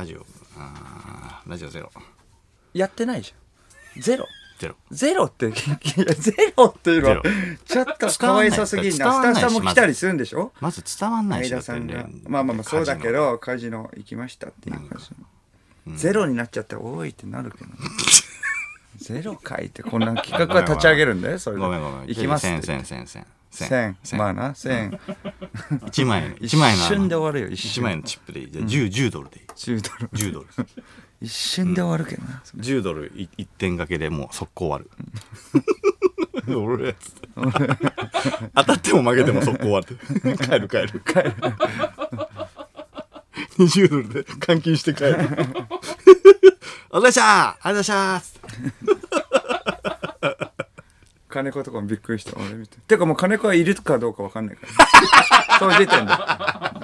Speaker 1: ラジオあーラジオゼロ
Speaker 2: やってないじゃん。ゼロ。
Speaker 1: ゼロ
Speaker 2: ゼロって、い やゼロっていうの
Speaker 1: ゼロ、
Speaker 2: はちょっとかわいそうすぎん
Speaker 1: 伝
Speaker 2: な。
Speaker 1: わ
Speaker 2: ス
Speaker 1: んな
Speaker 2: タッ
Speaker 1: い
Speaker 2: フさんも来たりするんでしょ
Speaker 1: まず伝わんない
Speaker 2: 相
Speaker 1: しだ
Speaker 2: 田
Speaker 1: って
Speaker 2: さんが
Speaker 1: ね。
Speaker 2: まあまあまあ、そうだけ
Speaker 1: カジノ
Speaker 2: ど、カジノ行きましたっていう感じ。ゼロになっちゃったら多いってなる けどね。ゼロ回って、こんな企画は立ち上げるんだよ、それで。
Speaker 1: ごめんごめん
Speaker 2: 行きますっ
Speaker 1: 千
Speaker 2: て。
Speaker 1: 千千千
Speaker 2: 千
Speaker 1: 千。千
Speaker 2: まあな、千。
Speaker 1: 一枚の
Speaker 2: 一
Speaker 1: 一枚の
Speaker 2: 瞬で終わるよ、一
Speaker 1: 一
Speaker 2: 瞬。
Speaker 1: 枚のチップでいいじゃあ10 10ドルでいい
Speaker 2: 10ドル。
Speaker 1: 10ドル
Speaker 2: 一瞬で終わるけどな。
Speaker 1: 10ドルい一点掛けでもう速攻終わ る俺つって当たっても負けても速攻終わる 帰る帰る帰 る20ドルで換金して帰 るお疲れっしたありがとうございましたつって
Speaker 2: 金子とかもびっくりした俺見ててかもう金子はいるかどうかわかんないから その時点で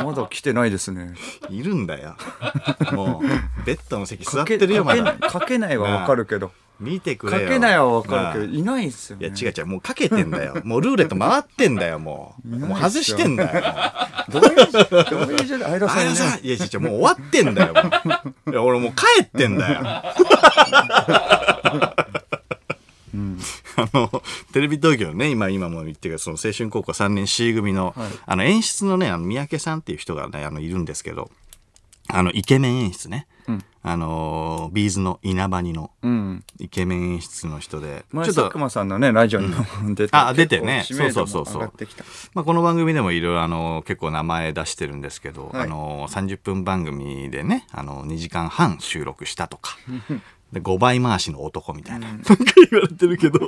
Speaker 2: まだ来てないですね
Speaker 1: いるんだ よもうベッドの席座ってるよま
Speaker 2: かけ
Speaker 1: だ
Speaker 2: かけないはわかるけど
Speaker 1: 見てく
Speaker 2: か
Speaker 1: れよ
Speaker 2: けないはわかる
Speaker 1: な
Speaker 2: けどいないっすよ、
Speaker 1: あい
Speaker 2: ね、
Speaker 1: や違う違うもうかけてんだよもうルーレット回ってんだよもうもう外してんだよもう
Speaker 2: どういうどうい う状態相田さん
Speaker 1: あ
Speaker 2: い
Speaker 1: の
Speaker 2: ない
Speaker 1: さ、いや、ちょちょ、もう終わってんだよ。もういや、俺もう帰ってんだよ。 あの、テレビ東京のね、今、今も言ってるけど、その青春高校3年 C 組の、あの、演出のね、あの、三宅さんっていう人がね、あの、いるんですけど、あの、イケメン演出ね。あの、ビーズの稲葉にの、
Speaker 2: うん。
Speaker 1: イケメン演出の人で、
Speaker 2: 前佐久間さんのね、ラジオにも出て。
Speaker 1: あ出てね
Speaker 2: 結構知名度も
Speaker 1: そうそうそうそう
Speaker 2: 上がってきた
Speaker 1: まあ、この番組でもいろいろあの結構名前出してるんですけど、
Speaker 2: はい
Speaker 1: あの30分番組でねあの2時間半収録したと かで5倍回しの男みたいな、なんか言われてるけど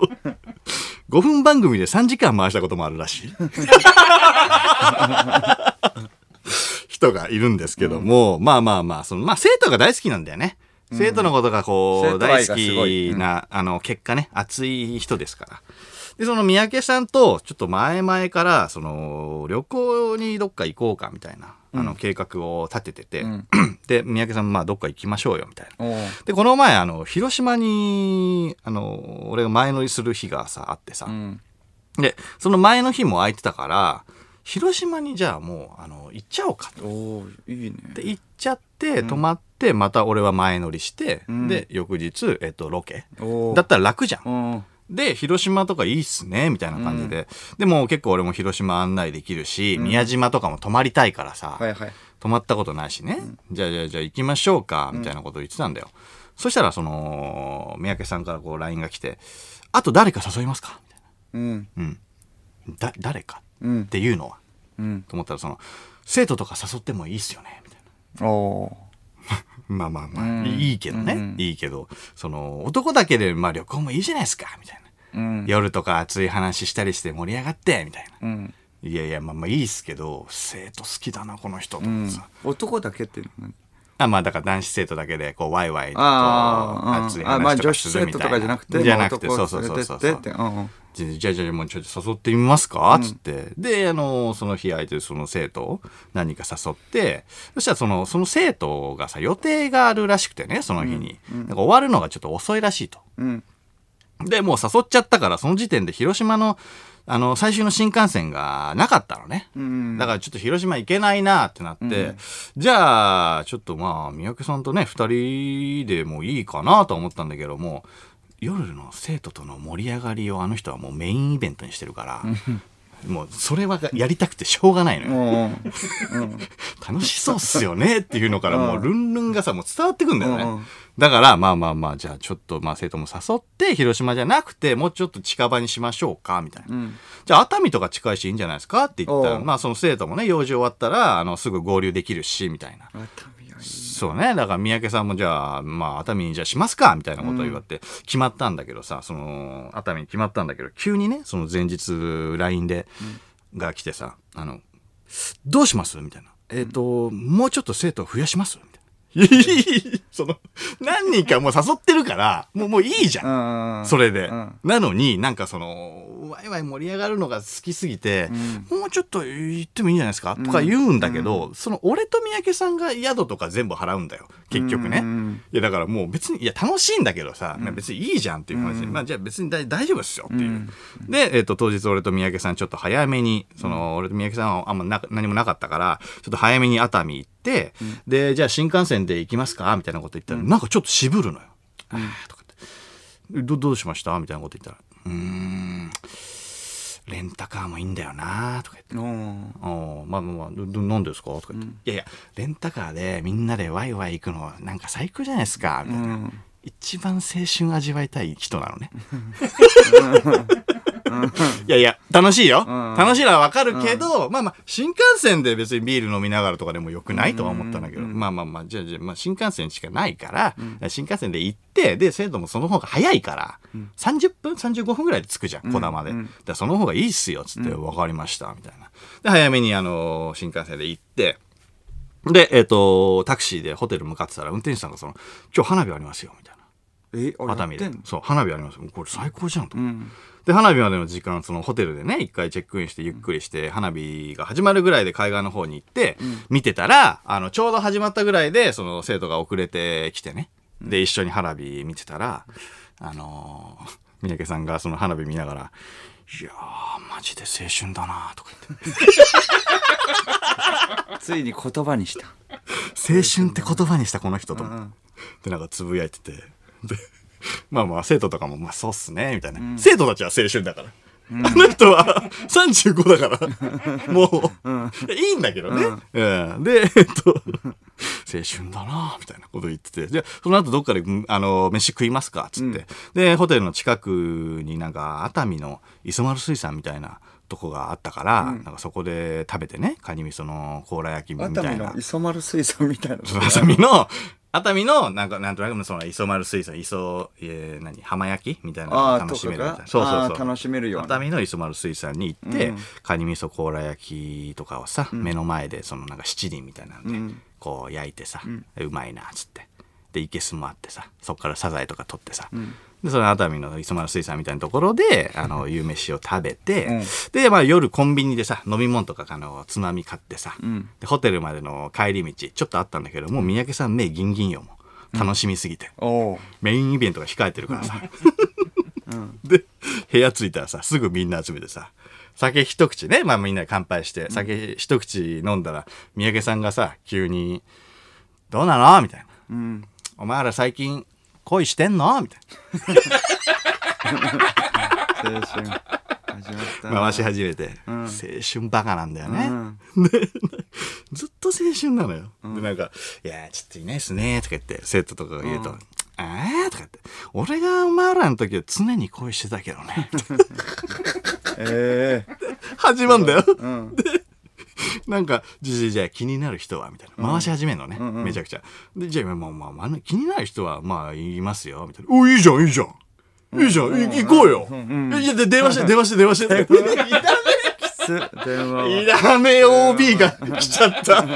Speaker 1: 5分番組で3時間回したこともあるらしい 人がいるんですけども、まあまあまあその、まあ、生徒が大好きなんだよね。生徒のことがこう、
Speaker 2: 生徒愛
Speaker 1: 大
Speaker 2: が
Speaker 1: 好
Speaker 2: すごい
Speaker 1: きな、あの、結果ね、熱い人ですから。で、その三宅さんと、ちょっと前々から、その、旅行にどっか行こうかみたいな、あの、計画を立ててて、
Speaker 2: うん
Speaker 1: で、三宅さん、まあ、どっか行きましょうよ、みたいな。
Speaker 2: おう
Speaker 1: で、この前、あの、広島に、あの、俺が前乗りする日がさ、あってさ、
Speaker 2: うん。
Speaker 1: で、その前の日も空いてたから、広島にじゃあもう、あの、行っちゃおうかと。
Speaker 2: おういいね。
Speaker 1: で、行っちゃって、泊まって、また俺は前乗りして、
Speaker 2: ん
Speaker 1: で、翌日、えっと、ロケ。
Speaker 2: おう
Speaker 1: だったら楽じゃん。
Speaker 2: おう
Speaker 1: で、広島とかいいっすね、みたいな感じで。でも結構俺も広島案内できるし、宮島とかも泊まりたいからさ、
Speaker 2: はいはい。
Speaker 1: 泊まったことないしね。じゃあじゃあじゃあ行きましょうか、みたいなこと言ってたんだよ。そしたら、その、三宅さんからこう LINE が来て、あと誰か誘いますかみたい
Speaker 2: うん。
Speaker 1: な。だ、誰か
Speaker 2: うん
Speaker 1: っていうのは、
Speaker 2: うん。
Speaker 1: と思ったら、その、生徒とか誘ってもいいっすよね、みたいな。
Speaker 2: おう
Speaker 1: まあまあまあ、
Speaker 2: うん
Speaker 1: いいけどね、
Speaker 2: うん
Speaker 1: いいけど、その、男だけで、まあ旅行もいいじゃないですか、みたいな。
Speaker 2: うん。
Speaker 1: 夜とか熱い話したりして盛り上がって、みたいな。
Speaker 2: うん。
Speaker 1: いやいや、まあまあいいっすけど、生徒好きだな、この人とかさ。
Speaker 2: 男だけっていうのは
Speaker 1: あまあだから男子生徒だけで、こう、ワイワイと、
Speaker 2: あー
Speaker 1: 熱い
Speaker 2: あー、まあ
Speaker 1: 話と
Speaker 2: 女
Speaker 1: か
Speaker 2: 子
Speaker 1: する
Speaker 2: 生
Speaker 1: み
Speaker 2: 徒
Speaker 1: たいな。
Speaker 2: とかじゃなくて、
Speaker 1: じゃなくて、
Speaker 2: も
Speaker 1: そううそう
Speaker 2: 男
Speaker 1: そ
Speaker 2: を
Speaker 1: うそうそう
Speaker 2: 連れてってってうんうん
Speaker 1: じゃあじゃあじゃあもうちょっと誘ってみますかつって。で、あの、その日空いてるその生徒を何人か誘って、そしたらその、その生徒がさ、予定があるらしくてね、その日に。なんか終わるのがちょっと遅いらしいと。
Speaker 2: うん。
Speaker 1: で、もう誘っちゃったから、その時点で広島の、あの、最終の新幹線がなかったのね。
Speaker 2: うん。
Speaker 1: だからちょっと広島行けないなってなって、じゃあ、ちょっとまあ、三宅さんとね、二人でもいいかなと思ったんだけども、夜の生徒との盛り上がりをあの人はもうメインイベントにしてるから、もうそれはやりたくてしょうがないのよ。
Speaker 2: うんうん
Speaker 1: 楽しそうっすよねっていうのからもうルンルンがさ、もう伝わってくんだよね。
Speaker 2: うん
Speaker 1: だから、まあまあまあ、じゃあちょっと、まあ生徒も誘って、広島じゃなくて、もうちょっと近場にしましょうか、みたいな。
Speaker 2: うん。
Speaker 1: じゃあ、熱海とか近いしいいんじゃないですかって言ったら、
Speaker 2: おう
Speaker 1: まあ、その生徒もね、用事終わったら、あの、すぐ合流できるし、みたいな。
Speaker 2: 熱海はいい
Speaker 1: そうね。だから、三宅さんも、じゃあ、まあ、熱海にじゃあしますかみたいなことを言われて、決まったんだけどさ、その、熱海に決まったんだけど、急にね、その前日、LINE で、が来てさ、あの、どうしますみたいな。えっ、と、もうちょっと生徒を増やしますみたいな。いいいいいいその、何人かもう誘ってるから、もう、もういいじゃん。
Speaker 2: うんうん。
Speaker 1: それで。
Speaker 2: うん
Speaker 1: なのに、なんかその、ワイワイ盛り上がるのが好きすぎて、もうちょっと言ってもいいんじゃないですかとか言うんだけど、その、俺と三宅さんが宿とか全部払うんだよ。結局ね。
Speaker 2: うん
Speaker 1: いや、だからもう別に、いや、楽しいんだけどさ、まあ別にいいじゃんっていう話で、まあじゃあ別に大大丈夫ですよっていう。で、えっ、と、当日俺と三宅さんちょっと早めに、その、俺と三宅さんはあんまな何もなかったから、ちょっと早めに熱海行って、で、じゃあ新幹線で行きますかみたいなこと言ったら、なんかちょっと渋るのよ。あーとかって。どどうしましたみたいなこと言ったら「うーんレンタカーもいいんだよな」とか言って。
Speaker 2: うん
Speaker 1: ああまあまあまあ、ど、どなんですかとか言って、いやいや、レンタカーでみんなでワイワイ行くのなんか最高じゃないですかみたいな、
Speaker 2: うん
Speaker 1: 一番青春味わいたい人なのね。いやいや、楽しいよ。
Speaker 2: うん
Speaker 1: 楽しいのはわかるけど、まあまあ、新幹線で別にビール飲みながらとかでもよくないとは思ったんだけど、まあまあまあ、じゃあじゃあ、まあ新幹線しかないから、新幹線で行って、で、生徒もその方が早いから、30分 ?35 分ぐらいで着くじゃん、こだまで。だからその方がいいっすよ、つって、わかりました、みたいな。で、早めにあの、新幹線で行って、で、えっ、と、タクシーでホテル向かってたら、運転手さんがその、今日花火ありますよ、みたいな。
Speaker 2: え、あ
Speaker 1: 熱海
Speaker 2: や
Speaker 1: で
Speaker 2: ってんの。
Speaker 1: そう、花火ありますよ。もうこれ最高じゃんと
Speaker 2: う
Speaker 1: 思って。
Speaker 2: ん。
Speaker 1: で、花火までの時間、そのホテルでね、一回チェックインしてゆっくりして、花火が始まるぐらいで海岸の方に行って、見てたら、あの、ちょうど始まったぐらいで、その生徒が遅れてきてね。で、一緒に花火見てたら、あのー三宅さんがその花火見ながら、いやー、マジで青春だなーとか言って。
Speaker 2: ついに言葉にした。
Speaker 1: 青春って言葉にしたこの人と思って
Speaker 2: うん
Speaker 1: でなんかつぶやいててで まあまあ、生徒とかも、まあそうっすね、みたいな。生徒たちは青春だから。あの人は35だから。もう、いいんだけどね。うんで、えっと、青春だなみたいなこと言ってて。じゃあその後どっかで、うんあの、飯食いますかつって、で、ホテルの近くになんか、熱海の磯丸水産みたいなとこがあったから、なんかそこで食べてね、カニ味噌の甲羅焼きみたい
Speaker 2: 熱
Speaker 1: な。
Speaker 2: 海の磯丸水産みたいな。
Speaker 1: 熱海の、熱海の、なんか、なんとなくのその、磯丸水産、磯、えー、何、浜焼きみたいなの
Speaker 2: あ
Speaker 1: が
Speaker 2: あ、と
Speaker 1: 楽し
Speaker 2: か
Speaker 1: めるみたいな。
Speaker 2: が。
Speaker 1: そうそう
Speaker 2: あ
Speaker 1: そ
Speaker 2: ー
Speaker 1: う。
Speaker 2: 楽しめるよう
Speaker 1: 熱
Speaker 2: な。
Speaker 1: 海の磯丸水産に行って、カニ味噌甲羅焼きとかをさ、目の前で、そのなんか七輪みたいなので、こう焼いてさ、うまいな、つって。で、いけすもあってさ、そっからサザエとか取ってさ、で、その熱海の磯丸水産みたいなところで、あの、夕飯を食べて、
Speaker 2: うん
Speaker 1: で、まあ夜コンビニでさ、飲み物とか、あの、つまみ買ってさ、で、ホテルまでの帰り道、ちょっとあったんだけど、もう三宅さん目ギンギンよ、もう。楽しみすぎて。
Speaker 2: おう
Speaker 1: メインイベントが控えてるからさ。で、部屋着いたらさ、すぐみんな集めてさ、酒一口ね、まあみんなで乾杯して、酒一口飲んだら、三宅さんがさ、急に、どうなのみたいな。
Speaker 2: うん。
Speaker 1: お前ら最近恋してんのみたい
Speaker 2: 青春。始まった
Speaker 1: な。
Speaker 2: な。
Speaker 1: 回し始めて、青春バカなんだよね。
Speaker 2: うん
Speaker 1: ずっと青春なのよ。で、なんか、いやー、ちょっといないっすねーとか言って、生徒とかが言うと、あーとか言って、俺がお前らの時は常に恋してたけどね。
Speaker 2: ええ。
Speaker 1: 始まんだよ。
Speaker 2: うん。
Speaker 1: なんか、じゃあじゃあじゃあ気になる人はみたいな。回し始めるのね。
Speaker 2: んうん
Speaker 1: めちゃくちゃ。で、じゃあ、まあまあまあ、気になる人は、まあ、言いますよ、みたいな。お、いいじゃん、いいじゃん。いいじゃん、い行こうよ。いや、で、電話 して、電話して、電話して。
Speaker 2: きつ。電話
Speaker 1: い
Speaker 2: は。
Speaker 1: らめ OB が来ちゃった。だ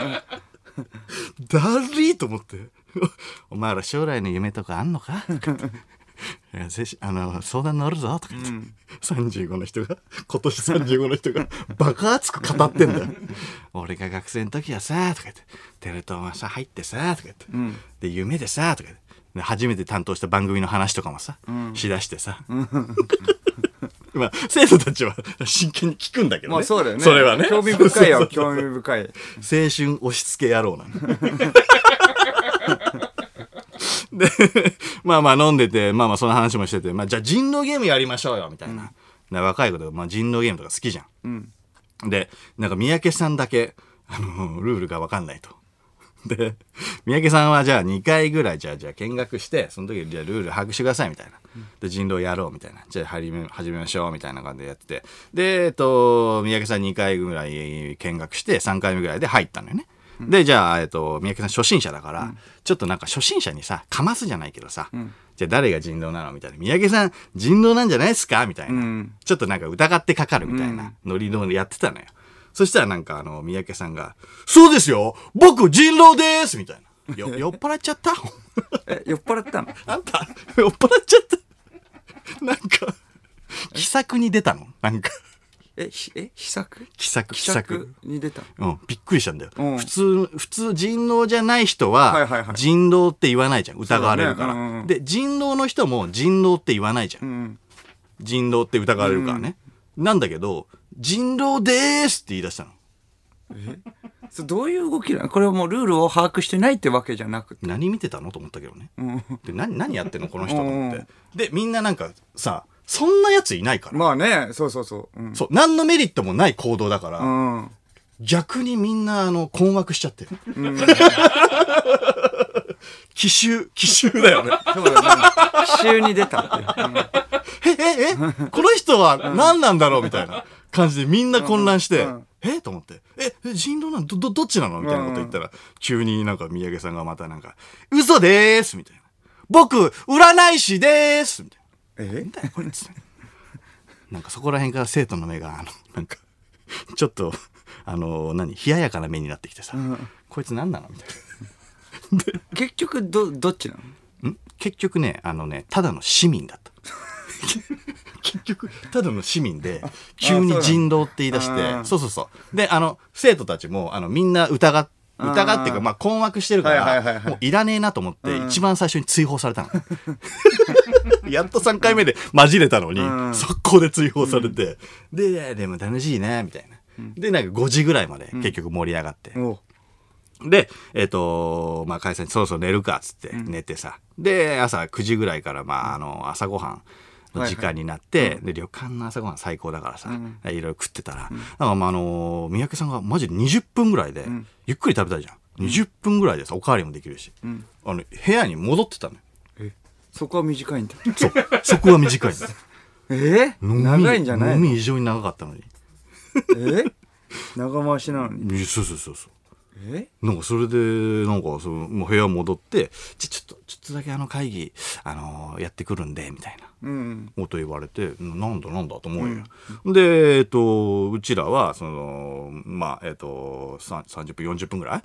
Speaker 1: りーと思って。お前ら将来の夢とかあんのかとか言っていやぜひあの相談乗るぞとか言って、35の人が今年35の人がバカ熱く語ってんだよ俺が学生の時はさとか言ってテレ東がさ入ってさとか言って、で夢でさとか言ってで初めて担当した番組の話とかもさ、しだしてさ、まあ生徒たちは真剣に聞くんだけどね、
Speaker 2: まあそうだよね。
Speaker 1: それはね
Speaker 2: 興味深い
Speaker 1: そう
Speaker 2: よ、
Speaker 1: そうそう
Speaker 2: 興味深い。
Speaker 1: 青春押し付け野郎なの。 で、まあまあ飲んでて、まあまあその話もしてて、まあじゃあ人狼ゲームやりましょうよ、みたいな。な若い子とか、まあ人狼ゲームとか好きじゃん。で、なんか三宅さんだけ、あの、ルールがわかんないと。で、三宅さんはじゃあ2回ぐらい、じゃあ、じゃあ見学して、その時にじゃあルール把握してくださいみたいな。で、人狼やろうみたいな。じゃあ始め、始めましょうみたいな感じでやってて。で、えっと、三宅さん2回ぐらい見学して、3回目ぐらいで入ったのよね。で、じゃあ、えっと、三宅さん初心者だから、ちょっとなんか初心者にさ、かますじゃないけどさ、じゃあ誰が人狼なのみたいな。三宅さん人狼なんじゃないですかみたいな、
Speaker 2: ん
Speaker 1: ちょっとなんか疑ってかかるみたいなノリのやってたのよ。そしたらなんかあの、三宅さんが、そうですよ僕人狼ですみたいな。 よ酔っ払っちゃった
Speaker 2: え、酔っ払ったの
Speaker 1: あんた、酔っ払っちゃった なんか、気さくに出たのなんか、
Speaker 2: え、ひ、え、秘策
Speaker 1: 気さく、
Speaker 2: 秘
Speaker 1: 気さく
Speaker 2: 策。に出た。
Speaker 1: うん、びっくりしたんだよ。
Speaker 2: うん
Speaker 1: 普通、普通人狼じゃない人
Speaker 2: はいはいは
Speaker 1: は、
Speaker 2: い
Speaker 1: 人狼って言わないじゃん。疑われるから。
Speaker 2: そうだねうんうん
Speaker 1: で、人狼の人も人狼って言わないじゃん。
Speaker 2: うん。
Speaker 1: 人狼って疑われるからね。なんだけど、人狼でーすって言い出したの。
Speaker 2: それどういう動きなのこれはもうルールを把握してないってわけじゃなくて。
Speaker 1: 何見てたのと思ったけどね。
Speaker 2: うん。
Speaker 1: で何何やってんのこの人と思っ
Speaker 2: うん
Speaker 1: て。で、みんななんかさ、そんなやついないから。
Speaker 2: まあね、そうそうそう。うん。
Speaker 1: そう、何のメリットもない行動だから、
Speaker 2: うん。
Speaker 1: 逆にみんな、あの、困惑しちゃってる。 奇襲、奇襲だよね。
Speaker 2: そうだ よね。奇襲に出たって。うん
Speaker 1: え、え、え、この人は何なんだろうみたいな感じでみんな混乱して、
Speaker 2: うん
Speaker 1: えと思って、え、え人狼なのど、ど、どっちなのみたいなこと言ったら、急になんか三宅さんがまたなんか、嘘でーすみたいな。僕、占い師でーすみたいな。 な
Speaker 2: え
Speaker 1: んだよこいつなんかそこら辺から生徒の目があのなんかちょっとあの何冷ややかな目になってきてさ、こいつ何なのみたい
Speaker 2: 結局、ど、どっちなの
Speaker 1: なん結局ねあのねただの市民だった 結局ただの市民で急
Speaker 2: そうな
Speaker 1: に
Speaker 2: の
Speaker 1: 人狼って言い出して
Speaker 2: あー
Speaker 1: そうそうそうであの生徒たちもあのみんな疑っ疑っていうか、まあ、困惑してるから、
Speaker 2: はいはいはいはい
Speaker 1: もういらねえなと思って、一番最初に追放されたの。 やっと3回目で混じれたのに、
Speaker 2: うん
Speaker 1: 速攻で追放されて、で、でも楽しいね、みたいな。で、なんか5時ぐらいまで結局盛り上がって、
Speaker 2: お
Speaker 1: で、えっ、とまあ、会社にそろそろ寝るかっつって寝てさ、で、朝9時ぐらいから、まあ、あの、朝ごはんの時間になって、で、旅館の朝ごはん最高だからさ、いろいろ食ってたら、なんか、まあ、あの三宅さんがマジで20分ぐらいで、ゆっくり食べたいじゃん。20分ぐらいでさ、おかわりもできるし、あの、部屋に戻ってたのよ。
Speaker 2: そこは短いんだ。
Speaker 1: そう。そこは短いんだよ。
Speaker 2: えー、 長いんじゃない
Speaker 1: 飲
Speaker 2: の
Speaker 1: み異常に長かったのに。
Speaker 2: えー長回しなのに。
Speaker 1: いやそうそうそうそう。
Speaker 2: え
Speaker 1: なんかそれで、なんかその、もう部屋戻って、じゃ、ちょっと、ちょっとだけあの会議、あのやってくるんで、みたいな。
Speaker 2: うん。
Speaker 1: こと言われてうんなんだなんだと思うよ、で、えっと、うちらはそのまあえっとさ30分40分ぐらい、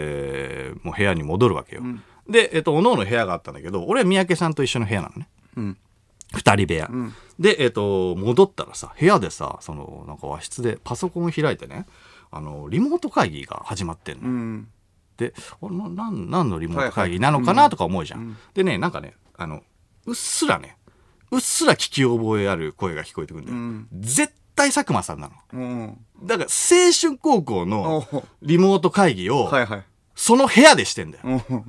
Speaker 1: でもう部屋に戻るわけよ、で、えっと、おのおの部屋があったんだけど俺は三宅さんと一緒の部屋なのね、
Speaker 2: うん
Speaker 1: 二人部屋、で、えっと、戻ったらさ部屋でさそのなんか和室でパソコンを開いてねあのリモート会議が始まってんの、
Speaker 2: うん。
Speaker 1: で俺ななん何のリモート会議なのかなとか思うじゃん、でねなんかねあのうっすらねうっすら聞き覚えある声が聞こえてくるんだよ、
Speaker 2: うん
Speaker 1: 絶対佐久間さんなの
Speaker 2: うん。
Speaker 1: だから青春高校の
Speaker 2: おう
Speaker 1: リモート会議を
Speaker 2: はいはい。
Speaker 1: その部屋でしてんだよ、
Speaker 2: お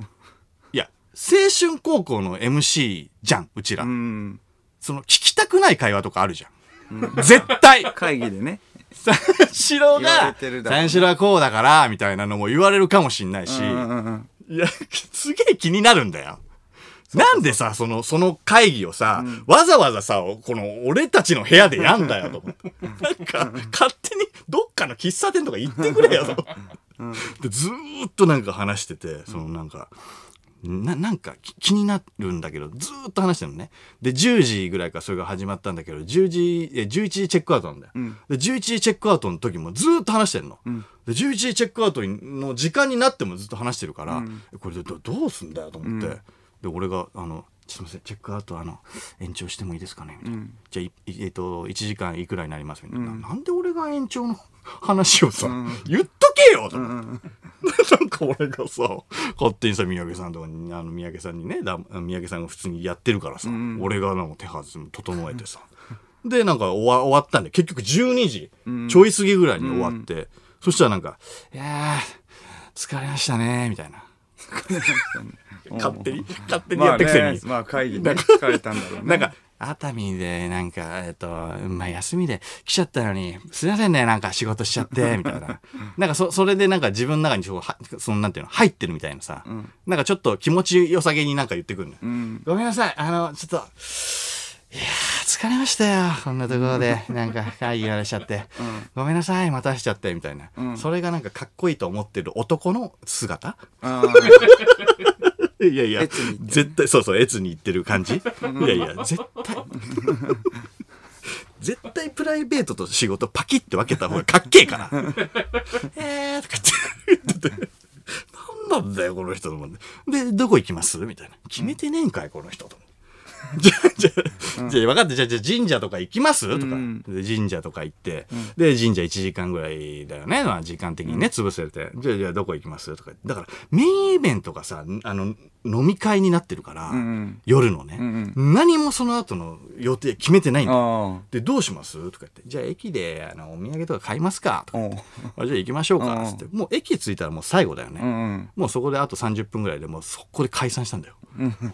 Speaker 1: いや青春高校の MC じゃんうちら、
Speaker 2: ううん。
Speaker 1: その聞きたくない会話とかあるじゃん、絶対
Speaker 2: 会議でね。
Speaker 1: 三四郎
Speaker 2: 言われ
Speaker 1: が
Speaker 2: てるだろう
Speaker 1: 三
Speaker 2: ね
Speaker 1: 四郎はこうだからみたいなのも言われるかもしんないし、
Speaker 2: うんうんうん。
Speaker 1: いや、 すげえ気になるんだよ。なんでさ、その、その会議をさ、わざわざさ、この、俺たちの部屋でやんだよ、と思って。なんか、勝手に、どっかの喫茶店とか行ってくれよ、と。で、ずーっとなんか話してて、その、なんか、な、なんかき気になるんだけど、ずーっと話してるのね。で、10時ぐらいからそれが始まったんだけど、10時、え、11時チェックアウトなんだよ。で、11時チェックアウトの時もずーっと話してんの。で、11時チェックアウトの時間になってもずっと話してるから、これでどどうすんだよと思って。で、俺が、あの、すみません、チェックアウト、あの、延長してもいいですかねみたいな。じゃあ、いいえっと、1時間いくらになりますみたいな。なんで俺が延長の話をさ、言っとけよと思って。 なんか俺がさ、勝手にさ、三宅さんとかに、あの、三宅さんにね、だ三宅さんが普通にやってるからさ、俺がなんか手はず整えてさ。で、なんか終わ終わったんで、結局12時、ちょい過ぎぐらいに終わって、そしたらなんか、いやー、疲れましたね、みたいな。勝手 に、勝手にやってくせに。
Speaker 2: まあね、まあ会議で疲れたんだろうね。
Speaker 1: なんか、熱海で、なんか、えっと、まあ、休みで来ちゃったのに、すいませんね、なんか仕事しちゃ って、みたいな。なんか、そ、それでなんか自分の中にそうは、その、なんていうの、入ってるみたいなさ、なんかちょっと気持ち良さげになんか言ってくるのよ、
Speaker 2: ん
Speaker 1: ごめんなさい、あの、ちょっと、いやー疲れましたよ。こんなところで、なんか会議やらしちゃって。ごめんなさい、待たしちゃって、みたいな、それがなんかかっこいいと思ってる男の姿
Speaker 2: あー
Speaker 1: いやいや、
Speaker 2: 越に行ってる
Speaker 1: 絶対、そうそう、越に行ってる感じ。いやいや、絶対。 絶対プライベートと仕事パキって分けた方がかっけえから。 えーとかって言ってて。なんなんだよ、この人と思って。で、どこ行きますみたいな。決めてねえんかい、この人と思って。じゃあ、じゃあ、じゃあ、分かった。じゃあ、じゃあ神社とか行きますとか、
Speaker 2: うん
Speaker 1: で、神社とか行って、で、神社1時間ぐらいだよね。まあ、時間的にね、潰せて。じゃあ、じゃあ、どこ行きますとか。だから、メインイベントがさ、あの、飲み会になってるから、
Speaker 2: うん
Speaker 1: 夜のね、
Speaker 2: ん
Speaker 1: 何もその後の予定決めてないんだよ
Speaker 2: あ
Speaker 1: で、どうしますとか言って、じゃあ駅であのお土産とか買いますかとか、
Speaker 2: ー。おう
Speaker 1: あじゃあ行きましょう
Speaker 2: う
Speaker 1: か
Speaker 2: ん
Speaker 1: つって、もう駅着いたらもう最後だよね。
Speaker 2: うんうん。
Speaker 1: もうそこであと30分ぐらいでもう速攻で解散したんだよ。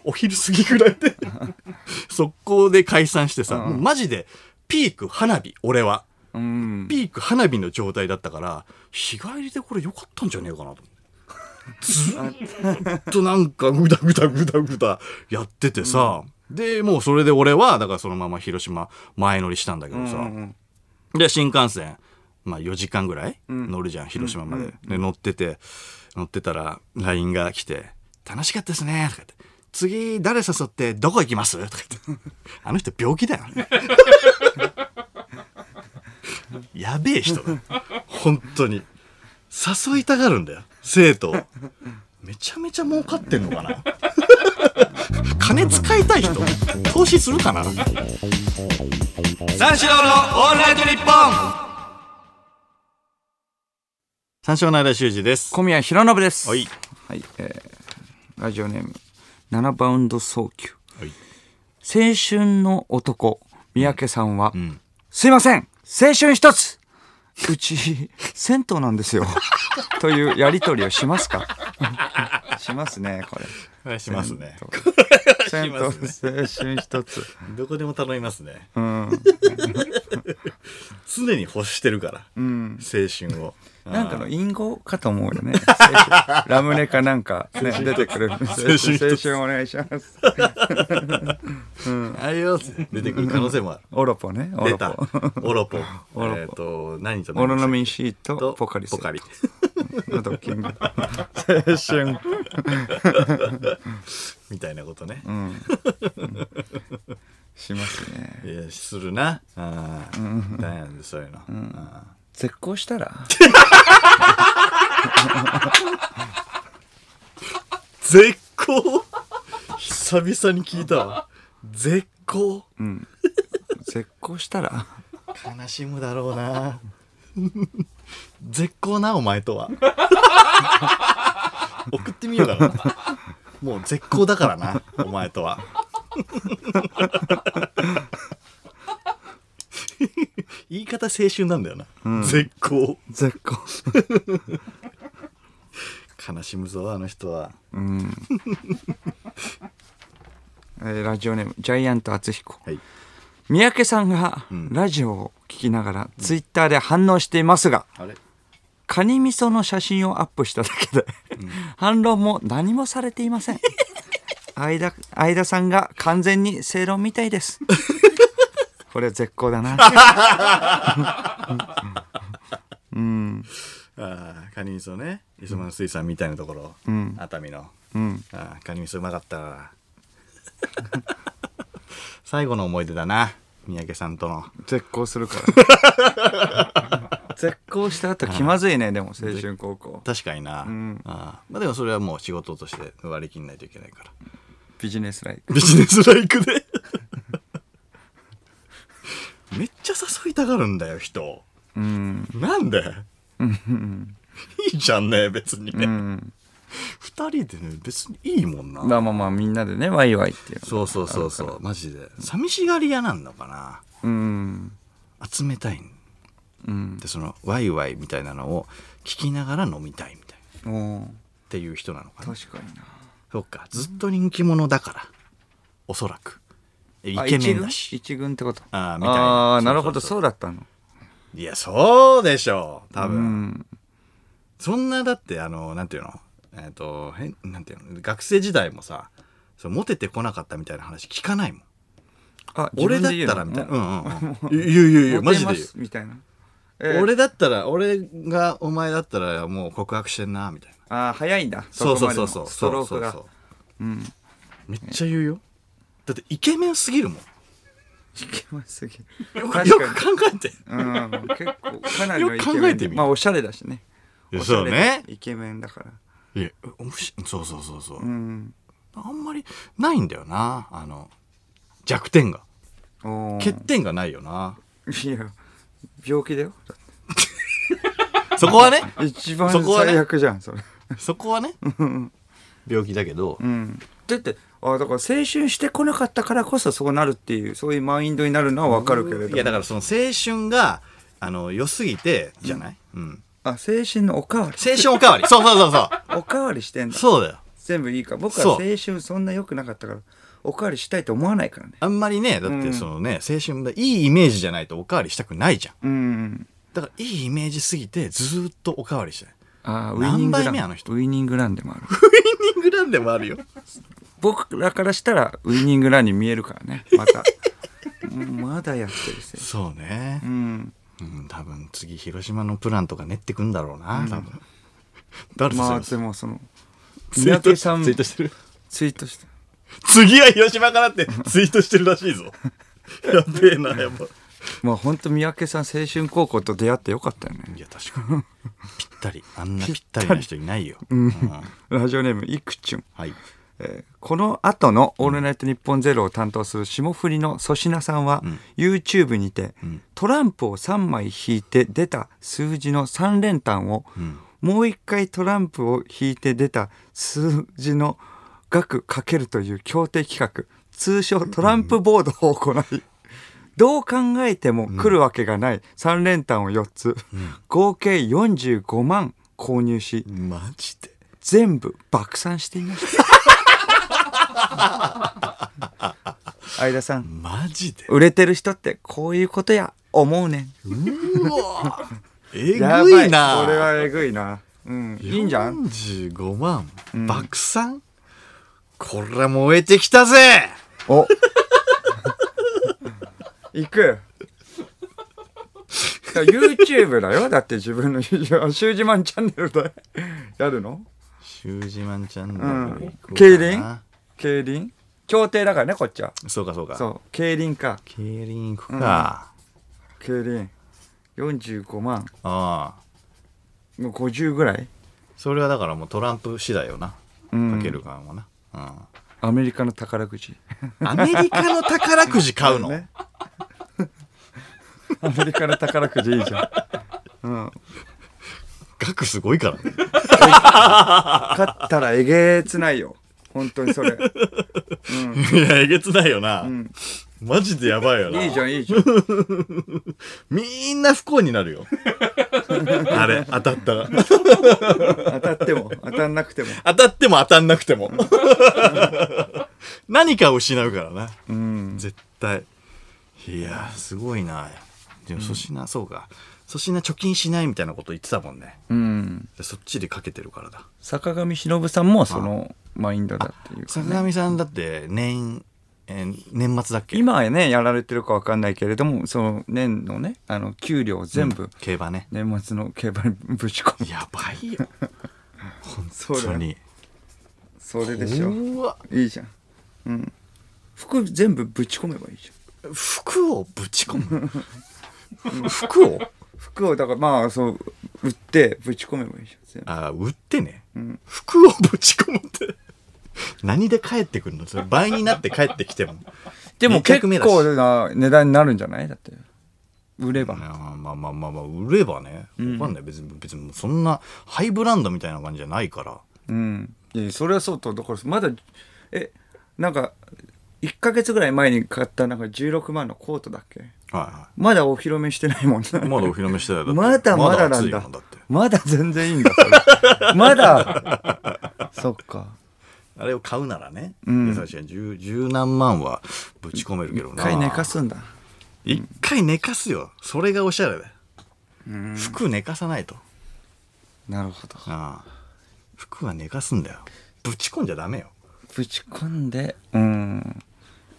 Speaker 1: お昼過ぎぐらいで。 速攻で解散してさ、もうマジでピーク花火、俺は。
Speaker 2: うん。
Speaker 1: ピーク花火の状態だったから、日帰りでこれ良かったんじゃねえかなと思って。ずーっとなんかぐだぐだぐだぐだやっててさ、で、もうそれで俺は、だからそのまま広島前乗りしたんだけどさ、
Speaker 2: うん
Speaker 1: で、新幹線、まあ4時間ぐらい乗るじゃん、広島まで。で、乗ってて、乗ってたら LINE が来て、楽しかったですね、とか言って。次、誰誘ってどこ行きますとか言って。あの人病気だよね。やべえ人だよ。本当に。誘いたがるんだよ、生徒を。めちゃめちゃ儲かってんのかな金使いたい人投資するかな三四郎のオールナイトニッポン三四郎の間修二です。
Speaker 2: 小宮浩信です。
Speaker 1: はい。
Speaker 2: はい。えー、ラジオネーム、7バウンド早急。
Speaker 1: はい。
Speaker 2: 青春の男、三宅さんは、
Speaker 1: ん
Speaker 2: すいません青春一つうち、銭湯なんですよ。 というやりとりをしますか しますね、これ。
Speaker 1: お願いしますね。
Speaker 2: 銭湯の青春一つ。
Speaker 1: どこでも頼みますね。
Speaker 2: うん。
Speaker 1: 常に欲してるから、
Speaker 2: うん。
Speaker 1: 青春を。
Speaker 2: なんかの隠語かと思うよ ね。青春ラムネかなんか、ね、出てくる。青
Speaker 1: 春
Speaker 2: 春
Speaker 1: 一つ
Speaker 2: 青春お願いします。
Speaker 1: あれを出てくる可能性もある。
Speaker 2: オロポね。オ
Speaker 1: 出
Speaker 2: ロ
Speaker 1: た
Speaker 2: ポ。。
Speaker 1: オロポ。
Speaker 2: オロポ
Speaker 1: えっと、何と
Speaker 2: オ
Speaker 1: 何でした
Speaker 2: ロナ
Speaker 1: っ
Speaker 2: ミン C
Speaker 1: け
Speaker 2: と
Speaker 1: と
Speaker 2: ポカリス。
Speaker 1: ポカリ。
Speaker 2: のドッキング。青春。
Speaker 1: みたいなことね。
Speaker 2: しますね。
Speaker 1: いや、するな。ああ。大変で、そういうの。あ
Speaker 2: 絶交したら
Speaker 1: あ絶好 久々に聞いたわ。絶好
Speaker 2: 絶交したら
Speaker 1: 悲しむだろうな絶好なお前とは 送ってみようかなもう絶好だからなお前とは 言い方青春なんだよな、絶好
Speaker 2: 絶交。
Speaker 1: 悲しむぞあの人は
Speaker 2: うん。えーラジオネーム、ジャイアント厚彦。
Speaker 1: はい
Speaker 2: 三宅さんが
Speaker 1: ん
Speaker 2: ラジオを聞きながら、ツイッターで反応していますが、
Speaker 1: あれ
Speaker 2: カニ味噌の写真をアップしただけで、反論も何もされていませ ん。相田、相田さんが完全に正論みたいです。これ絶好だな。
Speaker 1: ああカニ味噌ね磯丸水産みたいなところ、熱海の、
Speaker 2: うん。
Speaker 1: ああカニ味噌うまかった わ最後の思い出だな三宅さんとの
Speaker 2: 絶交するから。絶交した後気まずいね、でも青春高校。
Speaker 1: 確かにな、
Speaker 2: ん
Speaker 1: ああまあでもそれはもう仕事として割り切んないといけないから
Speaker 2: ビジネスライク。
Speaker 1: ビジネスライク でめっちゃ誘いたがるんだよ人
Speaker 2: うん。
Speaker 1: なんでいいじゃんね別に
Speaker 2: う
Speaker 1: ね、
Speaker 2: ん。
Speaker 1: 二人でね別にいいもんな、
Speaker 2: まあまあまあみんなでね、ワイワイっていう。
Speaker 1: そうそうそうそうマジで寂しがり屋なんのかな
Speaker 2: うん。
Speaker 1: 集めたいん
Speaker 2: うん。
Speaker 1: でそのワイワイみたいなのを聞きながら飲みたいみたいな
Speaker 2: おー
Speaker 1: っていう人なのかな
Speaker 2: 確かにな。
Speaker 1: そっかずっと人気者だからおそらくえイ
Speaker 2: あ
Speaker 1: ケメンだし
Speaker 2: 一軍一軍ってこと
Speaker 1: あーみたいな
Speaker 2: あーなるほど
Speaker 1: そ
Speaker 2: そうだったの
Speaker 1: いやそうでしょう多
Speaker 2: う
Speaker 1: 分、
Speaker 2: ん
Speaker 1: そんなだってあのなんていうのえっ、と変なんていうの学生時代もさそうモテてこなかったみたいな話聞かないもん
Speaker 2: あ
Speaker 1: 俺だったらみたいなうんうんうんいやいやいやマジで言う
Speaker 2: みたいな
Speaker 1: 俺だったら俺がお前だったらもう告白してんなみたいな
Speaker 2: あー早いんだ
Speaker 1: そうそう
Speaker 2: こまで
Speaker 1: そ
Speaker 2: の
Speaker 1: うそう
Speaker 2: スト
Speaker 1: そ
Speaker 2: ロ
Speaker 1: う
Speaker 2: ーク
Speaker 1: そう
Speaker 2: が
Speaker 1: そう
Speaker 2: うん
Speaker 1: めっちゃ言うよだってイケメンすぎるもん
Speaker 2: いけますぎる
Speaker 1: よ
Speaker 2: 確
Speaker 1: く
Speaker 2: か
Speaker 1: よく考えて
Speaker 2: にうん結構かなりのイケ
Speaker 1: よく考
Speaker 2: メ
Speaker 1: え
Speaker 2: ン
Speaker 1: て
Speaker 2: で
Speaker 1: み
Speaker 2: まあおしゃれだしね
Speaker 1: いや
Speaker 2: おしゃれ
Speaker 1: そ
Speaker 2: で
Speaker 1: うね
Speaker 2: イケメンだから
Speaker 1: いやおもしそうそうそうそう、
Speaker 2: うん
Speaker 1: あんまりないんだよなあの弱点が
Speaker 2: おー
Speaker 1: 欠点がないよな、
Speaker 2: いや病気だよだって
Speaker 1: そこはね
Speaker 2: 一番
Speaker 1: そこはね
Speaker 2: 最悪じゃんそれ
Speaker 1: そこはね病気だけど、
Speaker 2: うんだってあだから青春してこなかったからこそそうなるっていうそういうマインドになるのは分かるけれども
Speaker 1: いやだからその青春があの良すぎてじゃない、うん、
Speaker 2: あ青春のおかわり
Speaker 1: 青春おかわりそうそうそうそう
Speaker 2: おかわりしてんだ
Speaker 1: そうだよ
Speaker 2: 全部いいから僕
Speaker 1: そ
Speaker 2: は
Speaker 1: う
Speaker 2: 青春そんな良くなかったからおかわりしたいと思わないからね
Speaker 1: あんまりねだってそのね、青春がいいイメージじゃないとおかわりしたくないじゃん
Speaker 2: うん
Speaker 1: だからいいイメージすぎてずーっとおかわりしてない
Speaker 2: あーウ
Speaker 1: 何
Speaker 2: イニング
Speaker 1: 杯
Speaker 2: ラ
Speaker 1: 目あ
Speaker 2: ン
Speaker 1: の人
Speaker 2: ウイニングランでもある
Speaker 1: ウィニングランでもあるよ
Speaker 2: 僕らからしたらウイニングランに見えるからねまたうんまだやってるせ
Speaker 1: そうね
Speaker 2: うん
Speaker 1: うん多分次広島のプランとか練ってくんだろうな多分、誰
Speaker 2: まあ
Speaker 1: とす
Speaker 2: で
Speaker 1: る
Speaker 2: もその
Speaker 1: ツイ
Speaker 2: 三
Speaker 1: ート
Speaker 2: 宅さん
Speaker 1: ツイートしてる
Speaker 2: ツイートして
Speaker 1: 次は広島からってツイートしてるら しいぞやべえなやっぱ
Speaker 2: まあ本当三宅さん青春高校と出会ってよかったよね
Speaker 1: いや確かにぴったりあんなぴったりな人いないよ、うん
Speaker 2: ラジオネームいくちゅん
Speaker 1: はい
Speaker 2: えーこの後の「オールナイトニッポンゼロを担当する霜降りの粗品さんは、YouTube にて、
Speaker 1: ん
Speaker 2: トランプを3枚引いて出た数字の3連単を、
Speaker 1: ん
Speaker 2: もう1回トランプを引いて出た数字の額かけるという協定企画通称トランプボードを行い、どう考えても来るわけがない3連単を4つ、合計45万購入し、
Speaker 1: マジで。
Speaker 2: 全部爆散していました 相田さん
Speaker 1: マジで。
Speaker 2: 売れてる人ってこういうことや思うねん
Speaker 1: うわえぐ
Speaker 2: やば
Speaker 1: いな。
Speaker 2: これはえぐいなうんいいんじゃん
Speaker 1: ?45 万。爆散これは燃えてきたぜ
Speaker 2: お 行く YouTube だよだって自分の YouTube シュージマンチャンネルだよやるの
Speaker 1: シュージマンチャン
Speaker 2: う
Speaker 1: ネル
Speaker 2: ん
Speaker 1: 行こうかな。
Speaker 2: 競輪競輪競艇だからねこっちは
Speaker 1: そうかそうか。
Speaker 2: そう競輪か
Speaker 1: 競輪行くか。
Speaker 2: 競輪45万
Speaker 1: ああ。
Speaker 2: もう50ぐらい
Speaker 1: それはだからもうトランプ次第よな。
Speaker 2: うん
Speaker 1: かける側もな。う
Speaker 2: アメリカの宝くじ
Speaker 1: ん。アメリカの宝くじ買うの、
Speaker 2: ね アメリカの宝くじいいじゃん
Speaker 1: 額すごいからね。
Speaker 2: 勝ったらえげつないよ本当にそ れ
Speaker 1: いや、 えげつないよな。
Speaker 2: ん
Speaker 1: マジでやばいよな。
Speaker 2: いいじゃんいいじゃん
Speaker 1: みんな不幸になる よ。あれ、当たったら。
Speaker 2: 当たっても当たんなくても
Speaker 1: 当たっても当たんなくても。 何かを失うからな。
Speaker 2: うん
Speaker 1: 絶対。いや、すごいな。でも、粗品、そうか。粗品貯金しないみたいなこと言ってたもんね。
Speaker 2: うん
Speaker 1: でそっちでかけてるからだ。
Speaker 2: 坂上忍さんもそのマインドだっていうか
Speaker 1: 坂上さんだって、年、えー年末だっけ
Speaker 2: 今はねやられてるかわかんないけれどもその年のねあの給料を全部
Speaker 1: 競馬ね。
Speaker 2: 年末の競馬にぶち込む
Speaker 1: やばいよ。本
Speaker 2: そうだ
Speaker 1: 当
Speaker 2: よ
Speaker 1: に。
Speaker 2: それ
Speaker 1: う
Speaker 2: でしょ
Speaker 1: ーわ。
Speaker 2: いいじゃんうん服全部ぶち込めばいいじゃん
Speaker 1: 服をぶち込む 服を
Speaker 2: 服をだからまあそう売ってぶち込めばいいじゃん全部
Speaker 1: あー売ってね、
Speaker 2: ん
Speaker 1: 服をぶち込むって 何で帰ってくるのそれ倍になって帰ってきても
Speaker 2: でも
Speaker 1: 二着
Speaker 2: 結
Speaker 1: 目だし
Speaker 2: 構な値段になるんじゃないだって売れば、
Speaker 1: まあまあまあまあ、まあ、売ればね分かんない別に別にそんなハイブランドみたいな感じじゃないから
Speaker 2: うんいやそれはそうとだからまだえなんか1ヶ月ぐらい前に買ったなんか16万のコートだっけ
Speaker 1: は
Speaker 2: まだお披露目してないもんない
Speaker 1: はいまだお披露目してた よって
Speaker 2: まだまだな
Speaker 1: 暑
Speaker 2: ん
Speaker 1: い
Speaker 2: だ
Speaker 1: もだって
Speaker 2: まだ全然いいんだそれまだそっか
Speaker 1: あれを買うならね、
Speaker 2: うん
Speaker 1: いや確かに十十何万はぶち込めるけど
Speaker 2: 一
Speaker 1: な
Speaker 2: 回寝かすんだ
Speaker 1: 一回寝かすよそれがおしゃれだよ服寝かさないと
Speaker 2: なるほど
Speaker 1: ああ服は寝かすんだよぶち込んじゃダメよ
Speaker 2: ぶち込んでうん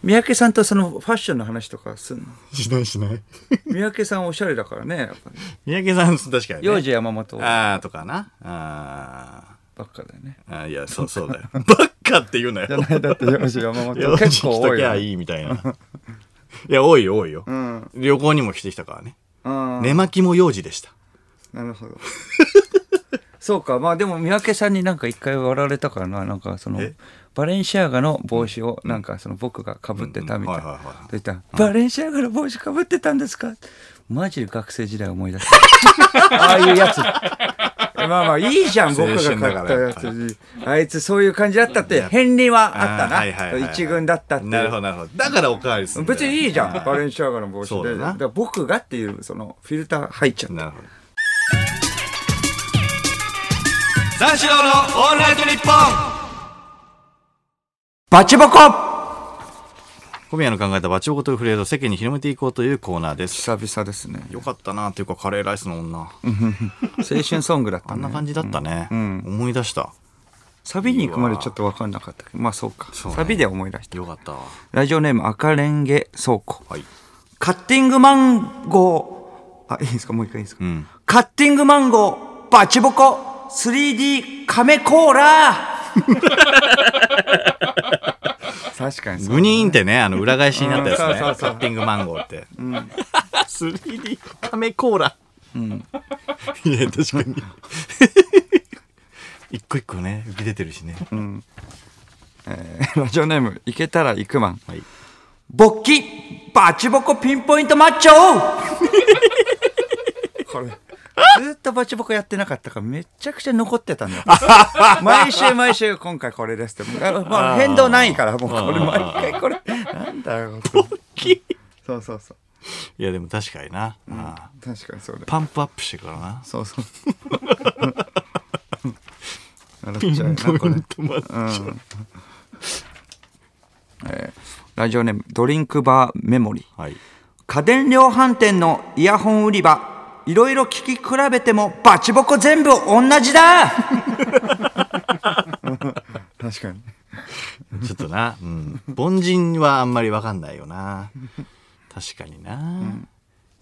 Speaker 2: 三宅さんとそのファッションの話とかすんの
Speaker 1: しないしない
Speaker 2: 三宅さんおしゃれだからねやっぱり
Speaker 1: 三宅さん確かに、ね、
Speaker 2: 幼児山本ば
Speaker 1: ああとかなあ
Speaker 2: っかだよね
Speaker 1: ーあーいやそうそうだよ ばっかって言うな
Speaker 2: じゃ
Speaker 1: よ
Speaker 2: ない だって幼児山
Speaker 1: 幼
Speaker 2: 本
Speaker 1: 児
Speaker 2: 結構
Speaker 1: 来
Speaker 2: 多
Speaker 1: と
Speaker 2: い
Speaker 1: き
Speaker 2: よ
Speaker 1: ゃいいみたいな いや多いよ多いよ、
Speaker 2: うん
Speaker 1: 旅行にも来てきたからね
Speaker 2: うん
Speaker 1: 寝巻きも幼児でした
Speaker 2: なるほど そうかまあでも三宅さんになんか一回笑われたからななんかその
Speaker 1: え
Speaker 2: バレンシアガの帽子をなんかその僕がかぶってたみたい
Speaker 1: うんうんはい
Speaker 2: な
Speaker 1: はいはい
Speaker 2: と言ったらバレンシアガの帽子かぶってたんですかマジで学生時代思い出した ああいうやつまあまあいいじゃん僕
Speaker 1: 青
Speaker 2: が買
Speaker 1: 春だ
Speaker 2: っ
Speaker 1: から
Speaker 2: たやつにあいつそういう感じだったって片鱗はあった
Speaker 1: ーはいはいはいは
Speaker 2: ない一軍だったっていう
Speaker 1: なるほどなるほどだからおかわりする
Speaker 2: 別にいいじゃんバレ
Speaker 1: ン
Speaker 2: ンシアガの帽子
Speaker 1: そうだ
Speaker 2: で
Speaker 1: な
Speaker 2: だから僕がっていうそのフィルター入っちゃった
Speaker 1: なるほど三四郎のオールナイトニッポン
Speaker 2: バチボコ
Speaker 1: 小宮の考えたバチボコというフレーズを世間に広めていこうというコーナーです。
Speaker 2: 久々ですね
Speaker 1: よかったなというかカレーライスの女。
Speaker 2: 青春ソングだった
Speaker 1: あんな
Speaker 2: ね
Speaker 1: 感じだったね。
Speaker 2: ん
Speaker 1: 思い出した。
Speaker 2: サビに行くまでちょっと分かんなかったけどまあそうか
Speaker 1: うね
Speaker 2: サビで思い出した
Speaker 1: よかったわ。
Speaker 2: ラジオネーム赤レンゲ倉庫
Speaker 1: はい。
Speaker 2: カッティングマンゴーあいいですかもう一回いいですか、
Speaker 1: ん
Speaker 2: カッティングマンゴーバチボコ 3D カメコ ーラ確かにそう
Speaker 1: グニーンってね、あの裏返しになったやつ
Speaker 2: うん
Speaker 1: ね。
Speaker 2: そうそうそう
Speaker 1: カッティングマンゴーって。3D カメコーラ。いや、確かに。一個一個ね、浮き出てるしね。
Speaker 2: えーラジオネームいけたら行くまん
Speaker 1: はい。
Speaker 2: 勃起バチボコピンポイントマッチョ これ ずっとバチボコやってなかったからめちゃくちゃ残ってたん だ毎週毎週今回これですってもうまあ変動ないからもうこれ毎回これなんだよ
Speaker 1: 大きい。
Speaker 2: そうそうそう
Speaker 1: いやでも確かにな、ああ
Speaker 2: 確かにそうだ
Speaker 1: パンプアップしてから な
Speaker 2: そうそう笑っちゃうなこれえーラジオネームドリンクバーメモリー
Speaker 1: はい
Speaker 2: 家電量販店のイヤホン売り場いろいろ聞き比べてもバチボコ全部同じ だ確かに
Speaker 1: ちょっとな、うん、凡人はあんまりわかんないよな確かにな、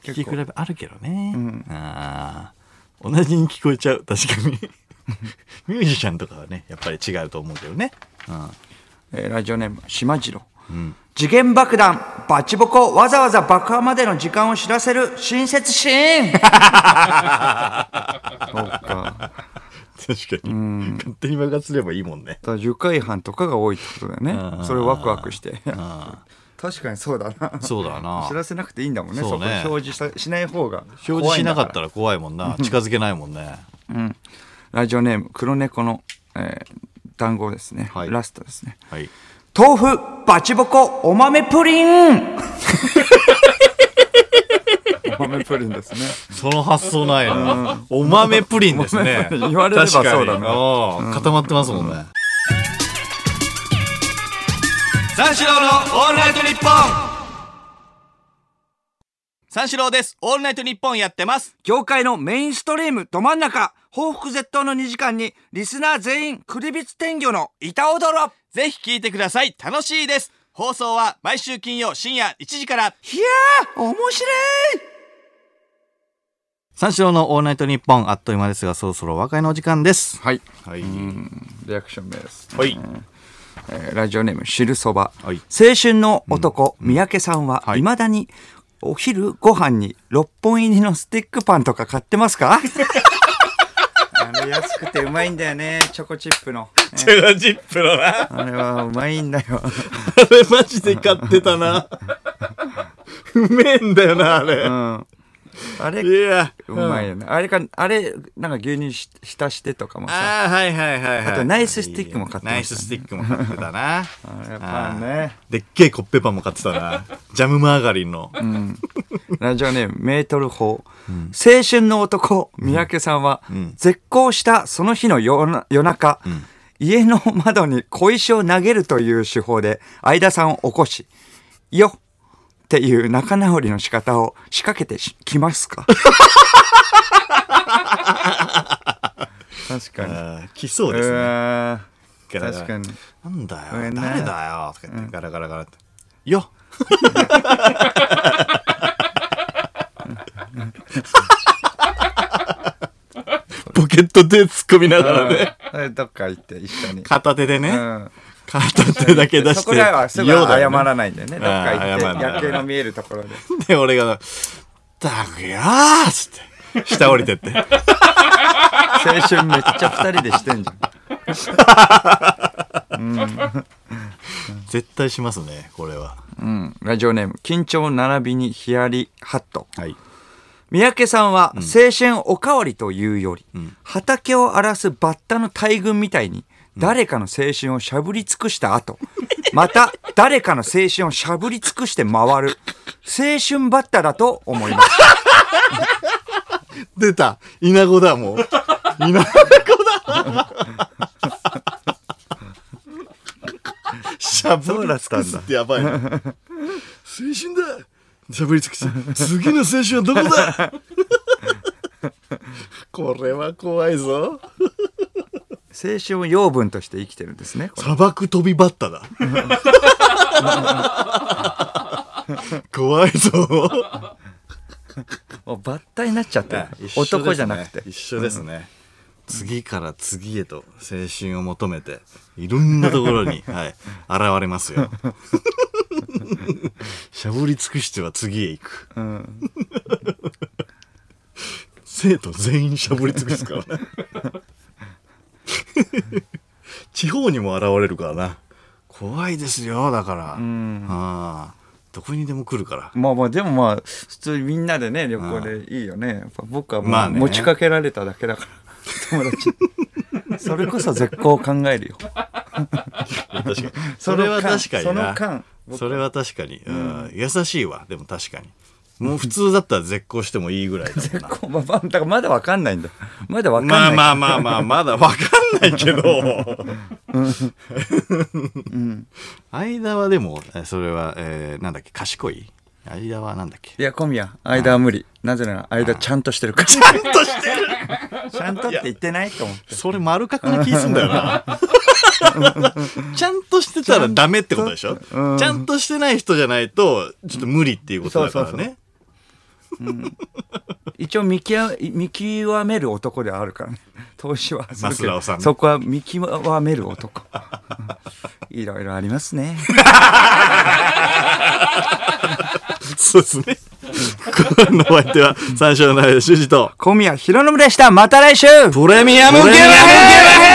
Speaker 1: 聞き比べあるけどね、ああ同じに聞こえちゃう確かに ミュージシャンとかはねやっぱり違うと思うけどね、うん、
Speaker 2: えーラジオネーム島次郎、時限爆弾バチボコわざわざ爆破までの時間を知らせる親切シ ーンそうか
Speaker 1: 確かに、勝手に爆発すればいいもんね
Speaker 2: だから愉快犯とかが多いってことだよねそれワクワクして確かにそうだな
Speaker 1: そうだな
Speaker 2: 知らせなくていいんだもんね
Speaker 1: そうね
Speaker 2: こ表示さしない方が
Speaker 1: 表示しなかった
Speaker 2: ら
Speaker 1: ら怖いもんな近づけないもんね
Speaker 2: ラジオネーム黒猫の、えー団子ですね、
Speaker 1: はい
Speaker 2: ラストですね
Speaker 1: はい
Speaker 2: 豆腐バチボコお豆プリンお豆プリンですね
Speaker 1: その発想ないな、お豆プリンですね
Speaker 2: お豆プリン 言われればそうだな
Speaker 1: 確かにおー固まってますもんね、三四郎のオールナイトニッポン三四郎ですオールナイトニッポンやってます
Speaker 2: 業界のメインストリームど真ん中報復絶倒の2時間にリスナー全員クリビツ天魚の板踊ろ
Speaker 1: ぜひ聞いてください楽しいです放送は毎週金曜深夜1時から
Speaker 2: いやー面白い
Speaker 1: 三四郎のオールナイトニッポンあっという間ですがそろそろお別れのお時間です
Speaker 2: はい
Speaker 1: はい
Speaker 2: リアクション名です
Speaker 1: はい
Speaker 2: えーラジオネーム汁そば、
Speaker 1: はい
Speaker 2: 青春の男、三宅さんは
Speaker 1: はい
Speaker 2: いまだにお昼ご飯に6本入りのスティックパンとか買ってますか あれ安くてうまいんだよねチョコチップの
Speaker 1: チェガジップのな
Speaker 2: あれはうまいんだよ
Speaker 1: あれマジで買ってたな。うめえんだよな、あれ。
Speaker 2: あれ
Speaker 1: いや。
Speaker 2: うまいよねあれかあれなんか牛乳し浸してとかもさ
Speaker 1: ああ、はいはいはいはい。
Speaker 2: あとナイススティックも買ってましたね
Speaker 1: ナイススティックも買ってたな。
Speaker 2: あれパンね
Speaker 1: でっけえコッペパンも買ってたな。ジャムマーガリンの。
Speaker 2: ラジオネームメートル法、青春の男三宅さんは、
Speaker 1: ん
Speaker 2: 絶好したその日の夜な夜中、家の窓に小石を投げるという手法で相田さんを起こし「よ」っていう仲直りの仕方を仕掛けてしきますか確 かに
Speaker 1: あー来そうですね。ガラガラ
Speaker 2: 確かに。
Speaker 1: なんだよ
Speaker 2: ごめ。んな
Speaker 1: 誰だよ。とか言って、ガラガラガラって。 よっポケットで突っ込みながらね。
Speaker 2: どっか行って一緒に。
Speaker 1: 片手でね。片手だけ出して。
Speaker 2: そこではすぐ
Speaker 1: ようだ
Speaker 2: 謝
Speaker 1: よね
Speaker 2: らないんだよね。どっか行
Speaker 1: あー
Speaker 2: っ
Speaker 1: 謝らない
Speaker 2: て夜景の見えるところで。
Speaker 1: で、俺が、たくやーっつって、下降りてって。
Speaker 2: 青春めっちゃ二人でしてんじゃん。
Speaker 1: 絶対しますね、これは。
Speaker 2: うん、ラジオネーム緊張並びにヒヤリハット
Speaker 1: はい。
Speaker 2: 三宅さんは青春おかわりというより、畑を荒らすバッタの大群みたいに誰かの青春をしゃぶり尽くした後、 また誰かの青春をしゃぶり尽くして回る青春バッタだと思います
Speaker 1: 出たイナゴだ、もう。イナゴだしゃぶり尽くすってやばいな。青春だしゃぶり尽くす。次の青春はどこ だこれは怖いぞ。
Speaker 2: 青春を養分として生きてるんですねこれ
Speaker 1: 砂漠飛びバッタ だ。 怖いぞ。
Speaker 2: もうバッタになっちゃってる男じゃなくて、
Speaker 1: 一緒ですね。次から次へと青春を求めて、いろんなところ に、はい、現れますよ。 しゃぶり尽くしては次へ行く。生徒全員しゃぶり尽くす からね。地方にも現れるからな。怖いですよ、だから。ああどこにでも来るから。
Speaker 2: まあまあでもまあ普通にみんなでね旅行でいいよねやっぱ僕はもう
Speaker 1: まあね
Speaker 2: 持ちかけられただけだから、友達それこそ絶好を考えるよ
Speaker 1: 確かに。
Speaker 2: そ
Speaker 1: そ
Speaker 2: の間
Speaker 1: れは確かにな。
Speaker 2: その間僕
Speaker 1: それは確かに。うん優しいわ。でも確かに。もう普通だったら絶交してもいいぐらいだもんな。
Speaker 2: こうまあまあだからまだわかんないんだ。まだわかんない。
Speaker 1: まあまあまあまあ、まだわかんないけど。間はでも、えそれは、えーなんだっけ、賢い間はなんだっけ。
Speaker 2: いや、小宮、間は無理。なぜなら、間ちゃんとしてるから。ち
Speaker 1: ちゃんとしてる
Speaker 2: ゃんとって言ってないと思って。
Speaker 1: それ丸角な気すんだよな。ちゃんとしてたらダメってことでしょちゃ,、ん、としてない人じゃないと、ちょっと無理っていうことだからね。
Speaker 2: そうそう一応見極め、見極める男ではあるからね。投資はするけど。
Speaker 1: 増田さんね
Speaker 2: そこは見極める 男。いろいろありますね。
Speaker 1: そうですね。 このお相手は、三章の間修二と、
Speaker 2: 小宮浩信でした。また来週
Speaker 1: プレミアムゲーム
Speaker 2: プレミアムゲラヘ